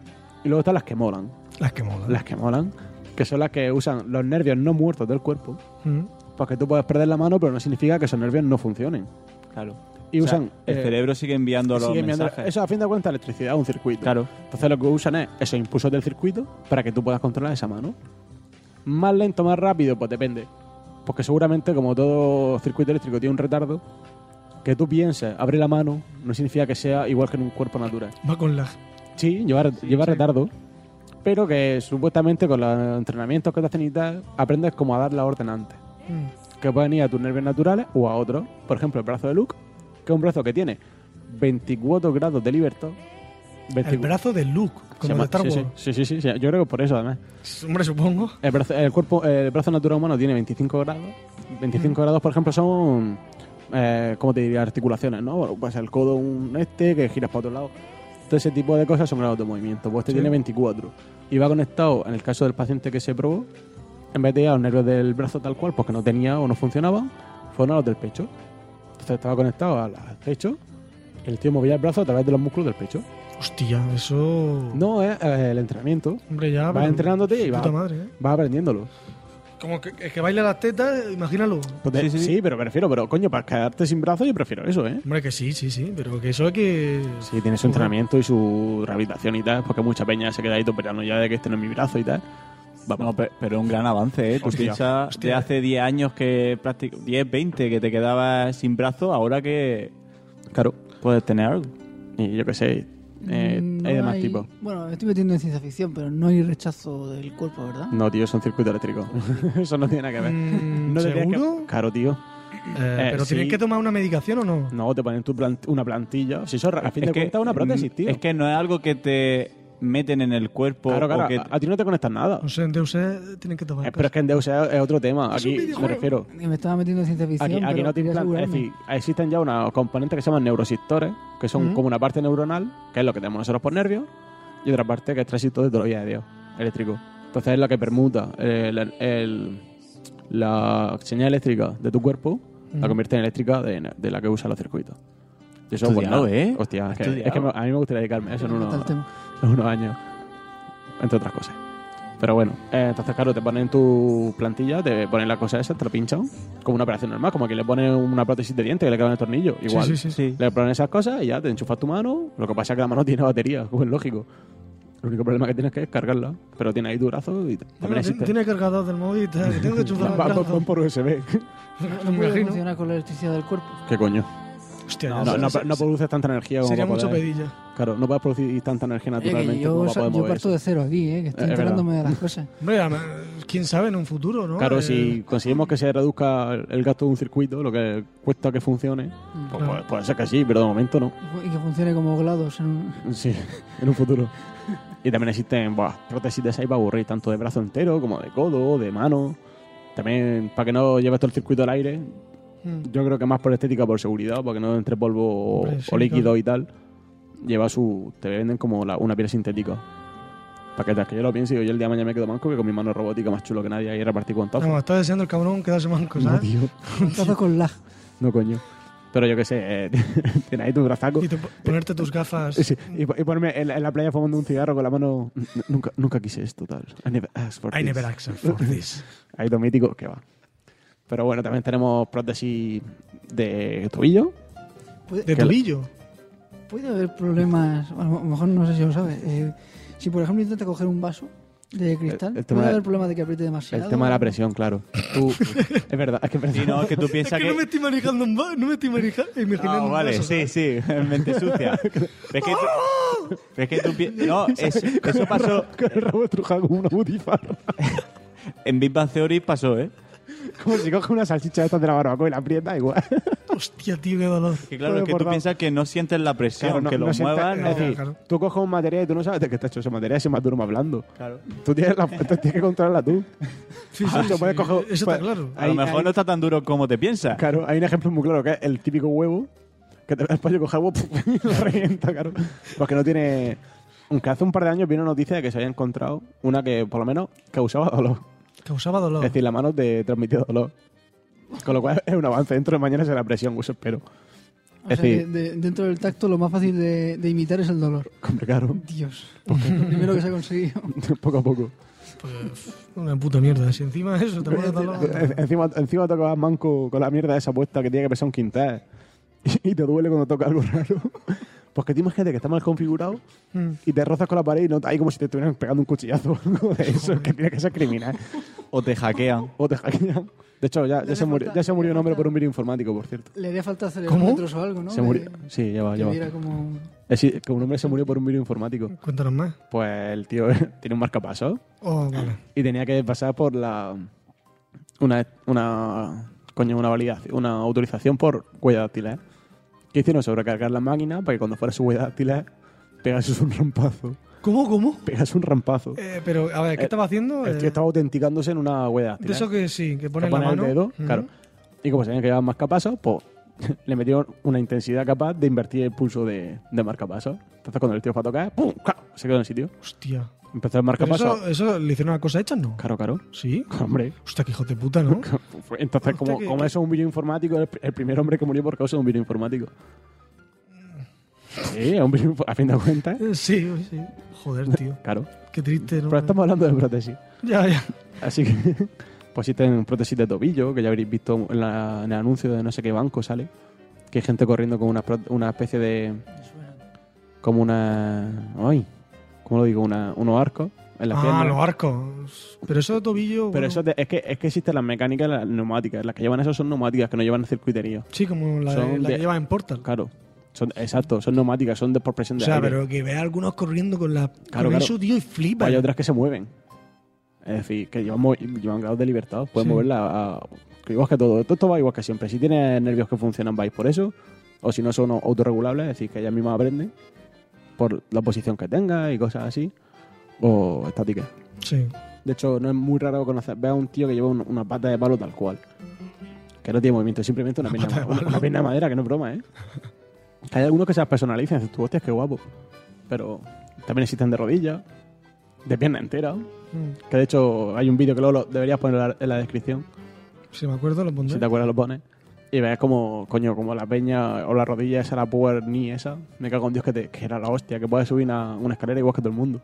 [SPEAKER 9] Y luego están las que molan.
[SPEAKER 5] Las que molan.
[SPEAKER 9] Las que molan. Que son las que usan los nervios no muertos del cuerpo.
[SPEAKER 5] Mm.
[SPEAKER 9] Porque tú puedes perder la mano, pero no significa que esos nervios no funcionen.
[SPEAKER 10] Claro.
[SPEAKER 9] Y
[SPEAKER 10] O sea,
[SPEAKER 9] usan.
[SPEAKER 10] El
[SPEAKER 9] eh,
[SPEAKER 10] cerebro sigue enviando los
[SPEAKER 9] siguen enviando-
[SPEAKER 10] mensajes.
[SPEAKER 9] Eso a fin de cuentas electricidad un circuito.
[SPEAKER 10] Claro.
[SPEAKER 9] Entonces lo que usan es esos impulsos del circuito para que tú puedas controlar esa mano. Más lento, más rápido, pues depende. Porque seguramente como todo circuito eléctrico tiene un retardo, que tú pienses, abre la mano, no significa que sea igual que en un cuerpo natural.
[SPEAKER 5] Va con lag.
[SPEAKER 9] Sí, lleva, lleva retardo. Pero que supuestamente con los entrenamientos que te hacen y tal, aprendes como a dar la orden antes.
[SPEAKER 5] Mm.
[SPEAKER 9] Que pueden ir a tus nervios naturales o a otros. Por ejemplo, el brazo de Luke, que es un brazo que tiene 24 grados de libertad,
[SPEAKER 5] El brazo de Luke, como de Star Wars.
[SPEAKER 9] Sí, sí, sí, sí, sí. Yo creo que por eso, además.
[SPEAKER 5] Hombre, supongo.
[SPEAKER 9] El brazo, el cuerpo, el brazo natural humano tiene 25 grados.
[SPEAKER 5] Mm.
[SPEAKER 9] 25 grados, por ejemplo, son. Eh, ¿Cómo te diría? Articulaciones, ¿no? Bueno, Pues el codo, un este, que giras para otro lado. Todo ese tipo de cosas son grados de movimiento. Pues este
[SPEAKER 5] Sí.
[SPEAKER 9] tiene 24. Y va conectado, en el caso del paciente que se probó, en vez de ir a los nervios del brazo tal cual, porque no tenía o no funcionaba, fueron a los del pecho. Entonces estaba conectado al al pecho. El tío movía el brazo a través de los músculos del pecho.
[SPEAKER 5] Hostia, eso.
[SPEAKER 9] No, es eh, el entrenamiento.
[SPEAKER 5] Hombre, ya.
[SPEAKER 9] Vas
[SPEAKER 5] pero-
[SPEAKER 9] entrenándote y
[SPEAKER 5] puta
[SPEAKER 9] vas,
[SPEAKER 5] madre, ¿eh?
[SPEAKER 9] vas aprendiéndolo.
[SPEAKER 5] Como que, el que baila las tetas, imagínalo.
[SPEAKER 9] Pues sí, pero prefiero, pero coño, para quedarte sin brazo yo prefiero eso, ¿eh?
[SPEAKER 5] Hombre, que sí, sí, sí, pero que eso es que.
[SPEAKER 9] Sí, tiene su entrenamiento y su rehabilitación y tal, porque mucha peña se queda ahí toperando ya de que este no es mi brazo y tal.
[SPEAKER 10] No, pe- pero un gran avance, ¿eh? Tú
[SPEAKER 9] Hostia,
[SPEAKER 10] piensas
[SPEAKER 9] hostia.
[SPEAKER 10] de hace 10 años que práctico 10, 20 que te quedabas sin brazo, ahora que
[SPEAKER 9] Claro.
[SPEAKER 10] puedes tener algo.
[SPEAKER 9] Y yo qué sé, eh,
[SPEAKER 15] No
[SPEAKER 9] hay de más
[SPEAKER 15] hay-
[SPEAKER 9] tipo.
[SPEAKER 15] Bueno, me estoy metiendo en ciencia ficción, pero no hay rechazo del cuerpo, ¿verdad?
[SPEAKER 9] No, tío, son circuito eléctrico. eso no tiene nada que ver.
[SPEAKER 5] Mm,
[SPEAKER 9] no tendrías que-
[SPEAKER 5] ¿seguro?
[SPEAKER 9] Claro, tío.
[SPEAKER 5] Eh, pero
[SPEAKER 9] sí.
[SPEAKER 5] tienes que tomar una medicación o no?
[SPEAKER 9] No, te ponen tu plant- una plantilla. Si eso, a fin de cuentas, es una prótesis,
[SPEAKER 10] mm,
[SPEAKER 9] tío.
[SPEAKER 10] Es que no es algo que te meten en el cuerpo.
[SPEAKER 9] Claro,
[SPEAKER 10] o
[SPEAKER 9] claro,
[SPEAKER 10] que-
[SPEAKER 9] a, a ti no te conectas nada.
[SPEAKER 5] No sé, en Deus Ex tienen que tomar.
[SPEAKER 9] Eh, pero es que en Deus Ex es otro tema.
[SPEAKER 5] Es un
[SPEAKER 9] Aquí me
[SPEAKER 5] videojuego.
[SPEAKER 9] refiero.
[SPEAKER 15] Y me estaba metiendo en ciencia ficción.
[SPEAKER 9] Aquí, aquí
[SPEAKER 15] pero
[SPEAKER 9] no te
[SPEAKER 15] quería
[SPEAKER 9] implantan. Es
[SPEAKER 15] asegurarme.
[SPEAKER 9] decir, existen ya unos componentes que se llaman neurosistores, que son
[SPEAKER 15] Ujú.
[SPEAKER 9] como una parte neuronal, que es lo que tenemos nosotros por nervios, y otra parte que es transistor de teoría de Dios, eléctrico. Entonces es lo que permuta el- el- la señal eléctrica de tu cuerpo, la
[SPEAKER 10] Ujú.
[SPEAKER 9] convierte en eléctrica de, de la que usa los circuitos. Y eso, pues,
[SPEAKER 10] Estudiado,
[SPEAKER 9] nada.
[SPEAKER 10] ¿eh?
[SPEAKER 9] Hostia, es que,
[SPEAKER 10] Estudiado.
[SPEAKER 9] es que me- a mí me gustaría dedicarme a eso en
[SPEAKER 15] Está el
[SPEAKER 9] unos,
[SPEAKER 15] tema.
[SPEAKER 9] en unos años, entre otras cosas. Pero bueno, eh, entonces claro, te ponen tu plantilla, te ponen las cosas esas, te lo pinchan, como una operación normal, como que le ponen una prótesis de diente que le cabe en el tornillo, igual.
[SPEAKER 5] sí, sí, sí.
[SPEAKER 9] Le ponen esas cosas y ya te enchufas tu mano, lo que pasa es que la mano tiene batería, como es lógico. El único problema que tienes que es cargarla, pero tiene ahí tu brazo y t- también
[SPEAKER 5] Bueno,
[SPEAKER 9] existe.
[SPEAKER 5] tiene cargador del móvil, tal, que tengo que chupar. el
[SPEAKER 9] Va- va-
[SPEAKER 5] brazo.
[SPEAKER 9] pon por USB.
[SPEAKER 15] No
[SPEAKER 5] Me
[SPEAKER 15] puede
[SPEAKER 5] imagino.
[SPEAKER 15] funcionar con la electricidad del cuerpo.
[SPEAKER 9] ¿Qué coño?
[SPEAKER 5] Hostia, ya
[SPEAKER 9] no, no,
[SPEAKER 5] sé,
[SPEAKER 9] no-
[SPEAKER 5] sé,
[SPEAKER 9] no
[SPEAKER 5] sé.
[SPEAKER 9] produces tanta energía como
[SPEAKER 5] Sería
[SPEAKER 9] para
[SPEAKER 5] mucho
[SPEAKER 9] poder-
[SPEAKER 5] pedilla.
[SPEAKER 9] Claro, no puedes producir tanta energía
[SPEAKER 15] Oye, que
[SPEAKER 9] naturalmente
[SPEAKER 15] yo
[SPEAKER 9] como para
[SPEAKER 15] sa-
[SPEAKER 9] poder
[SPEAKER 15] yo
[SPEAKER 9] mover
[SPEAKER 15] parto
[SPEAKER 9] eso.
[SPEAKER 15] de cero aquí, ¿eh? que estoy
[SPEAKER 9] Es verdad.
[SPEAKER 15] enterándome de las cosas.
[SPEAKER 5] Hombre, además, quién sabe en un futuro, ¿no?
[SPEAKER 9] Claro,
[SPEAKER 5] Eh,
[SPEAKER 9] si conseguimos que se reduzca el el gasto de un circuito, lo que cuesta que funcione, pues
[SPEAKER 15] Claro.
[SPEAKER 9] puede, puede ser que sí, pero de momento no.
[SPEAKER 15] Y que funcione como GLaDOS en un...
[SPEAKER 9] Sí, en un futuro. Y también existen buah, prótesis de esas para aburrir, tanto de brazo entero como de codo, de mano. También para que no lleves todo el circuito al aire.
[SPEAKER 5] Mm.
[SPEAKER 9] Yo creo que más por estética, por seguridad, para que no entre polvo o-
[SPEAKER 5] Hombre,
[SPEAKER 9] o,
[SPEAKER 5] sí,
[SPEAKER 9] líquido
[SPEAKER 5] claro.
[SPEAKER 9] y tal. Lleva su. Te venden como la- una piel sintética. Para que, tras que yo lo piense y yo el día de mañana me quedo manco que con mi mano robótica más chulo que nadie ahí repartir guantazos.
[SPEAKER 5] No, está deseando el cabrón quedarse manco, ¿sabes?
[SPEAKER 15] Cazo con lag.
[SPEAKER 9] No, coño. Pero yo qué sé, eh, tienes ahí tu brazaco. Y,
[SPEAKER 5] Ponerte tus gafas.
[SPEAKER 9] po- y ponerme en, la- en la playa fumando un cigarro con la mano. "N- Nunca, nunca quise esto, tal. I never asked for
[SPEAKER 5] I
[SPEAKER 9] this".
[SPEAKER 5] never asked for this.
[SPEAKER 9] Ahí domético, que va. Pero bueno, también tenemos prótesis de tobillo.
[SPEAKER 5] Eh.
[SPEAKER 15] Puede-
[SPEAKER 9] Que-
[SPEAKER 15] Puede haber problemas, a lo mejor no sé si lo sabes. eh, si por ejemplo intenta coger un vaso de cristal,
[SPEAKER 9] el tema
[SPEAKER 15] puede
[SPEAKER 9] de-
[SPEAKER 15] haber problemas de que apriete demasiado.
[SPEAKER 9] El tema de la presión, claro. Tú, es verdad, es que Ah, es verdad.
[SPEAKER 10] Sí, no, es que tú piensas
[SPEAKER 5] Que
[SPEAKER 10] que.
[SPEAKER 5] no me estoy manejando un vaso, no me estoy maneja- imaginando
[SPEAKER 10] Ah,
[SPEAKER 5] un
[SPEAKER 10] vale,
[SPEAKER 5] vaso,
[SPEAKER 10] sí, sí, mente sucia. Pero es que tú, pero es que tú pi- No, eso, eso pasó.
[SPEAKER 9] Con el rabo estrujado como una butifarra.
[SPEAKER 10] En Big Bang Theory pasó, ¿eh?
[SPEAKER 9] Como si coge una salchicha de estas de la barbacoa y la aprieta, igual.
[SPEAKER 5] Hostia, tío, qué dolor.
[SPEAKER 10] Que claro, es que tú
[SPEAKER 9] Por favor.
[SPEAKER 10] piensas que no sientes la presión,
[SPEAKER 9] Claro, no-
[SPEAKER 10] que
[SPEAKER 9] no
[SPEAKER 10] lo
[SPEAKER 9] sienta-
[SPEAKER 10] muevas,
[SPEAKER 9] es
[SPEAKER 10] no.
[SPEAKER 9] decir, tú coges un material y tú no sabes de qué está hecho ese material, ese es más duro, más blando.
[SPEAKER 10] Claro.
[SPEAKER 9] Tú tienes, la, tú tienes que controlarla tú.
[SPEAKER 5] Sí,
[SPEAKER 9] Ah, tú puedes coger- pues,
[SPEAKER 10] A lo
[SPEAKER 9] hay-
[SPEAKER 10] mejor
[SPEAKER 9] hay-
[SPEAKER 10] no está tan duro como te piensas.
[SPEAKER 9] Claro, hay un ejemplo muy claro que es el típico huevo que te ve el pollo coge el huevo ¡pum! y lo revienta, claro. Porque no tiene. Aunque hace un par de años vino noticia de que se había encontrado una que por lo menos causaba dolor.
[SPEAKER 5] Causaba dolor.
[SPEAKER 9] Es decir, la mano te transmitía dolor. Con lo cual es un avance. Dentro de mañana será presión, eso espero.
[SPEAKER 15] O
[SPEAKER 9] Es
[SPEAKER 15] sea que
[SPEAKER 9] decir,
[SPEAKER 15] de- dentro del tacto lo más fácil de, de imitar es el dolor.
[SPEAKER 9] hombre, claro,
[SPEAKER 15] Dios. lo primero que se ha conseguido.
[SPEAKER 9] poco a poco.
[SPEAKER 5] Una puta mierda. Si encima eso te pone
[SPEAKER 9] En-
[SPEAKER 5] dolor.
[SPEAKER 9] encima, encima tocabas manco con la mierda esa puesta que tiene que pesar un quintal. Y, te duele cuando toca algo raro. Porque te imaginas que está mal configurado
[SPEAKER 5] Mm.
[SPEAKER 9] y te rozas con la pared y no, ahí como si te estuvieran pegando un cuchillazo o algo de eso, que tiene que ser criminal.
[SPEAKER 10] O te hackean.
[SPEAKER 9] O te hackean. De hecho, ya, ya se, murió, ya se murió un hombre por un virus informático, por cierto.
[SPEAKER 15] Le haría falta acelerómetros o algo, ¿no?
[SPEAKER 9] Se
[SPEAKER 5] ¿eh?
[SPEAKER 9] murió. Sí, ya va,
[SPEAKER 15] Que
[SPEAKER 9] ya va.
[SPEAKER 15] viera como...
[SPEAKER 9] Es decir, que un hombre se murió por un virus informático.
[SPEAKER 5] Cuéntanos más.
[SPEAKER 9] Pues el tío tiene un marcapaso
[SPEAKER 5] Oh, vale.
[SPEAKER 9] y tenía que pasar por la una una coño una validación una autorización por huella dactilar ¿Qué hicieron sobrecargar la máquina para que cuando fuera su huella dactilar Pegasus un rampazo.
[SPEAKER 5] ¿Cómo, cómo?
[SPEAKER 9] Pegasus un rampazo.
[SPEAKER 5] Eh, pero, a ver, ¿qué
[SPEAKER 9] Eh,
[SPEAKER 5] estaba haciendo?
[SPEAKER 9] El
[SPEAKER 5] Eh,
[SPEAKER 9] tío estaba autenticándose en una hueá.
[SPEAKER 5] de eso que sí, que pone
[SPEAKER 9] Te
[SPEAKER 5] la
[SPEAKER 9] ponen
[SPEAKER 5] mano.
[SPEAKER 9] el dedo,
[SPEAKER 5] Ujú.
[SPEAKER 9] claro. Y como sabían que llevaban más capasos, pues le metieron una intensidad capaz de invertir el pulso de, de marcapasos. Entonces cuando el tío fue a tocar, ¡pum! ¡ca! Se quedó en el sitio.
[SPEAKER 5] Hostia.
[SPEAKER 9] Empezó
[SPEAKER 5] Pero
[SPEAKER 9] el marcapasos.
[SPEAKER 5] eso, eso le hicieron una cosa hecha, ¿no?
[SPEAKER 9] Claro, claro.
[SPEAKER 5] Sí.
[SPEAKER 9] Hombre.
[SPEAKER 5] Hostia, qué hijo de puta, ¿no?
[SPEAKER 9] Fue- Entonces, como,
[SPEAKER 5] que-
[SPEAKER 9] como eso es un vídeo informático, el, el primer hombre que murió por causa de un vídeo informático.
[SPEAKER 5] Mm.
[SPEAKER 9] Sí, es un vídeo info- a fin de cuentas.
[SPEAKER 5] Eh, Sí, sí. Joder, tío.
[SPEAKER 9] Claro.
[SPEAKER 5] Qué triste, ¿no?
[SPEAKER 9] Pero estamos hablando de prótesis.
[SPEAKER 5] Ya, ya.
[SPEAKER 9] Así que, pues si tienen prótesis de tobillo, que ya habréis visto en, la- en el anuncio de no sé qué banco sale, que hay gente corriendo con una, pró- una especie de... Como una... Ay, ¿cómo lo digo? Una, unos arcos en la
[SPEAKER 5] ah,
[SPEAKER 9] pierna.
[SPEAKER 5] los arcos. Pero eso de tobillo.
[SPEAKER 9] Pero
[SPEAKER 5] bueno,
[SPEAKER 9] eso de- es, que, es que existen las mecánicas y las neumáticas. Las que llevan eso son neumáticas, que no llevan circuitería.
[SPEAKER 5] Sí, como la,
[SPEAKER 9] Son
[SPEAKER 5] la que
[SPEAKER 9] de-
[SPEAKER 5] lleva en Portal.
[SPEAKER 9] Claro. Son, exacto, son neumáticas, son de por presión
[SPEAKER 5] O
[SPEAKER 9] de
[SPEAKER 5] sea,
[SPEAKER 9] aire.
[SPEAKER 5] pero que ve a algunos corriendo con la.
[SPEAKER 9] Claro,
[SPEAKER 5] con
[SPEAKER 9] claro.
[SPEAKER 5] eso, tío, y flipa.
[SPEAKER 9] Hay otras que se mueven. Es decir, que llevan, mo- llevan grados de libertad. Pueden
[SPEAKER 5] Sí.
[SPEAKER 9] moverla a- que igual que todo. Todo esto va igual que siempre. Si tienes nervios que funcionan, vais por eso. O si no, son autorregulables, es decir, que ellas mismas aprenden por la posición que tengas y cosas así. O estáticas.
[SPEAKER 5] Sí.
[SPEAKER 9] De hecho, no es muy raro conocer, ver a un tío que lleva un- una pata de palo tal cual. Que no tiene movimiento, es simplemente una, pierna, una, una pierna de madera, que no es broma, ¿eh? Que Hay algunos que se las personalizan, dices tú, hostias, qué guapo. Pero también existen de rodilla, de pierna entera. Que de hecho hay un vídeo que luego lo- deberías poner en la, en la descripción,
[SPEAKER 5] Si me acuerdo, lo pondré.
[SPEAKER 9] si te acuerdas lo pones. Y ves como, coño, como la peña o la rodilla esa, la power knee esa. Me cago en Dios que, te- que era la hostia, que puedes subir una, una escalera igual que todo el mundo.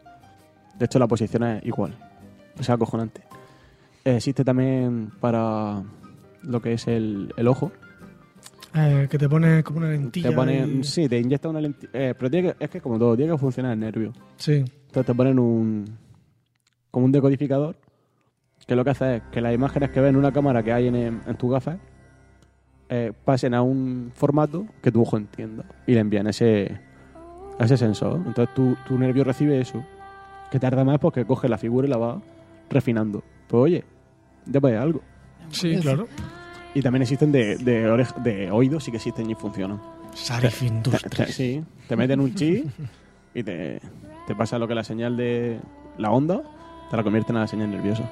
[SPEAKER 9] De hecho la posición es igual. O sea, acojonante. Eh, Existe también para lo que es el, el ojo.
[SPEAKER 5] Eh, que te pones como una lentilla.
[SPEAKER 9] Te ponen,
[SPEAKER 5] y-
[SPEAKER 9] Sí, te inyecta una lentilla. pero tiene que- es que como todo, tiene que funcionar el nervio.
[SPEAKER 5] Sí.
[SPEAKER 9] Entonces te ponen un. como un decodificador. Que lo que hace es que las imágenes que ves en una cámara que hay en, en tu gafas eh, pasen a un formato que tu ojo entienda. Y le envían ese. a ese sensor. Entonces tu, tu nervio recibe eso. Que tarda más porque coge la figura y la va refinando. Pues oye, ya vaya algo.
[SPEAKER 5] Sí, claro.
[SPEAKER 9] Y también existen de, de, oreja- de oídos, sí que existen y funcionan.
[SPEAKER 5] Sarif
[SPEAKER 9] Te- te-
[SPEAKER 5] Industries.
[SPEAKER 9] Sí, te meten un chip y te, te pasa lo que es la señal de la onda, te la convierten a la señal nerviosa.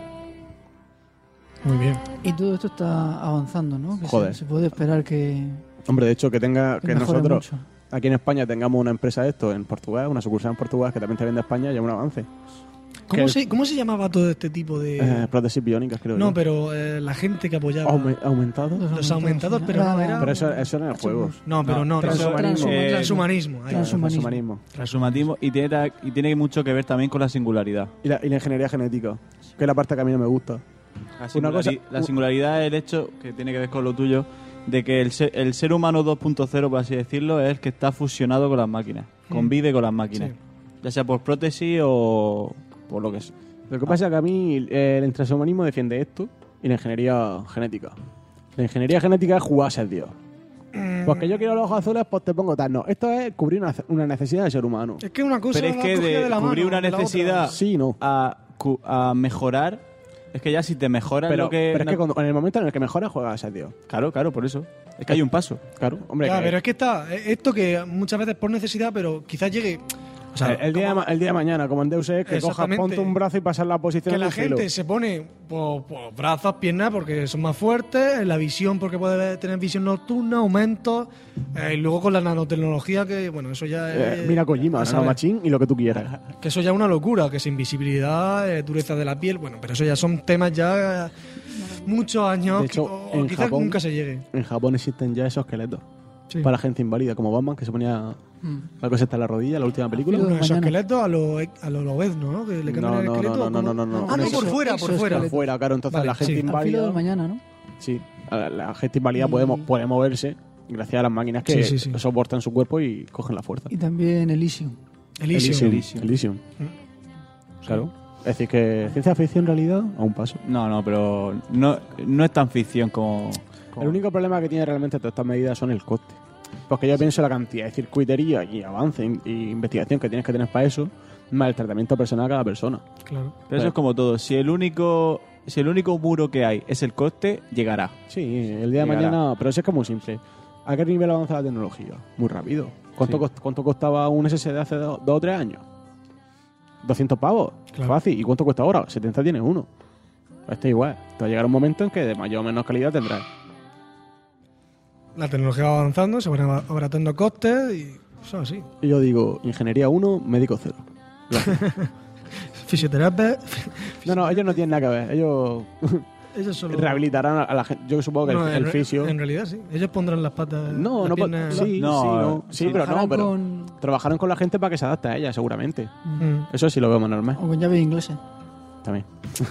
[SPEAKER 5] Muy bien.
[SPEAKER 15] Y todo esto está avanzando, ¿no? Que se-
[SPEAKER 9] Joder.
[SPEAKER 15] Se, puede esperar que.
[SPEAKER 9] Hombre, de hecho, que tenga
[SPEAKER 15] Que
[SPEAKER 9] que
[SPEAKER 15] mejore
[SPEAKER 9] nosotros
[SPEAKER 15] mucho.
[SPEAKER 9] aquí en España tengamos una empresa de esto en Portugal, una sucursal en Portugal que también te vende a España, ya es un avance.
[SPEAKER 5] ¿Cómo
[SPEAKER 9] Que-
[SPEAKER 5] se, ¿Cómo se llamaba todo este tipo de.?
[SPEAKER 9] Eh, prótesis biónicas, creo
[SPEAKER 5] no,
[SPEAKER 9] yo.
[SPEAKER 5] pero eh, la gente que apoyaba.
[SPEAKER 9] Aume- ¿Aumentado?
[SPEAKER 5] Los aumentados, pero no
[SPEAKER 10] Ah,
[SPEAKER 5] era.
[SPEAKER 9] Pero eso, eso no era juego.
[SPEAKER 5] No, pero no, no.
[SPEAKER 10] Transhumanismo.
[SPEAKER 5] Transhumanismo.
[SPEAKER 10] Eh,
[SPEAKER 5] Transhumanismo, ahí.
[SPEAKER 9] Transhumanismo.
[SPEAKER 10] Transhumanismo y tiene, ta- y tiene mucho que ver también con la singularidad.
[SPEAKER 9] Y la, y la ingeniería genética, que es la parte que a mí no me gusta.
[SPEAKER 10] La,
[SPEAKER 9] Una cosa-
[SPEAKER 10] singulari- la singularidad es el hecho que tiene que ver con lo tuyo, de que el ser, el ser humano 2.0, por así decirlo, es el que está fusionado con las máquinas,
[SPEAKER 9] Mm.
[SPEAKER 10] convive con las máquinas, ya sea por prótesis o por lo que es.
[SPEAKER 9] Lo que pasa es que a mí eh, el transhumanismo defiende esto y la ingeniería genética. La ingeniería genética es jugar a ser Dios. Pues que yo quiero los ojos azules, pues te pongo tal. No, esto es cubrir una, una necesidad del ser humano.
[SPEAKER 5] Es que una cosa
[SPEAKER 10] Pero es
[SPEAKER 5] va
[SPEAKER 10] que
[SPEAKER 5] cogida
[SPEAKER 10] de,
[SPEAKER 5] de la
[SPEAKER 10] cubrir
[SPEAKER 5] mano,
[SPEAKER 10] una
[SPEAKER 5] de la otra.
[SPEAKER 10] necesidad
[SPEAKER 9] Sí, no.
[SPEAKER 10] a, cu- a mejorar, es que ya si te mejoras
[SPEAKER 9] Pero,
[SPEAKER 10] lo que...
[SPEAKER 9] pero es que cuando- en el momento en el que mejora, juegas a ser Dios.
[SPEAKER 10] Claro, claro, por eso. Es que hay un paso.
[SPEAKER 9] Claro, hombre.
[SPEAKER 5] Ya,
[SPEAKER 9] que-
[SPEAKER 5] pero es que está. eh, Esto que muchas veces por necesidad, pero quizás llegue. O sea,
[SPEAKER 9] el, el día de, ma- el día de mañana, como en Deus Ex, que cojas,
[SPEAKER 5] Ah, Exactamente.
[SPEAKER 9] ponte un brazo y pasas la posición
[SPEAKER 5] que
[SPEAKER 9] de
[SPEAKER 5] la
[SPEAKER 9] un filo.
[SPEAKER 5] gente se pone por, por brazos, piernas porque son más fuertes, la visión porque puede tener visión nocturna, aumentos, eh, y luego con la nanotecnología que, bueno, eso ya es...
[SPEAKER 9] Eh, mira
[SPEAKER 5] ya
[SPEAKER 9] Kojima, Nano
[SPEAKER 5] sabes,
[SPEAKER 9] Machín y lo que tú quieras.
[SPEAKER 5] Que eso ya es una locura, que es invisibilidad, eh, dureza de la piel, bueno, pero eso ya son temas ya eh, muchos años
[SPEAKER 9] De
[SPEAKER 5] que-
[SPEAKER 9] hecho,
[SPEAKER 5] o
[SPEAKER 9] en
[SPEAKER 5] quizás
[SPEAKER 9] Japón,
[SPEAKER 5] nunca se llegue.
[SPEAKER 9] En Japón existen ya esos esqueletos
[SPEAKER 5] Sí.
[SPEAKER 9] para gente inválida, como Batman, que se ponía
[SPEAKER 5] Mm.
[SPEAKER 9] la cosa está en la rodilla, la última película.
[SPEAKER 5] Uno de esos esqueletos a lo, a lo lobezno, ¿no? Que le cambian
[SPEAKER 9] No,
[SPEAKER 5] el
[SPEAKER 9] no,
[SPEAKER 5] esqueleto.
[SPEAKER 9] no, no,
[SPEAKER 5] ¿cómo?
[SPEAKER 9] no, no, no.
[SPEAKER 5] Ah, no,
[SPEAKER 9] Eso-
[SPEAKER 5] por fuera, por
[SPEAKER 9] eso
[SPEAKER 5] fuera.
[SPEAKER 9] Por fuera, claro. Entonces
[SPEAKER 5] Vale,
[SPEAKER 9] la gente
[SPEAKER 5] sí. Al
[SPEAKER 15] Al filo
[SPEAKER 9] inválida.
[SPEAKER 15] del mañana, ¿no?
[SPEAKER 9] Sí, la, la gente inválida podemos- puede moverse gracias a las máquinas que
[SPEAKER 15] Sí, sí, sí.
[SPEAKER 9] soportan su cuerpo y cogen la fuerza.
[SPEAKER 15] Y también Elysium.
[SPEAKER 9] Elysium. Elysium. Claro. Es decir, que ciencia ficción en realidad a un paso.
[SPEAKER 10] No, no, pero no, no es tan ficción como...
[SPEAKER 9] El único problema que tiene realmente todas estas medidas son el coste. Porque yo pienso la cantidad de circuitería y avance in- y investigación que tienes que tener para eso, más el tratamiento personal a cada persona.
[SPEAKER 5] Claro.
[SPEAKER 10] Pero eso es como todo. Si el único, si el único muro que hay es el coste, llegará.
[SPEAKER 9] Sí, el día de
[SPEAKER 10] Llegará.
[SPEAKER 9] mañana, pero eso es que es muy simple. ¿A qué nivel avanza la tecnología? Muy rápido. ¿Cuánto, cost- cuánto costaba un SSD hace do- dos o tres años? 200 pavos. Fácil. ¿Y cuánto cuesta ahora? 70 tiene uno. Esto es igual. Te va a llegar un momento en que de mayor o menor calidad tendrás.
[SPEAKER 5] La tecnología va avanzando, se van ab- abaratando costes y eso así.
[SPEAKER 9] Y yo digo, ingeniería 1, médico 0.
[SPEAKER 5] Fisioterapia.
[SPEAKER 9] No, no, ellos no tienen nada que ver. Ellos
[SPEAKER 5] Ellos solo...
[SPEAKER 9] rehabilitarán a- a la gente. Yo supongo que
[SPEAKER 5] No,
[SPEAKER 9] el,
[SPEAKER 5] en
[SPEAKER 9] el
[SPEAKER 5] re-
[SPEAKER 9] fisio.
[SPEAKER 5] En realidad sí. Ellos pondrán las patas.
[SPEAKER 9] No,
[SPEAKER 10] pues,
[SPEAKER 5] las
[SPEAKER 9] no, po-
[SPEAKER 5] piernas-
[SPEAKER 9] sí, sí, no. Sí, pero no,
[SPEAKER 5] Trabajarán
[SPEAKER 9] pero
[SPEAKER 5] con-
[SPEAKER 9] trabajaron con la gente para que se adapte a ella, seguramente.
[SPEAKER 5] Mm.
[SPEAKER 9] Eso sí lo vemos normal,
[SPEAKER 15] O con llave inglesa.
[SPEAKER 9] también.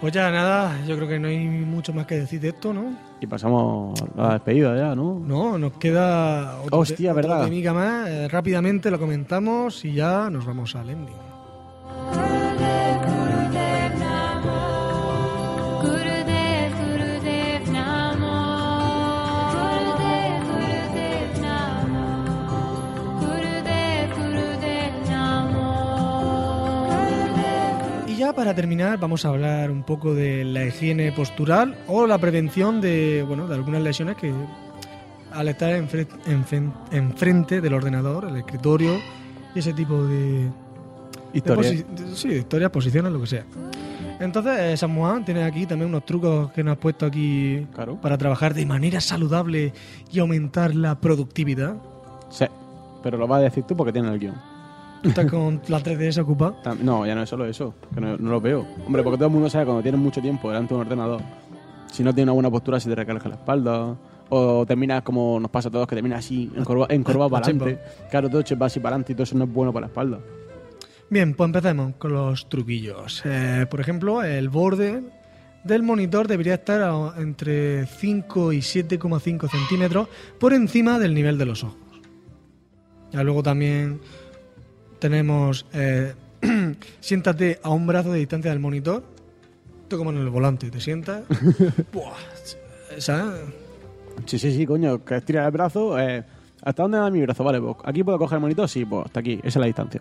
[SPEAKER 5] Pues ya nada, yo creo que no hay mucho más que decir de esto, ¿no?
[SPEAKER 9] Y pasamos a la despedida ya, ¿no?
[SPEAKER 5] No, nos queda otro
[SPEAKER 9] Hostia,
[SPEAKER 5] otro
[SPEAKER 9] ¿verdad?
[SPEAKER 5] temica más. Eh, rápidamente lo comentamos y ya nos vamos al ending. Y ya para terminar vamos a hablar un poco de la higiene postural o la prevención de, bueno, de algunas lesiones que al estar enfre- enfren- enfrente del ordenador, el escritorio y ese tipo de... de
[SPEAKER 9] Historias.
[SPEAKER 5] posi- de- sí, de historias, posiciones, lo que sea. Entonces, eh, Samuán tiene aquí también unos trucos que nos has puesto aquí para trabajar de manera saludable y aumentar la productividad.
[SPEAKER 9] Sí, pero lo vas a decir tú porque tienes el guión.
[SPEAKER 5] Tú Estás con la 3DS ocupada.
[SPEAKER 9] Tam- No, ya no es solo eso, que no, no lo veo. Hombre, porque todo el mundo sabe cuando tienes mucho tiempo delante de un ordenador, si no tienes una buena postura, si te recargas la espalda, o terminas como nos pasa a todos, que terminas así, encorva- encorvado para adelante. Claro, todo chepa así para adelante y todo eso no es bueno para la espalda.
[SPEAKER 5] Bien, pues empecemos con los truquillos. Eh, por ejemplo, el borde del monitor debería estar a- entre 5 y 7,5 centímetros por encima del nivel de los ojos. Ya luego también tenemos eh, siéntate a un brazo de distancia del monitor. Tú como en el volante, te sientas. Buah, ¿sabes?
[SPEAKER 9] Sí, sí, sí, coño, que estira el brazo. eh, ¿Hasta dónde da mi brazo? Vale, pues aquí puedo coger el monitor, sí, pues hasta aquí, esa es la distancia.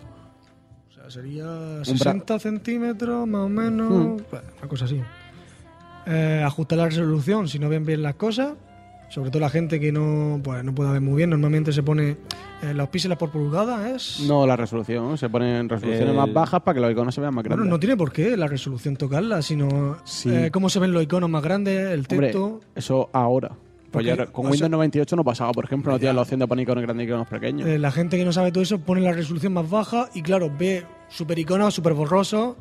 [SPEAKER 5] O sea, sería
[SPEAKER 9] bra- Mm.
[SPEAKER 5] 60 centímetros más o menos, bueno, una cosa así. Eh, ajustar la resolución si no ven bien las cosas, sobre todo la gente que no, pues, no puede ver muy bien, normalmente se pone eh, los píxeles por pulgada, es...
[SPEAKER 9] No la resolución, se ponen resoluciones
[SPEAKER 5] El-
[SPEAKER 9] más bajas para que los iconos se vean más
[SPEAKER 5] Bueno,
[SPEAKER 9] grandes.
[SPEAKER 5] no tiene por qué la resolución tocarla, sino
[SPEAKER 9] Sí.
[SPEAKER 5] eh, cómo se ven los iconos más grandes, el
[SPEAKER 9] Hombre,
[SPEAKER 5] texto...
[SPEAKER 9] eso ahora. Pues
[SPEAKER 5] Porque,
[SPEAKER 9] ya con
[SPEAKER 5] o sea-
[SPEAKER 9] Windows 98 no pasaba, por ejemplo, no tienes la opción de poner iconos grandes y iconos pequeños.
[SPEAKER 5] Eh, la gente que no sabe todo eso pone la resolución más baja y claro, ve super iconos, super borrosos,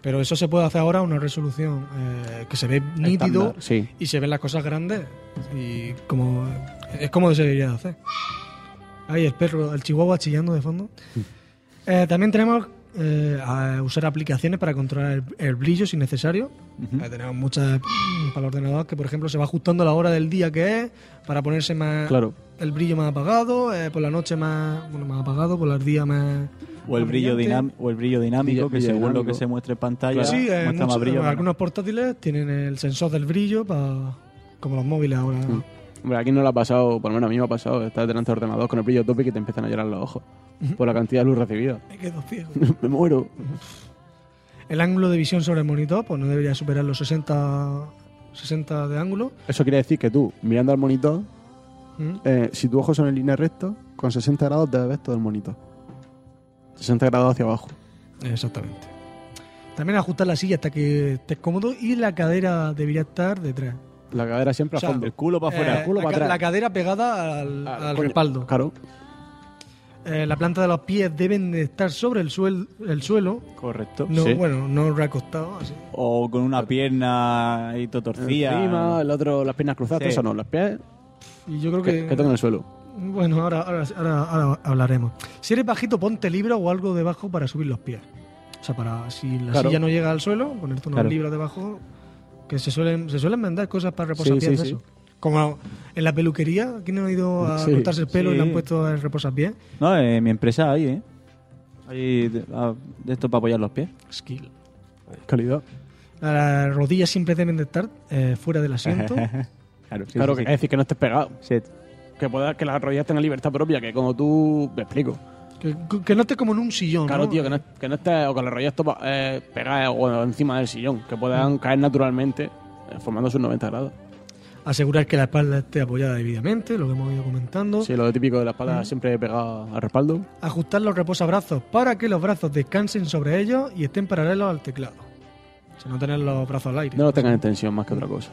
[SPEAKER 5] pero eso se puede hacer ahora a una resolución eh, que se ve nítido
[SPEAKER 9] Estándar, sí.
[SPEAKER 5] y se ven las cosas grandes y como es como se debería de hacer. Ahí el perro, el chihuahua chillando de fondo.
[SPEAKER 9] Mm.
[SPEAKER 5] Eh, también tenemos eh, a usar aplicaciones para controlar el, el brillo si necesario. Eh, tenemos muchas mm, para el ordenador que, por ejemplo, se va ajustando a la hora del día que es para ponerse más
[SPEAKER 9] Claro.
[SPEAKER 5] el brillo más apagado, eh, por la noche más bueno, más apagado, por los días más
[SPEAKER 10] O el,
[SPEAKER 5] más
[SPEAKER 10] brillo
[SPEAKER 5] brillante.
[SPEAKER 10] dinam- o el brillo dinámico, que
[SPEAKER 9] brillo
[SPEAKER 10] según lo
[SPEAKER 9] dinámico.
[SPEAKER 10] que se muestre en pantalla,
[SPEAKER 5] Sí,
[SPEAKER 10] muestra
[SPEAKER 5] eh,
[SPEAKER 10] más
[SPEAKER 5] muchos-
[SPEAKER 10] brillo. menos.
[SPEAKER 5] algunos portátiles tienen el sensor del brillo para como los móviles ahora.
[SPEAKER 9] Mm. Hombre, aquí no lo ha pasado, por lo menos a mí me ha pasado, estar delante del ordenador con el brillo tope y que te empiezan a llorar los ojos por la cantidad de luz recibida.
[SPEAKER 5] Me quedo ciego.
[SPEAKER 9] me muero.
[SPEAKER 5] El ángulo de visión sobre el monitor pues no debería superar los 60 60 de ángulo.
[SPEAKER 9] Eso quiere decir que tú, mirando al monitor,
[SPEAKER 5] ¿Mm?
[SPEAKER 9] eh, si tus ojos son en línea recta, con 60 grados debes ver todo el monitor. 60 grados hacia abajo.
[SPEAKER 5] Exactamente. También ajustar la silla hasta que estés cómodo y la cadera debería estar detrás.
[SPEAKER 9] La cadera siempre
[SPEAKER 5] O sea,
[SPEAKER 9] a fondo.
[SPEAKER 5] el
[SPEAKER 9] culo Ah,
[SPEAKER 5] Eh,
[SPEAKER 9] para
[SPEAKER 5] la, ca- la cadera pegada al, al respaldo.
[SPEAKER 9] Claro.
[SPEAKER 5] Eh, la planta de los pies deben de estar sobre el, suel- el suelo.
[SPEAKER 10] Correcto.
[SPEAKER 5] No,
[SPEAKER 10] Sí.
[SPEAKER 5] Bueno, no recostado. Así.
[SPEAKER 10] O con una pierna y todo torcida.
[SPEAKER 9] Encima, el otro, las piernas cruzadas,
[SPEAKER 10] Sí.
[SPEAKER 9] todo eso no, los pies
[SPEAKER 5] Y yo creo
[SPEAKER 9] que,
[SPEAKER 5] que...
[SPEAKER 9] que tocan el suelo.
[SPEAKER 5] Bueno, ahora, ahora, ahora- ahora hablaremos. Si eres bajito, ponte libra o algo debajo para subir los pies. O sea, para si la
[SPEAKER 9] Claro.
[SPEAKER 5] silla no llega al suelo, ponerte unos
[SPEAKER 9] Claro.
[SPEAKER 5] libras debajo. Que se suelen, se suelen vender cosas para reposapiés
[SPEAKER 9] Sí,
[SPEAKER 5] de
[SPEAKER 9] sí, sí.
[SPEAKER 5] eso. Como en la peluquería, ¿quién no ha ido a
[SPEAKER 10] Sí.
[SPEAKER 5] cortarse el pelo y le han
[SPEAKER 10] Sí.
[SPEAKER 5] puesto el reposapiés?
[SPEAKER 10] No, en mi empresa hay, ¿eh? Hay de, ah, de esto para apoyar los pies.
[SPEAKER 5] Skill.
[SPEAKER 9] Calidad.
[SPEAKER 5] Las rodillas siempre deben de estar eh, fuera del asiento.
[SPEAKER 10] claro, sí,
[SPEAKER 9] claro
[SPEAKER 10] sí,
[SPEAKER 9] que
[SPEAKER 10] sí.
[SPEAKER 9] es decir que no estés pegado. Que pueda que las rodillas tengan libertad propia, que como tú me explico.
[SPEAKER 5] que, que no estés como en un sillón.
[SPEAKER 9] Claro,
[SPEAKER 5] ¿no?
[SPEAKER 9] tío, que no, que no estés o con las rodillas topa- eh,
[SPEAKER 5] Mm.
[SPEAKER 9] pegadas o encima del sillón, que puedan caer naturalmente eh, formando sus 90 grados.
[SPEAKER 5] asegurar que la espalda esté apoyada debidamente, lo que hemos ido comentando.
[SPEAKER 9] Sí, lo típico de la
[SPEAKER 10] Ah.
[SPEAKER 9] espalda siempre pegada al respaldo.
[SPEAKER 5] Ajustar los reposabrazos para que los brazos descansen sobre ellos y estén paralelos al teclado. O sea, no tener los brazos al aire.
[SPEAKER 9] No lo tengan en tensión más que otra cosa.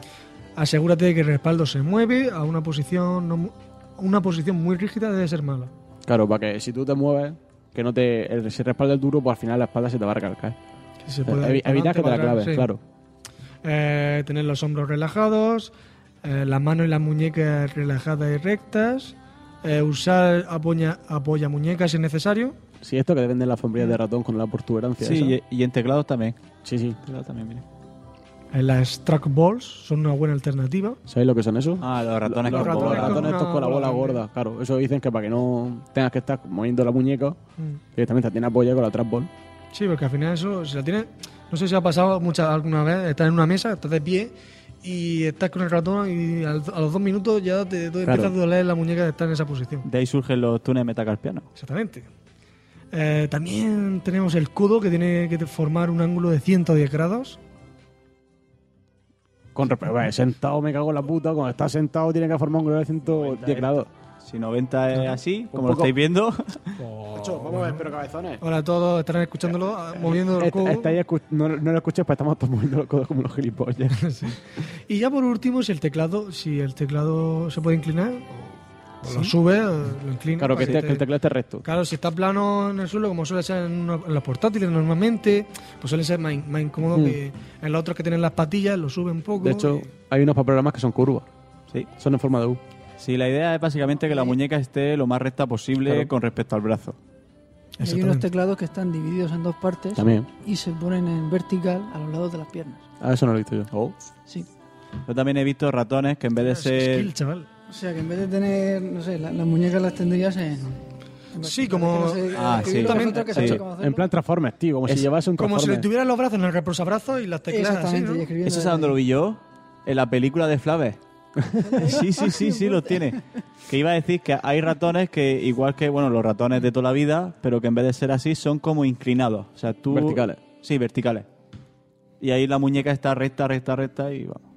[SPEAKER 5] Asegúrate de que el respaldo se mueve a una posición no mu- una posición muy rígida debe ser mala.
[SPEAKER 9] Claro, para que si tú te mueves, que no te. el- Si respalda el duro, pues al final la espalda se te va a recalcar.
[SPEAKER 5] Que se pueda ir pa'lante,
[SPEAKER 9] evitar que te
[SPEAKER 5] para
[SPEAKER 9] la
[SPEAKER 5] atrás,
[SPEAKER 9] claves,
[SPEAKER 5] sí.
[SPEAKER 9] claro.
[SPEAKER 5] Eh, tener los hombros relajados, eh, las manos y las muñecas relajadas y rectas, eh, usar apoya, apoya muñecas si es necesario.
[SPEAKER 9] Sí, esto que te venden las sombrillas de ratón con la protuberancia.
[SPEAKER 10] Sí,
[SPEAKER 9] esa.
[SPEAKER 10] y, y en teclados también.
[SPEAKER 9] Sí, sí.
[SPEAKER 10] Teclados también, mira.
[SPEAKER 5] Eh, las trackballs son una buena alternativa.
[SPEAKER 9] ¿Sabéis lo que son eso?
[SPEAKER 10] Ah, los ratones
[SPEAKER 9] los,
[SPEAKER 10] con
[SPEAKER 9] ratones,
[SPEAKER 10] bola.
[SPEAKER 9] ratones estos con la bola gorda, claro. Eso dicen que para que no tengas que estar moviendo la muñeca, directamente tiene apoya con la trapball.
[SPEAKER 5] Sí, porque al final eso, si la tienes, no sé si ha pasado mucha, alguna vez, estás en una mesa, estás de pie y estás con el ratón y al- a los dos minutos ya te, te empieza a doler la muñeca de estar en esa posición.
[SPEAKER 10] De ahí surgen los túneles metacarpianos.
[SPEAKER 5] Exactamente. Eh, también tenemos el codo que tiene que formar un ángulo de 110 grados.
[SPEAKER 9] Con respeto, vale, sentado me cago en la puta. Cuando estás sentado tiene que formar un grado de 110 grados.
[SPEAKER 10] Si 90 es así, como
[SPEAKER 9] poco-
[SPEAKER 10] lo estáis viendo.
[SPEAKER 9] vamos a ver, pero cabezones.
[SPEAKER 5] Hola a todos, estarán escuchándolo, ah, moviendo el
[SPEAKER 9] Est-
[SPEAKER 5] codo.
[SPEAKER 9] estáis escu- no, no lo escuchas, pero estamos todos moviendo los codos como los gilipollas.
[SPEAKER 5] Y ya por último, si el teclado, si el teclado se puede inclinar, o- o lo
[SPEAKER 9] Sí.
[SPEAKER 5] sube, o lo inclina.
[SPEAKER 9] Claro, que,
[SPEAKER 5] para
[SPEAKER 9] este- que el teclado esté recto.
[SPEAKER 5] Claro, si está plano en el suelo, como suele ser en, uno- en los portátiles normalmente, pues suele ser más, in- más incómodo
[SPEAKER 9] Mm.
[SPEAKER 5] que en los otros que tienen las patillas, lo suben un poco.
[SPEAKER 9] De hecho, hay unos para programas que son curvas.
[SPEAKER 10] Sí.
[SPEAKER 9] Son en forma de U.
[SPEAKER 10] Sí, la idea es básicamente que la muñeca esté lo más recta posible
[SPEAKER 9] Claro.
[SPEAKER 10] con respecto al brazo.
[SPEAKER 15] Hay unos teclados que están divididos en dos partes
[SPEAKER 10] También.
[SPEAKER 15] y se ponen en vertical a los lados de las piernas.
[SPEAKER 9] Ah, eso no lo he visto yo.
[SPEAKER 15] Sí.
[SPEAKER 10] Oh. Yo también he visto ratones que en vez de ser.
[SPEAKER 5] chaval.
[SPEAKER 15] O sea, que en vez de tener, no sé, la- las muñecas las tendrías en...
[SPEAKER 5] Sí, como.
[SPEAKER 9] Ah,
[SPEAKER 5] que
[SPEAKER 9] sí.
[SPEAKER 5] yo también-
[SPEAKER 15] que
[SPEAKER 9] Sí.
[SPEAKER 15] se llama hacerlo.
[SPEAKER 9] En plan Transformers, tío, como si
[SPEAKER 10] Es-
[SPEAKER 9] llevase un
[SPEAKER 5] Como si le
[SPEAKER 9] Transformers.
[SPEAKER 5] tuvieran los brazos en el reposabrazos y las teclas así,
[SPEAKER 15] Exactamente,
[SPEAKER 5] ¿no?
[SPEAKER 15] y escribiendo
[SPEAKER 10] ¿Eso es
[SPEAKER 15] desde
[SPEAKER 10] donde lo vi yo? En la película de Flaves. sí, sí, sí, sí, los tiene. Que iba a decir que hay ratones que, igual que bueno, los ratones de toda la vida, pero que en vez de ser así, son como inclinados. O sea, tú...
[SPEAKER 9] Verticales.
[SPEAKER 10] Sí, verticales. Y ahí la muñeca está recta, recta, recta y vamos.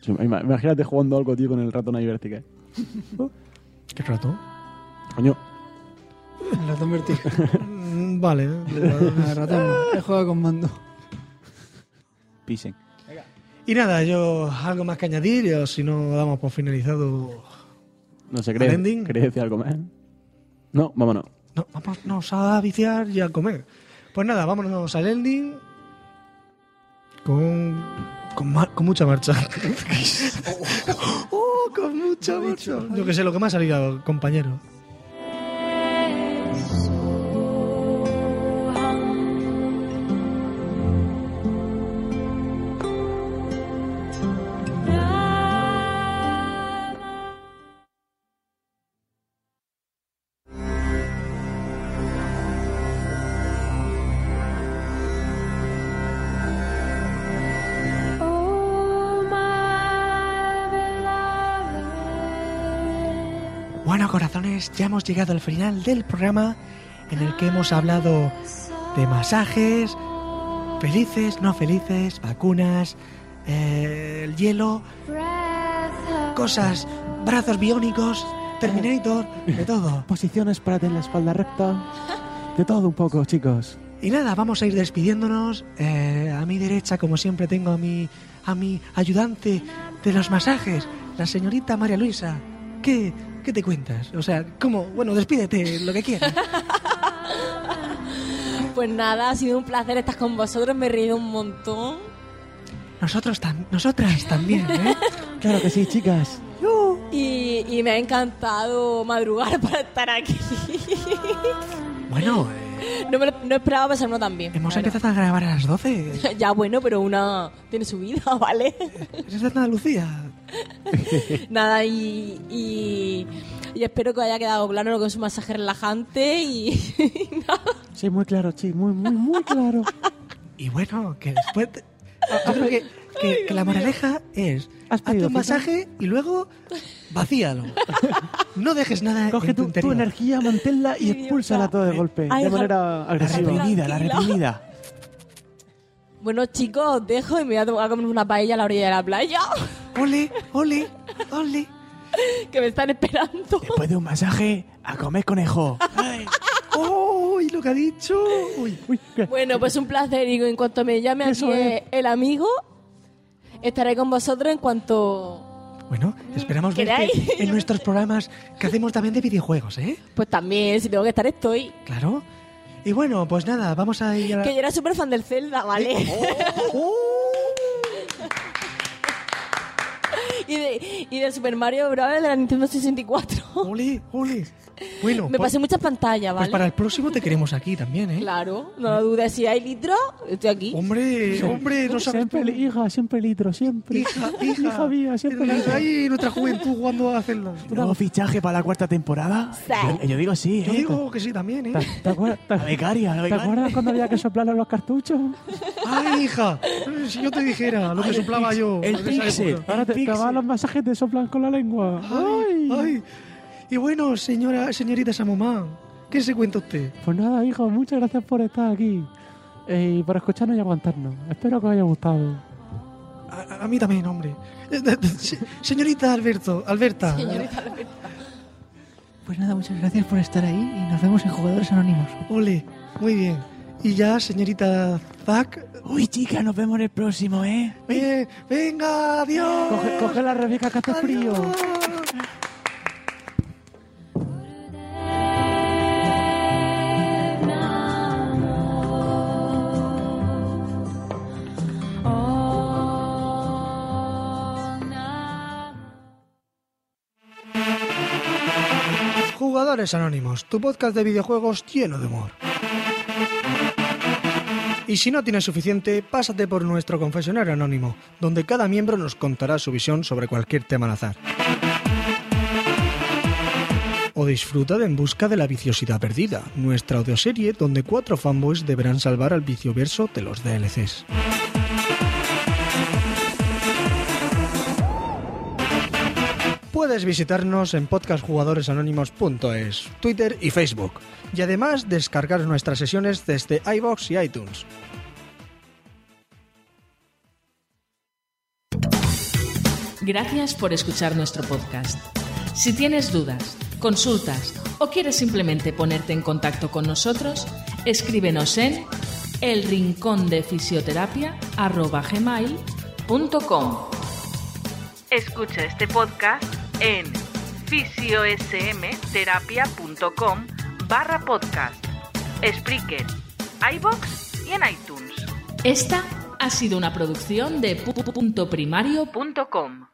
[SPEAKER 9] Sí, ima- Imagínate jugando algo, tío, con el ratón ahí vertical.
[SPEAKER 5] ¿Qué ratón?
[SPEAKER 9] Coño.
[SPEAKER 15] En las dos verticales.
[SPEAKER 5] Mm, Vale.
[SPEAKER 15] Ah, ratón, no. he jugado con mando.
[SPEAKER 10] Pisen.
[SPEAKER 5] Y nada, yo algo más que añadir, yo, si no damos por finalizado.
[SPEAKER 9] No se
[SPEAKER 5] ¿Al
[SPEAKER 9] cree.
[SPEAKER 5] ending?
[SPEAKER 9] ¿Queréis decir algo más? No, vámonos.
[SPEAKER 5] No, vamos, nos a viciar y a comer. Pues nada, vámonos al ending. Con. Con, mar- con mucha marcha. oh, con mucha marcha. Yo que sé, lo que me ha salido, compañero. Bueno, corazones, ya hemos llegado al final del programa en el que hemos hablado de masajes, felices, no felices, vacunas, eh, el hielo, cosas, brazos biónicos, Terminator, de todo.
[SPEAKER 9] Posiciones para tener la espalda recta. De todo un poco, chicos.
[SPEAKER 5] Y nada, vamos a ir despidiéndonos. Eh, a mi derecha, como siempre, tengo a mi, a mi ayudante de los masajes, la señorita María Luisa. ¿Qué, qué te cuentas? O sea, ¿cómo? Bueno, despídete, lo que quieras.
[SPEAKER 3] Pues nada, ha sido un placer estar con vosotros, me he reído un montón.
[SPEAKER 5] Nosotros tam- nosotras también, ¿eh?
[SPEAKER 9] Claro que sí, chicas.
[SPEAKER 3] Y, y me ha encantado madrugar para estar aquí.
[SPEAKER 5] Bueno, eh,
[SPEAKER 3] No, me lo- no esperaba pasármelo tan bien.
[SPEAKER 5] hemos
[SPEAKER 3] Bueno.
[SPEAKER 5] empezado a grabar a las 12.
[SPEAKER 3] Ya bueno, pero una tiene su vida, ¿vale?
[SPEAKER 5] ¿Eres de Andalucía?
[SPEAKER 3] Nada, y, y, y espero que os haya quedado claro lo que es un masaje relajante y...
[SPEAKER 9] Sí, muy claro, sí, muy, muy, muy claro.
[SPEAKER 5] Y bueno, que después... te- Yo creo que, que- que la moraleja es... Hazte
[SPEAKER 9] pedido
[SPEAKER 5] un
[SPEAKER 9] cita?
[SPEAKER 5] masaje y luego vacíalo. No dejes nada
[SPEAKER 9] Coge
[SPEAKER 5] en tu,
[SPEAKER 9] tu, tu
[SPEAKER 5] interior.
[SPEAKER 9] energía, manténla y expúlsala todo de golpe.
[SPEAKER 3] Ay,
[SPEAKER 9] de
[SPEAKER 3] ja-
[SPEAKER 9] manera agresiva.
[SPEAKER 3] reprimida, la Tranquila.
[SPEAKER 9] reprimida.
[SPEAKER 3] Bueno, chicos, os dejo y me voy a tomar- a comer una paella a la orilla de la playa.
[SPEAKER 5] Ole, ole, ole.
[SPEAKER 3] Que me están esperando.
[SPEAKER 16] Después de un masaje, a comer conejo.
[SPEAKER 5] ¡Uy, lo que ha dicho! Uy, uy.
[SPEAKER 3] Bueno, pues un placer. Digo, en cuanto me llame aquí
[SPEAKER 5] Eso es.
[SPEAKER 3] el amigo, estaré con vosotros en cuanto.
[SPEAKER 5] Bueno,
[SPEAKER 3] Mm,
[SPEAKER 5] esperamos verte
[SPEAKER 3] ¿Queréis?
[SPEAKER 5] en nuestros programas que hacemos también de videojuegos, ¿eh?
[SPEAKER 3] Pues también, si tengo que estar, estoy.
[SPEAKER 5] Claro. Y bueno, pues nada, vamos a ir a la-
[SPEAKER 3] Que yo era súper fan del Zelda, ¿vale?
[SPEAKER 5] oh.
[SPEAKER 3] y, de, y del Super Mario Bros. de la Nintendo 64.
[SPEAKER 5] Ole, ole. Bueno,
[SPEAKER 3] Me
[SPEAKER 5] pues-
[SPEAKER 3] pasé muchas pantallas,
[SPEAKER 5] Pues
[SPEAKER 3] ¿vale?
[SPEAKER 5] para el próximo te queremos aquí también, ¿eh?
[SPEAKER 3] Claro, no lo dudes. Si hay litro, estoy aquí.
[SPEAKER 5] Hombre, hombre, no sabes
[SPEAKER 16] Siempre, hija, siempre litro, siempre.
[SPEAKER 5] Hija, hija.
[SPEAKER 16] Hija mía, siempre
[SPEAKER 5] Ahí
[SPEAKER 16] litro.
[SPEAKER 5] nuestra juventud jugando a Zelda.
[SPEAKER 16] ¿Nuevo fichaje para la cuarta temporada? Yo, yo digo sí,
[SPEAKER 5] Yo
[SPEAKER 16] ¿eh?
[SPEAKER 5] digo que sí también, ¿eh?
[SPEAKER 16] ¿Te acuerdas? La becaria, la
[SPEAKER 5] ¿Te
[SPEAKER 16] becaria.
[SPEAKER 5] acuerdas
[SPEAKER 16] cuando había que soplar los cartuchos?
[SPEAKER 5] ¡Ay, hija! Si yo te dijera lo que
[SPEAKER 16] Ay, el
[SPEAKER 5] soplaba
[SPEAKER 16] pix-
[SPEAKER 5] yo.
[SPEAKER 16] el
[SPEAKER 5] en esa
[SPEAKER 16] pixel.
[SPEAKER 5] época.
[SPEAKER 16] Ahora te-
[SPEAKER 5] El
[SPEAKER 16] te
[SPEAKER 5] pixel.
[SPEAKER 16] van los masajes te soplan con la lengua.
[SPEAKER 5] Ay, ay. Y bueno, señora, señorita Samomá, ¿qué se cuenta usted?
[SPEAKER 16] Pues nada, hijo, muchas gracias por estar aquí. eh, y por escucharnos y aguantarnos. Espero que os haya gustado.
[SPEAKER 5] A, a mí también, hombre. Eh, Se- Señorita Alberto, Alberta.
[SPEAKER 17] Pues nada, muchas gracias por estar ahí y nos vemos en Jugadores Anónimos.
[SPEAKER 5] Ole, muy bien. Y ya, señorita Zack.
[SPEAKER 16] Uy, chica, nos vemos en el próximo, ¿eh?
[SPEAKER 5] Bien, venga, adiós.
[SPEAKER 16] Coge, coge la rebeca que hace frío.
[SPEAKER 5] Jugadores Anónimos, tu podcast de videojuegos lleno de humor. Y si no tienes suficiente, pásate por nuestro confesionario anónimo, donde cada miembro nos contará su visión sobre cualquier tema al azar. O disfruta de En Busca de la Viciosidad Perdida, nuestra audioserie donde cuatro fanboys deberán salvar al vicioverso de los DLCs. Puedes visitarnos en podcastjugadoresanónimos.es, Twitter y Facebook, y además descargar nuestras sesiones desde iBox y iTunes.
[SPEAKER 9] Gracias por escuchar nuestro podcast. Si tienes dudas, consultas o quieres simplemente ponerte en contacto con nosotros, escríbenos en elrincondefisioterapia@gmail.com. Escucha este podcast en fisiosmterapia.com barra podcast, Spreaker, iBox y en iTunes. Esta ha sido una producción de pu- pu- punto primario.com.